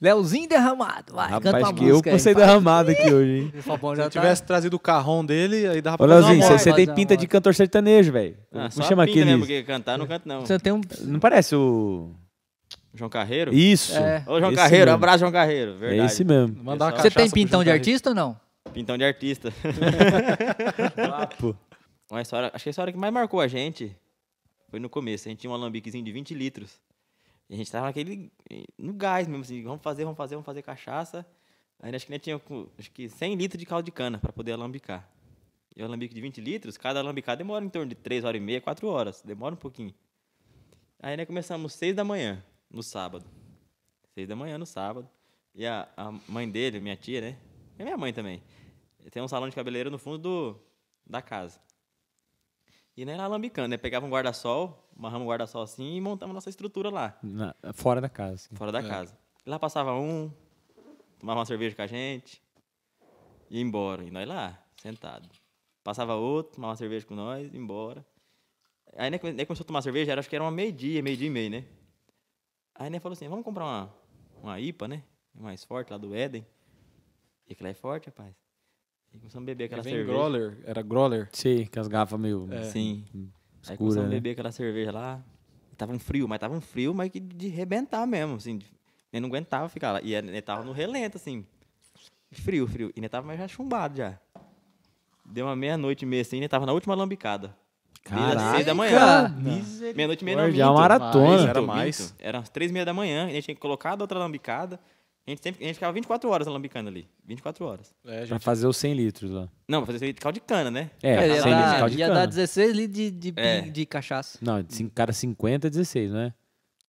[SPEAKER 4] Leozinho derramado. Vai, canta
[SPEAKER 1] Rapaz,
[SPEAKER 4] uma
[SPEAKER 1] que eu
[SPEAKER 4] música aí,
[SPEAKER 1] passei
[SPEAKER 4] vai.
[SPEAKER 1] derramado aqui hoje, hein?
[SPEAKER 4] O Fabão
[SPEAKER 3] Se
[SPEAKER 4] já
[SPEAKER 3] eu
[SPEAKER 4] tá-
[SPEAKER 3] tivesse trazido o carrão dele, aí dava
[SPEAKER 1] Ô,
[SPEAKER 3] pra fazer
[SPEAKER 1] Leozinho,
[SPEAKER 3] uma
[SPEAKER 1] você
[SPEAKER 4] moto.
[SPEAKER 1] você
[SPEAKER 4] Vai
[SPEAKER 1] tem
[SPEAKER 4] dar
[SPEAKER 1] pinta
[SPEAKER 4] uma
[SPEAKER 1] de cantor sertanejo, velho.
[SPEAKER 2] Ah,
[SPEAKER 1] Me
[SPEAKER 2] só
[SPEAKER 1] chama
[SPEAKER 2] a
[SPEAKER 1] aqui
[SPEAKER 2] pinta mesmo,
[SPEAKER 1] nisso.
[SPEAKER 2] porque cantar não canta, não.
[SPEAKER 4] Você tem um...
[SPEAKER 1] Não parece o.
[SPEAKER 2] João Carreiro?
[SPEAKER 1] Isso.
[SPEAKER 4] É.
[SPEAKER 2] Ô, João
[SPEAKER 1] Esse
[SPEAKER 2] Carreiro,
[SPEAKER 1] mesmo.
[SPEAKER 2] abraço, João Carreiro.
[SPEAKER 1] É
[SPEAKER 2] Verdade.
[SPEAKER 1] esse mesmo.
[SPEAKER 3] Mandar uma
[SPEAKER 2] Você
[SPEAKER 4] Você
[SPEAKER 3] cachaça
[SPEAKER 4] tem
[SPEAKER 3] pro
[SPEAKER 4] pintão de
[SPEAKER 3] Juntar
[SPEAKER 4] artista ou não?
[SPEAKER 2] Pintão de artista. Uma história, acho que a história que mais marcou a gente foi no começo. A gente tinha um alambiquezinho de 20 litros. E a gente tava naquele. no gás mesmo, assim, vamos fazer, vamos fazer, vamos fazer cachaça. Aí acho que nós tinha com- acho que 100 litros de caldo de cana para poder alambicar. E o alambique de 20 litros, cada alambicar demora em torno de 3 horas e meia, 4 horas. Demora um pouquinho. Aí nós começamos 6 da manhã, no sábado. 6 da manhã no sábado. E a, a mãe dele, minha tia, né? E minha mãe também. Tem um salão de cabeleireiro no fundo do, da casa. E nem lá alambicando, né? Pegava um guarda-sol, amarramos um guarda-sol assim e montamos nossa estrutura lá,
[SPEAKER 1] Na- fora da casa. assim.
[SPEAKER 2] fora da casa. Lá passava um, tomava uma cerveja com a gente, ia embora. E nós lá, sentado. Passava outro, tomava uma cerveja com nós, ia embora. Aí né, come- né, começou a tomar cerveja, era, acho que era uma meio-dia, meio-dia e meio, né? Aí né, falou assim, vamos comprar uma, uma IPA, né? Mais forte, lá do Éden. E aquela é forte, rapaz. E começamos a beber aquela
[SPEAKER 3] Vem
[SPEAKER 2] cerveja.
[SPEAKER 3] Groller, era Groller.
[SPEAKER 1] Sim, que as garrafas meio.
[SPEAKER 2] Sim.
[SPEAKER 1] escura,
[SPEAKER 2] É. aí começamos
[SPEAKER 1] né?
[SPEAKER 2] a beber aquela cerveja lá. Tava um frio, mas tava um frio, mas que de rebentar mesmo, assim. de- Eu não aguentava ficar lá. E ele tava no relento, assim. Frio, frio. E ele tava mais já chumbado já. Deu uma meia-noite e meia assim, ele tava na última lambicada. Desde as seis da manhã.
[SPEAKER 1] Caraca!
[SPEAKER 2] Meia-noite e meia não,
[SPEAKER 1] Olha, Já é uma
[SPEAKER 2] minto.
[SPEAKER 1] maratona.
[SPEAKER 3] Mas era
[SPEAKER 2] Minto,
[SPEAKER 3] mais.
[SPEAKER 2] minto. Era umas três e meia da manhã, a gente tinha colocado outra lambicada. A gente, sempre, a gente ficava 24 horas alambicando ali. 24 horas.
[SPEAKER 3] É,
[SPEAKER 1] Pra
[SPEAKER 3] gente,
[SPEAKER 1] fazer os 100 litros lá.
[SPEAKER 2] Não, pra fazer isso de caldo de cana, né?
[SPEAKER 1] É,
[SPEAKER 4] É,
[SPEAKER 2] sem
[SPEAKER 1] 100
[SPEAKER 4] ia,
[SPEAKER 1] litros
[SPEAKER 4] dar,
[SPEAKER 1] de caldo de
[SPEAKER 4] ia
[SPEAKER 1] cana.
[SPEAKER 4] dar 16 litros de, de,
[SPEAKER 2] É.
[SPEAKER 4] pin- de cachaça.
[SPEAKER 1] Não, de cin- cada 50 é 16, não é?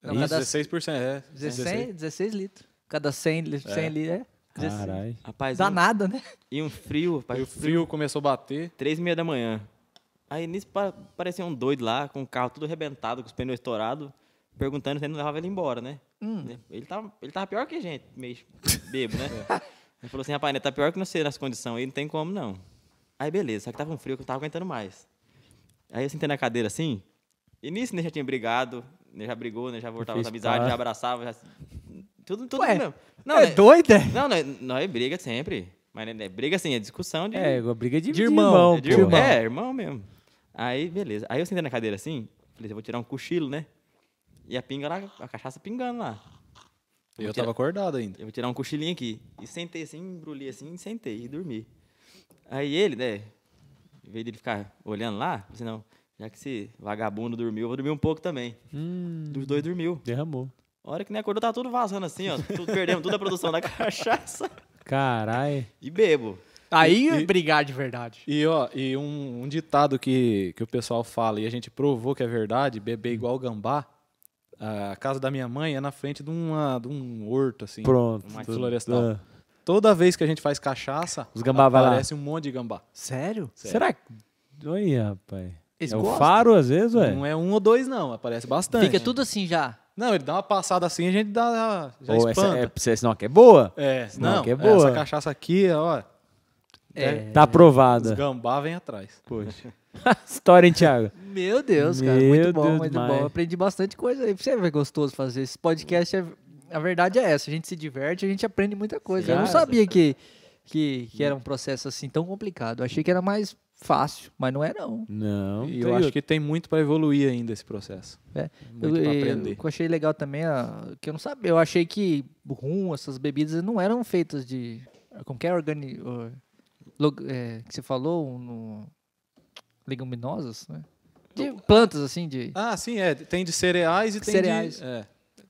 [SPEAKER 4] Não,
[SPEAKER 3] isso,
[SPEAKER 4] cada
[SPEAKER 3] 16%. É, 16.
[SPEAKER 4] 16, 16 litros. Cada 100, li- 100 litros é 16.
[SPEAKER 1] Caralho.
[SPEAKER 2] Rapaz,
[SPEAKER 4] Dá
[SPEAKER 2] um-
[SPEAKER 4] nada, né?
[SPEAKER 2] e um frio, rapaz.
[SPEAKER 3] Aí o frio começou a bater.
[SPEAKER 2] Três e meia da manhã. Aí nisso pa- parecia um doido lá, com o carro tudo arrebentado, com os pneus estourados, perguntando se ele não levava ele embora, né?
[SPEAKER 4] Hum.
[SPEAKER 2] Ele, tava, ele tava pior que a gente, meio bebo, né? Ele falou assim, rapaz, né, tá pior que não sei nas condições aí, não tem como não. Aí beleza, só que tava um frio que eu não tava aguentando mais. Aí eu sentei na cadeira assim, e nisso né, já tinha brigado, né, já brigou, né, já voltava
[SPEAKER 1] Fez
[SPEAKER 2] as amizades,
[SPEAKER 1] par.
[SPEAKER 2] já abraçava, já... tudo, tudo
[SPEAKER 4] Ué,
[SPEAKER 2] mesmo.
[SPEAKER 4] Não, é
[SPEAKER 2] né-
[SPEAKER 4] doida?
[SPEAKER 2] não, não, é- não é briga sempre. Mas né, é briga assim, é discussão de.
[SPEAKER 1] É, uma briga de,
[SPEAKER 4] De irmão,
[SPEAKER 1] de
[SPEAKER 2] de
[SPEAKER 1] pô.
[SPEAKER 2] irmão. É, irmão mesmo. Aí, beleza. Aí eu sentei na cadeira assim, falei, eu vou tirar um cochilo, né? E a pinga lá, a cachaça pingando lá.
[SPEAKER 3] Eu
[SPEAKER 2] tirar-
[SPEAKER 3] tava acordado ainda.
[SPEAKER 2] Eu vou tirar um cochilinho aqui. E sentei assim, embrulhei assim, e sentei e dormi. Aí ele, né, em vez dele ficar olhando lá, falou assim, não, já que esse vagabundo dormiu, eu vou dormir um pouco também. Dos dois dormiu.
[SPEAKER 1] Hum, Derramou.
[SPEAKER 2] A hora que nem acordou, tava tudo vazando assim, ó. Tudo, perdemos toda a produção da cachaça.
[SPEAKER 1] Caralho.
[SPEAKER 2] E bebo.
[SPEAKER 4] Aí
[SPEAKER 3] E-
[SPEAKER 4] brigar de verdade.
[SPEAKER 3] E, ó, e um, um ditado que, que o pessoal fala e a gente provou que é verdade, beber igual gambá. A casa da minha mãe é na frente de, uma, de um horto, assim.
[SPEAKER 1] Pronto.
[SPEAKER 2] Uma
[SPEAKER 1] Tudo-
[SPEAKER 3] florestal.
[SPEAKER 1] Ah.
[SPEAKER 3] Toda vez que a gente faz cachaça,
[SPEAKER 1] Os gambá vai lá.
[SPEAKER 3] aparece um monte de gambá.
[SPEAKER 4] Sério?
[SPEAKER 1] Será que. Olha, rapaz.
[SPEAKER 4] Eles
[SPEAKER 1] é o
[SPEAKER 4] gostam?
[SPEAKER 1] faro às vezes, ué?
[SPEAKER 3] Não é um ou dois, não. Aparece bastante.
[SPEAKER 4] Fica tudo assim já.
[SPEAKER 3] Não, ele dá uma passada assim e a gente dá, já
[SPEAKER 1] Ou essa é,
[SPEAKER 3] espanta.
[SPEAKER 1] se- senão que é boa?
[SPEAKER 3] É,
[SPEAKER 1] Não, que é boa.
[SPEAKER 3] essa cachaça aqui, ó,
[SPEAKER 4] É.
[SPEAKER 1] Tá
[SPEAKER 3] os
[SPEAKER 1] aprovada.
[SPEAKER 3] gambá vêm atrás.
[SPEAKER 1] Poxa. História, hein, Thiago?
[SPEAKER 4] Meu Deus, cara.
[SPEAKER 1] Meu
[SPEAKER 4] Muito bom,
[SPEAKER 1] Deus
[SPEAKER 4] muito
[SPEAKER 1] demais.
[SPEAKER 4] bom. Aprendi bastante coisa aí. Você é gostoso fazer esse podcast. é- A verdade é essa. A gente se diverte, a gente aprende muita coisa. Eu não
[SPEAKER 1] Cara,
[SPEAKER 4] sabia que, que, que era um processo assim tão complicado. Eu achei que era mais fácil, mas não é não.
[SPEAKER 1] Não.
[SPEAKER 3] E
[SPEAKER 1] Então tem
[SPEAKER 3] eu
[SPEAKER 1] outro.
[SPEAKER 3] acho que tem muito para evoluir ainda esse processo.
[SPEAKER 4] É.
[SPEAKER 3] Muito
[SPEAKER 4] eu,
[SPEAKER 3] pra
[SPEAKER 4] eu-
[SPEAKER 3] aprender.
[SPEAKER 4] O que eu achei legal também, ah, que eu não sabia, eu achei que rum, essas bebidas não eram feitas de qualquer organi... ó, log- é, que você falou, um, no- leguminosas, né? De plantas, assim, de...
[SPEAKER 3] Ah, sim, é. Tem de cereais e tem
[SPEAKER 4] Cereais.
[SPEAKER 3] de. É,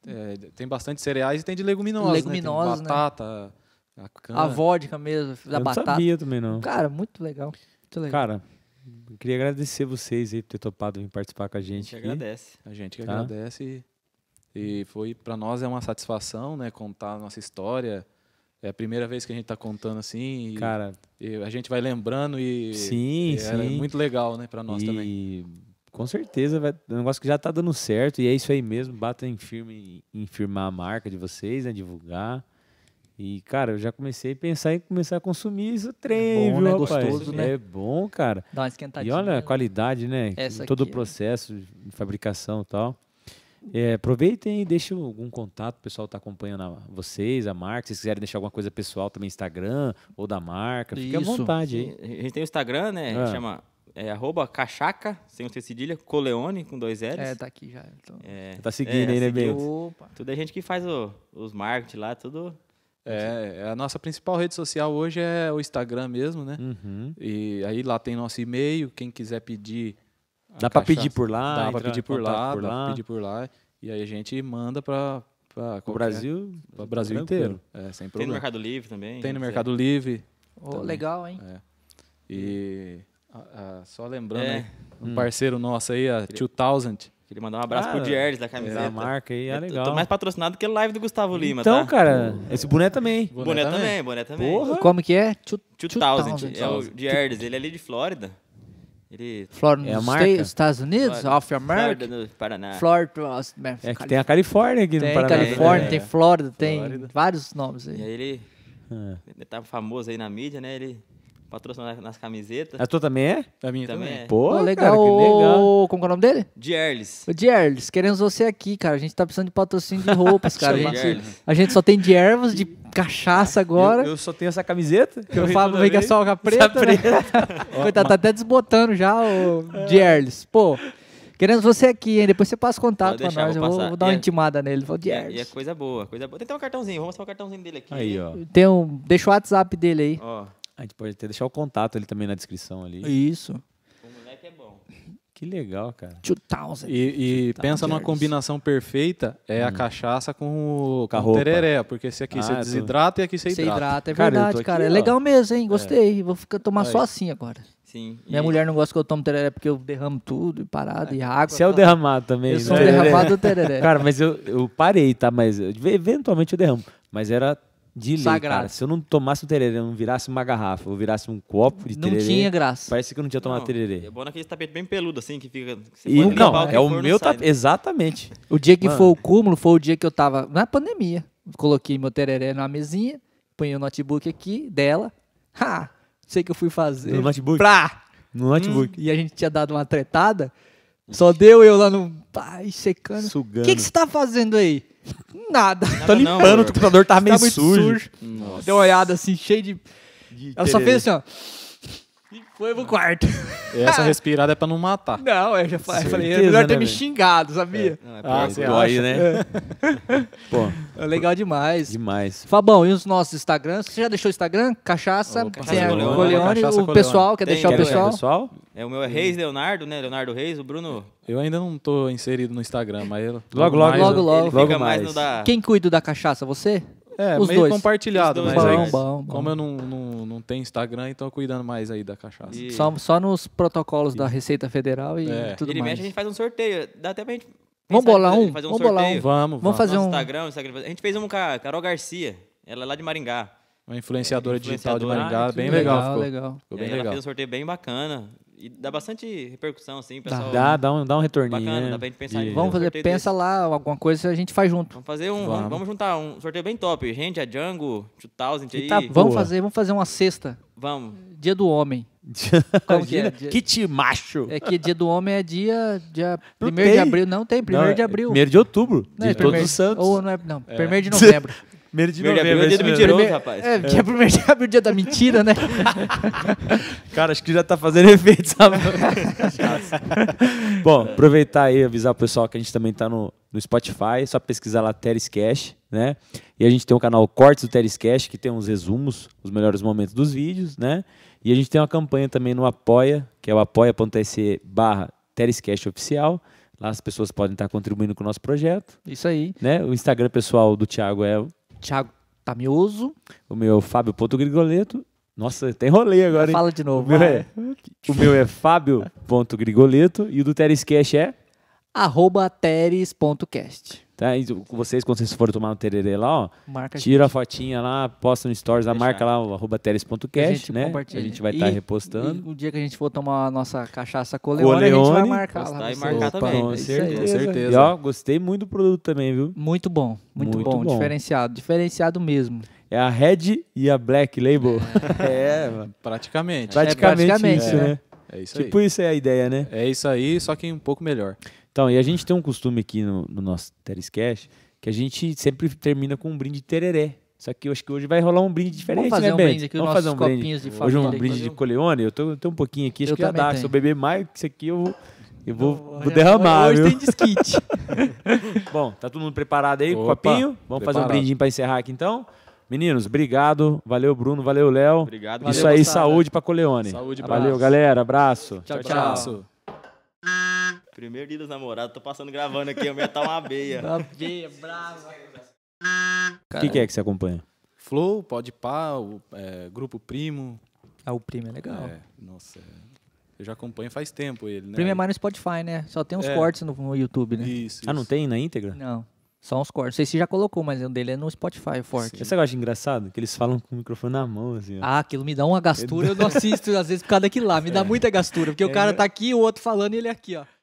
[SPEAKER 3] é, tem bastante cereais e tem de leguminosas.
[SPEAKER 4] Leguminosas,
[SPEAKER 3] né?
[SPEAKER 4] né?
[SPEAKER 3] Tem batata, a cana.
[SPEAKER 4] A vodka mesmo, é da
[SPEAKER 1] Ah. eu não
[SPEAKER 4] batata.
[SPEAKER 1] sabia também, não.
[SPEAKER 4] Cara, muito legal. Muito legal.
[SPEAKER 1] Cara, Eu Queria agradecer vocês aí por ter topado vir participar com a
[SPEAKER 2] A
[SPEAKER 1] gente.
[SPEAKER 2] gente
[SPEAKER 1] aqui.
[SPEAKER 2] agradece.
[SPEAKER 3] A gente que
[SPEAKER 1] Tá.
[SPEAKER 3] agradece. E foi para nós é uma satisfação, né, contar a nossa história. É a primeira vez que a gente tá contando assim e,
[SPEAKER 1] Cara,
[SPEAKER 3] e a gente vai lembrando e
[SPEAKER 1] sim,
[SPEAKER 3] e
[SPEAKER 1] sim.
[SPEAKER 3] é muito legal, né, para nós
[SPEAKER 1] e
[SPEAKER 3] também.
[SPEAKER 1] com certeza vai, é um negócio que já tá dando certo e é isso aí mesmo, batem firme em firmar a marca de vocês, né, divulgar. E cara, eu já comecei a pensar em começar a consumir esse trem,
[SPEAKER 4] bom,
[SPEAKER 1] viu,
[SPEAKER 4] né?
[SPEAKER 1] rapaz?
[SPEAKER 4] Gostoso, né?
[SPEAKER 1] É bom, cara.
[SPEAKER 4] Dá uma
[SPEAKER 1] E
[SPEAKER 4] esquentadinha.
[SPEAKER 1] olha a
[SPEAKER 4] né?
[SPEAKER 1] qualidade, né?
[SPEAKER 4] Essa
[SPEAKER 1] Todo
[SPEAKER 4] aqui,
[SPEAKER 1] o
[SPEAKER 4] ó.
[SPEAKER 1] processo de fabricação e tal. É, aproveitem e deixem algum contato, o pessoal está acompanhando a- vocês, a marca. Se vocês quiserem deixar alguma coisa pessoal também, Instagram ou da marca, fique à
[SPEAKER 4] Isso.
[SPEAKER 1] vontade aí.
[SPEAKER 2] A gente tem o Instagram, né?
[SPEAKER 1] Ah.
[SPEAKER 2] Chama é, arroba cachaca, sem o C cedilha, coleone, com dois L's.
[SPEAKER 4] É, tá aqui já. então.
[SPEAKER 1] Tá seguindo
[SPEAKER 2] É,
[SPEAKER 1] aí, né,
[SPEAKER 2] seguiu.
[SPEAKER 1] Bento?
[SPEAKER 4] Opa.
[SPEAKER 2] Tudo é gente que faz o- os marketing lá, tudo.
[SPEAKER 3] É, é, a nossa principal rede social hoje é o Instagram mesmo, né?
[SPEAKER 1] Uhum.
[SPEAKER 3] E aí lá tem nosso e-mail, quem quiser pedir a
[SPEAKER 1] Dá pra
[SPEAKER 3] cachaça-
[SPEAKER 1] pedir por lá,
[SPEAKER 3] dá
[SPEAKER 1] entrar Ah,
[SPEAKER 3] para
[SPEAKER 1] em
[SPEAKER 3] pedir por
[SPEAKER 1] contato
[SPEAKER 3] lá,
[SPEAKER 1] por
[SPEAKER 3] dá
[SPEAKER 1] lá.
[SPEAKER 3] pra pedir por lá, e aí a gente manda para
[SPEAKER 1] O Brasil,
[SPEAKER 3] para Brasil
[SPEAKER 1] tranquilo.
[SPEAKER 3] inteiro, é, sem
[SPEAKER 2] Tem no
[SPEAKER 3] problema.
[SPEAKER 2] Mercado Livre né? também.
[SPEAKER 3] Tem no
[SPEAKER 2] se
[SPEAKER 3] Mercado Livre.
[SPEAKER 4] Ô,
[SPEAKER 3] Também.
[SPEAKER 4] legal, hein?
[SPEAKER 1] É.
[SPEAKER 3] E ah, ah, só lembrando,
[SPEAKER 2] É.
[SPEAKER 3] aí,
[SPEAKER 1] Hum.
[SPEAKER 3] um parceiro nosso aí, a 2000,
[SPEAKER 2] quiser. Queria mandar um abraço
[SPEAKER 1] Ah,
[SPEAKER 2] pro Dierdes da
[SPEAKER 1] É,
[SPEAKER 2] camiseta.
[SPEAKER 1] a marca aí, é
[SPEAKER 2] Eu tô-
[SPEAKER 1] legal.
[SPEAKER 2] Tô mais patrocinado que a live do Gustavo Lima,
[SPEAKER 1] então,
[SPEAKER 2] tá?
[SPEAKER 1] cara, esse boné também.
[SPEAKER 2] Boné, também, boné também.
[SPEAKER 1] Porra.
[SPEAKER 4] Como que é? Two-
[SPEAKER 2] 2000, é o
[SPEAKER 4] 2000.
[SPEAKER 2] Dierdes, ele é ali de Flórida. Ele...
[SPEAKER 4] Florida
[SPEAKER 1] É a
[SPEAKER 4] nos
[SPEAKER 1] marca?
[SPEAKER 4] Sta- Estados Unidos,
[SPEAKER 2] Flórida.
[SPEAKER 4] Off America,
[SPEAKER 2] Flórida, do Paraná.
[SPEAKER 4] Florida,
[SPEAKER 1] É que tem a Califórnia aqui no
[SPEAKER 4] tem
[SPEAKER 1] Paraná.
[SPEAKER 4] Califórnia,
[SPEAKER 1] né?
[SPEAKER 4] tem Flórida, tem
[SPEAKER 3] Flórida.
[SPEAKER 4] vários nomes
[SPEAKER 2] E
[SPEAKER 4] aí.
[SPEAKER 2] aí ele,
[SPEAKER 1] É.
[SPEAKER 2] ele tá famoso aí na mídia, né? Ele patrocinou nas- nas camisetas.
[SPEAKER 1] A tua também é?
[SPEAKER 3] Da minha também.
[SPEAKER 2] também. é.
[SPEAKER 1] Pô,
[SPEAKER 4] Ô,
[SPEAKER 1] cara,
[SPEAKER 4] legal.
[SPEAKER 1] que legal.
[SPEAKER 4] Ô, Como que é o nome dele?
[SPEAKER 2] Dierles.
[SPEAKER 4] O Dierles, queremos você aqui, cara. A gente tá precisando de patrocínio de roupas, cara. A
[SPEAKER 2] Chama
[SPEAKER 4] gente,
[SPEAKER 2] Dierles.
[SPEAKER 4] a gente só tem de ervas, de cachaça agora.
[SPEAKER 1] Eu, eu só tenho essa camiseta.
[SPEAKER 4] que o Fábio vem com a soca preta. né? Coitado, tá até desbotando já
[SPEAKER 1] É.
[SPEAKER 4] o Dierles. Pô, queremos você aqui, hein? Depois você passa contato
[SPEAKER 2] Pode
[SPEAKER 4] com
[SPEAKER 2] deixar,
[SPEAKER 4] nós. Eu
[SPEAKER 2] vou
[SPEAKER 4] vou,
[SPEAKER 2] passar.
[SPEAKER 4] vou dar uma
[SPEAKER 2] E é-
[SPEAKER 4] intimada nele. Vou,
[SPEAKER 2] E é, e é
[SPEAKER 4] Dierles.
[SPEAKER 2] coisa boa, coisa boa. Tem até um cartãozinho, vou mostrar o cartãozinho dele aqui.
[SPEAKER 1] Aí, ó.
[SPEAKER 4] Tem um, deixa o WhatsApp dele aí.
[SPEAKER 2] Ó,
[SPEAKER 1] A gente pode até deixar o contato ali também na descrição ali.
[SPEAKER 4] Isso.
[SPEAKER 2] o moleque é bom.
[SPEAKER 1] Que legal, cara.
[SPEAKER 4] 2000.
[SPEAKER 3] E, e
[SPEAKER 4] Tá,
[SPEAKER 3] pensa numa
[SPEAKER 4] Jerry's.
[SPEAKER 3] combinação perfeita, é a cachaça com
[SPEAKER 1] Hum.
[SPEAKER 3] o,
[SPEAKER 1] Com
[SPEAKER 3] com
[SPEAKER 1] a
[SPEAKER 3] o
[SPEAKER 1] roupa.
[SPEAKER 3] tereré, porque esse aqui
[SPEAKER 1] Ah,
[SPEAKER 3] você
[SPEAKER 1] tô-
[SPEAKER 3] desidrata e aqui você
[SPEAKER 4] Você
[SPEAKER 3] hidrata.
[SPEAKER 4] hidrata, é
[SPEAKER 1] Cara, eu tô
[SPEAKER 4] verdade,
[SPEAKER 1] aqui,
[SPEAKER 4] cara. É
[SPEAKER 1] ó.
[SPEAKER 4] legal mesmo, hein? Gostei. Vou ficar, tomar só
[SPEAKER 3] Aí.
[SPEAKER 4] assim agora.
[SPEAKER 2] Sim. e-
[SPEAKER 4] Minha mulher não gosta que eu tomo tereré porque eu derramo tudo e parado e água.
[SPEAKER 1] Você é o derramado também,
[SPEAKER 4] Eu sou o
[SPEAKER 1] né?
[SPEAKER 4] derramado do tereré.
[SPEAKER 1] Cara, mas eu, eu parei, tá? Mas eu- eventualmente eu derramo. Mas era de lei,
[SPEAKER 4] Sagrado.
[SPEAKER 1] cara. Se eu não tomasse um tereré, eu não virasse uma garrafa, eu virasse um copo de
[SPEAKER 4] não
[SPEAKER 1] tereré...
[SPEAKER 4] tinha graça.
[SPEAKER 1] Parece que eu não tinha tomado
[SPEAKER 2] Não,
[SPEAKER 1] tereré.
[SPEAKER 2] É bom naquele tapete bem peludo, assim, que fica. que você
[SPEAKER 1] E
[SPEAKER 2] pode
[SPEAKER 1] não,
[SPEAKER 2] limpar que
[SPEAKER 1] é o
[SPEAKER 2] for, não
[SPEAKER 1] meu
[SPEAKER 2] sai,
[SPEAKER 1] tapete. Exatamente.
[SPEAKER 4] O dia que
[SPEAKER 1] Mano.
[SPEAKER 4] foi o cúmulo foi o dia que eu tava na pandemia. Coloquei meu tereré numa mesinha, punhei o notebook aqui dela. Ha! Sei que eu fui fazer.
[SPEAKER 1] No notebook?
[SPEAKER 4] Pra!
[SPEAKER 1] No
[SPEAKER 2] Hum.
[SPEAKER 1] notebook.
[SPEAKER 4] E a gente tinha dado uma tretada. Só deu eu lá no. Ai, secando. O
[SPEAKER 1] Sugando.
[SPEAKER 4] que que você tá fazendo aí? Nada.
[SPEAKER 2] né?
[SPEAKER 1] Tô
[SPEAKER 2] Nada não,
[SPEAKER 1] limpando, o
[SPEAKER 2] amor.
[SPEAKER 1] computador tava meio
[SPEAKER 4] tá muito
[SPEAKER 1] sujo.
[SPEAKER 4] sujo. Deu uma olhada assim, cheio de. Ela só fez assim, ó. E foi pro quarto.
[SPEAKER 3] E Essa respirada é pra não matar.
[SPEAKER 4] Não, eu já fa- eu falei, é
[SPEAKER 1] Certeza,
[SPEAKER 4] melhor ter
[SPEAKER 1] né,
[SPEAKER 4] me
[SPEAKER 1] velho?
[SPEAKER 4] xingado, sabia?
[SPEAKER 2] Não, é
[SPEAKER 3] Ah,
[SPEAKER 2] pra-
[SPEAKER 3] você
[SPEAKER 1] dói,
[SPEAKER 3] acha?
[SPEAKER 1] né?
[SPEAKER 2] É.
[SPEAKER 1] Pô,
[SPEAKER 4] É legal demais.
[SPEAKER 1] demais.
[SPEAKER 4] Fabão, e os nossos Instagrams? Você já deixou o Instagram? Cachaça,
[SPEAKER 3] Opa,
[SPEAKER 4] tem a
[SPEAKER 2] Cachaça Coleone.
[SPEAKER 4] Coleone,
[SPEAKER 3] Cachaça
[SPEAKER 4] o
[SPEAKER 3] Coleone.
[SPEAKER 4] pessoal, quer
[SPEAKER 2] Tem,
[SPEAKER 4] deixar o
[SPEAKER 2] quer deixar
[SPEAKER 4] pessoal?
[SPEAKER 1] pessoal?
[SPEAKER 2] É, o meu é Reis Leonardo, né? Leonardo Reis, o Bruno.
[SPEAKER 3] Eu ainda não tô inserido no Instagram, mas eu-
[SPEAKER 1] Logo, logo,
[SPEAKER 3] mais
[SPEAKER 4] logo,
[SPEAKER 3] eu-
[SPEAKER 4] logo.
[SPEAKER 2] ele
[SPEAKER 1] logo
[SPEAKER 2] fica mais,
[SPEAKER 1] mais.
[SPEAKER 2] no da.
[SPEAKER 4] Quem cuida da cachaça? Você?
[SPEAKER 3] É,
[SPEAKER 4] Os
[SPEAKER 3] meio
[SPEAKER 4] dois.
[SPEAKER 3] compartilhado,
[SPEAKER 2] Os dois.
[SPEAKER 3] mas aí-
[SPEAKER 4] bom,
[SPEAKER 2] é,
[SPEAKER 4] bom, bom.
[SPEAKER 3] como eu não, não, não tenho Instagram, então eu cuidando mais aí da cachaça.
[SPEAKER 2] E-
[SPEAKER 4] Só, só nos protocolos da Receita Federal e
[SPEAKER 3] É.
[SPEAKER 4] tudo
[SPEAKER 2] Ele
[SPEAKER 4] mais.
[SPEAKER 2] mexe, a gente faz um sorteio. Dá até pra gente.
[SPEAKER 4] Vamos
[SPEAKER 2] pensar em
[SPEAKER 4] bolar
[SPEAKER 2] fazer-
[SPEAKER 4] um?
[SPEAKER 2] Fazer um
[SPEAKER 4] Vamos bolar
[SPEAKER 2] sorteio.
[SPEAKER 4] um.
[SPEAKER 3] Vamos,
[SPEAKER 4] Vamos
[SPEAKER 3] vamos.
[SPEAKER 4] fazer
[SPEAKER 2] Nosso
[SPEAKER 4] um-
[SPEAKER 2] Instagram, Instagram. A gente fez um com a Carol Garcia. Ela é lá de Maringá.
[SPEAKER 3] Uma influenciadora digital de
[SPEAKER 2] Influenciadora.
[SPEAKER 3] Maringá,
[SPEAKER 1] Ah, que
[SPEAKER 3] bem legal.
[SPEAKER 4] legal,
[SPEAKER 3] ficou.
[SPEAKER 4] legal.
[SPEAKER 3] Ficou
[SPEAKER 2] E
[SPEAKER 3] bem
[SPEAKER 2] aí ela
[SPEAKER 3] legal.
[SPEAKER 2] fez um sorteio bem bacana. E dá bastante repercussão, assim,
[SPEAKER 4] Dá.
[SPEAKER 2] pessoal.
[SPEAKER 1] Dá, dá um, dá um retorninho,
[SPEAKER 2] Bacana,
[SPEAKER 1] né?
[SPEAKER 2] dá pra gente pensar
[SPEAKER 1] De-
[SPEAKER 2] em-
[SPEAKER 4] Vamos fazer,
[SPEAKER 2] Sorteio
[SPEAKER 4] pensa lá, alguma coisa a gente faz junto.
[SPEAKER 2] Vamos fazer um. Vamos.
[SPEAKER 3] Vamos.
[SPEAKER 2] vamos juntar um sorteio bem top. Gente, a Django, 2000 aí.
[SPEAKER 1] tá bom.
[SPEAKER 4] Vamos
[SPEAKER 1] Boa.
[SPEAKER 4] fazer, vamos fazer uma sexta,
[SPEAKER 2] Vamos.
[SPEAKER 4] Dia do Homem. Como que é?
[SPEAKER 1] Imagina, te macho.
[SPEAKER 4] É que Dia do Homem é dia, dia
[SPEAKER 1] Não
[SPEAKER 4] 1 de
[SPEAKER 1] tem.
[SPEAKER 4] abril. Não tem, 1
[SPEAKER 1] Não,
[SPEAKER 4] de
[SPEAKER 1] é
[SPEAKER 4] abril.
[SPEAKER 1] Primeiro de outubro,
[SPEAKER 4] Não, é
[SPEAKER 1] de todos
[SPEAKER 4] primeiro-
[SPEAKER 1] os santos.
[SPEAKER 4] Ou não é, não, 1 de novembro.
[SPEAKER 1] Primeiro de novembro,
[SPEAKER 2] Primeiro de abril é
[SPEAKER 1] é
[SPEAKER 2] dia
[SPEAKER 1] isso
[SPEAKER 2] do
[SPEAKER 1] mesmo.
[SPEAKER 2] mentiroso,
[SPEAKER 4] Primeiro-
[SPEAKER 2] rapaz.
[SPEAKER 4] É, dia 1 de abril, dia da mentira, né?
[SPEAKER 1] Cara, acho que já tá fazendo efeito, sabe? Bom, aproveitar aí e avisar o pessoal que a gente também tá no, no Spotify, é só pesquisar lá Teres Cash, né? E a gente tem o canal Cortes do Teres Cash, que tem uns resumos, os melhores momentos dos vídeos, né? E a gente tem uma campanha também no Apoia, que é o apoia.se barra Teres Cash Oficial. Lá as pessoas podem estar contribuindo com o nosso projeto,
[SPEAKER 4] Isso aí.
[SPEAKER 1] né? O Instagram pessoal do Thiago é
[SPEAKER 4] Thiago Tamioso.
[SPEAKER 1] o meu é o Fábio Ponto Grigoleto Nossa, até enrolei agora, hein?
[SPEAKER 4] Fala de
[SPEAKER 1] O
[SPEAKER 4] novo.
[SPEAKER 1] meu
[SPEAKER 4] vai.
[SPEAKER 1] é, o meu é fábio.grigoleto e o do Terescast é...
[SPEAKER 4] Arroba teres.cast.
[SPEAKER 1] Tá? E vocês, quando vocês forem tomar um tererê lá, ó,
[SPEAKER 4] Marca a
[SPEAKER 1] tira a fotinha lá, posta no stories, a
[SPEAKER 2] Deixar.
[SPEAKER 1] marca lá, o arroba
[SPEAKER 4] a
[SPEAKER 1] teres.cast,
[SPEAKER 4] gente
[SPEAKER 1] né? A
[SPEAKER 4] compartilha.
[SPEAKER 1] gente vai
[SPEAKER 4] E-
[SPEAKER 1] estar repostando.
[SPEAKER 4] e o dia que a gente for tomar a nossa cachaça coleone, a gente vai
[SPEAKER 1] Coleone.
[SPEAKER 4] marcar lá.
[SPEAKER 2] Postar e
[SPEAKER 4] no
[SPEAKER 2] marcar
[SPEAKER 4] seu-
[SPEAKER 2] também. né?
[SPEAKER 4] é isso aí.
[SPEAKER 3] Com certeza.
[SPEAKER 1] E ó, gostei muito do produto também, viu?
[SPEAKER 4] Muito bom, muito,
[SPEAKER 1] Muito
[SPEAKER 4] bom,
[SPEAKER 1] bom.
[SPEAKER 4] Diferenciado, diferenciado mesmo.
[SPEAKER 1] É a Red e a Black Label. É, mano.
[SPEAKER 3] Praticamente.
[SPEAKER 4] Vai-
[SPEAKER 1] Praticamente,
[SPEAKER 4] praticamente,
[SPEAKER 1] isso,
[SPEAKER 4] é.
[SPEAKER 1] né?
[SPEAKER 3] É isso aí.
[SPEAKER 1] Tipo, isso é a ideia, né?
[SPEAKER 3] É isso aí, só que um pouco melhor.
[SPEAKER 1] Então, e a gente tem um costume aqui no, no nosso Terescast que a gente sempre termina com um brinde tereré. Só que eu acho que hoje vai rolar um brinde diferente,
[SPEAKER 4] Vamos fazer
[SPEAKER 1] né,
[SPEAKER 4] um
[SPEAKER 1] Ben?
[SPEAKER 4] brinde aqui, os
[SPEAKER 1] Vamos
[SPEAKER 4] nossos
[SPEAKER 1] fazer um brinde.
[SPEAKER 4] copinhos de
[SPEAKER 1] Hoje
[SPEAKER 4] família.
[SPEAKER 1] um
[SPEAKER 4] aqui.
[SPEAKER 1] brinde de coleone, eu tô, tenho um pouquinho aqui, acho
[SPEAKER 4] Eu
[SPEAKER 1] que ia
[SPEAKER 4] também
[SPEAKER 1] dar.
[SPEAKER 4] tenho.
[SPEAKER 1] Se eu beber mais que isso aqui, eu vou, eu vou, vou
[SPEAKER 4] Hoje-
[SPEAKER 1] derramar,
[SPEAKER 4] Hoje
[SPEAKER 1] viu?
[SPEAKER 4] tem disquite.
[SPEAKER 1] Bom, tá todo mundo preparado aí?
[SPEAKER 3] Opa,
[SPEAKER 1] copinho? Vamos fazer um
[SPEAKER 3] preparado.
[SPEAKER 1] brindinho pra encerrar aqui, então? Meninos, obrigado. Valeu, Bruno. Valeu, Léo.
[SPEAKER 2] Obrigado.
[SPEAKER 1] Isso
[SPEAKER 2] galera.
[SPEAKER 1] aí,
[SPEAKER 4] moçada.
[SPEAKER 1] saúde pra coleone.
[SPEAKER 3] Saúde,
[SPEAKER 1] Valeu,
[SPEAKER 3] abraço.
[SPEAKER 1] galera. Abraço.
[SPEAKER 4] Tchau, tchau.
[SPEAKER 3] Abraço.
[SPEAKER 2] Primeiro dia dos namorados, tô passando gravando aqui, eu ia tá uma beia.
[SPEAKER 4] Babeia, brava.
[SPEAKER 1] O que, que é que você acompanha?
[SPEAKER 3] Flow, pode pá, o, é, grupo primo.
[SPEAKER 4] Ah, o Primo é legal.
[SPEAKER 3] É, nossa. é. Eu já acompanho faz tempo ele, né?
[SPEAKER 4] O Primo é mais no Spotify, né? Só tem uns
[SPEAKER 3] É.
[SPEAKER 4] cortes no, no YouTube, né?
[SPEAKER 3] Isso,
[SPEAKER 1] Ah, não
[SPEAKER 3] isso.
[SPEAKER 1] tem na íntegra?
[SPEAKER 4] Não, só uns cortes. Não sei se já colocou, mas o dele é no Spotify, o forte.
[SPEAKER 1] Sabe o que eu acho engraçado? Que eles falam com o microfone na mão, assim, ó.
[SPEAKER 4] Ah, aquilo me dá uma gastura, eu não assisto às vezes por causa daquilo lá. Me dá muita gastura, porque o cara tá aqui, o outro falando e ele aqui, ó.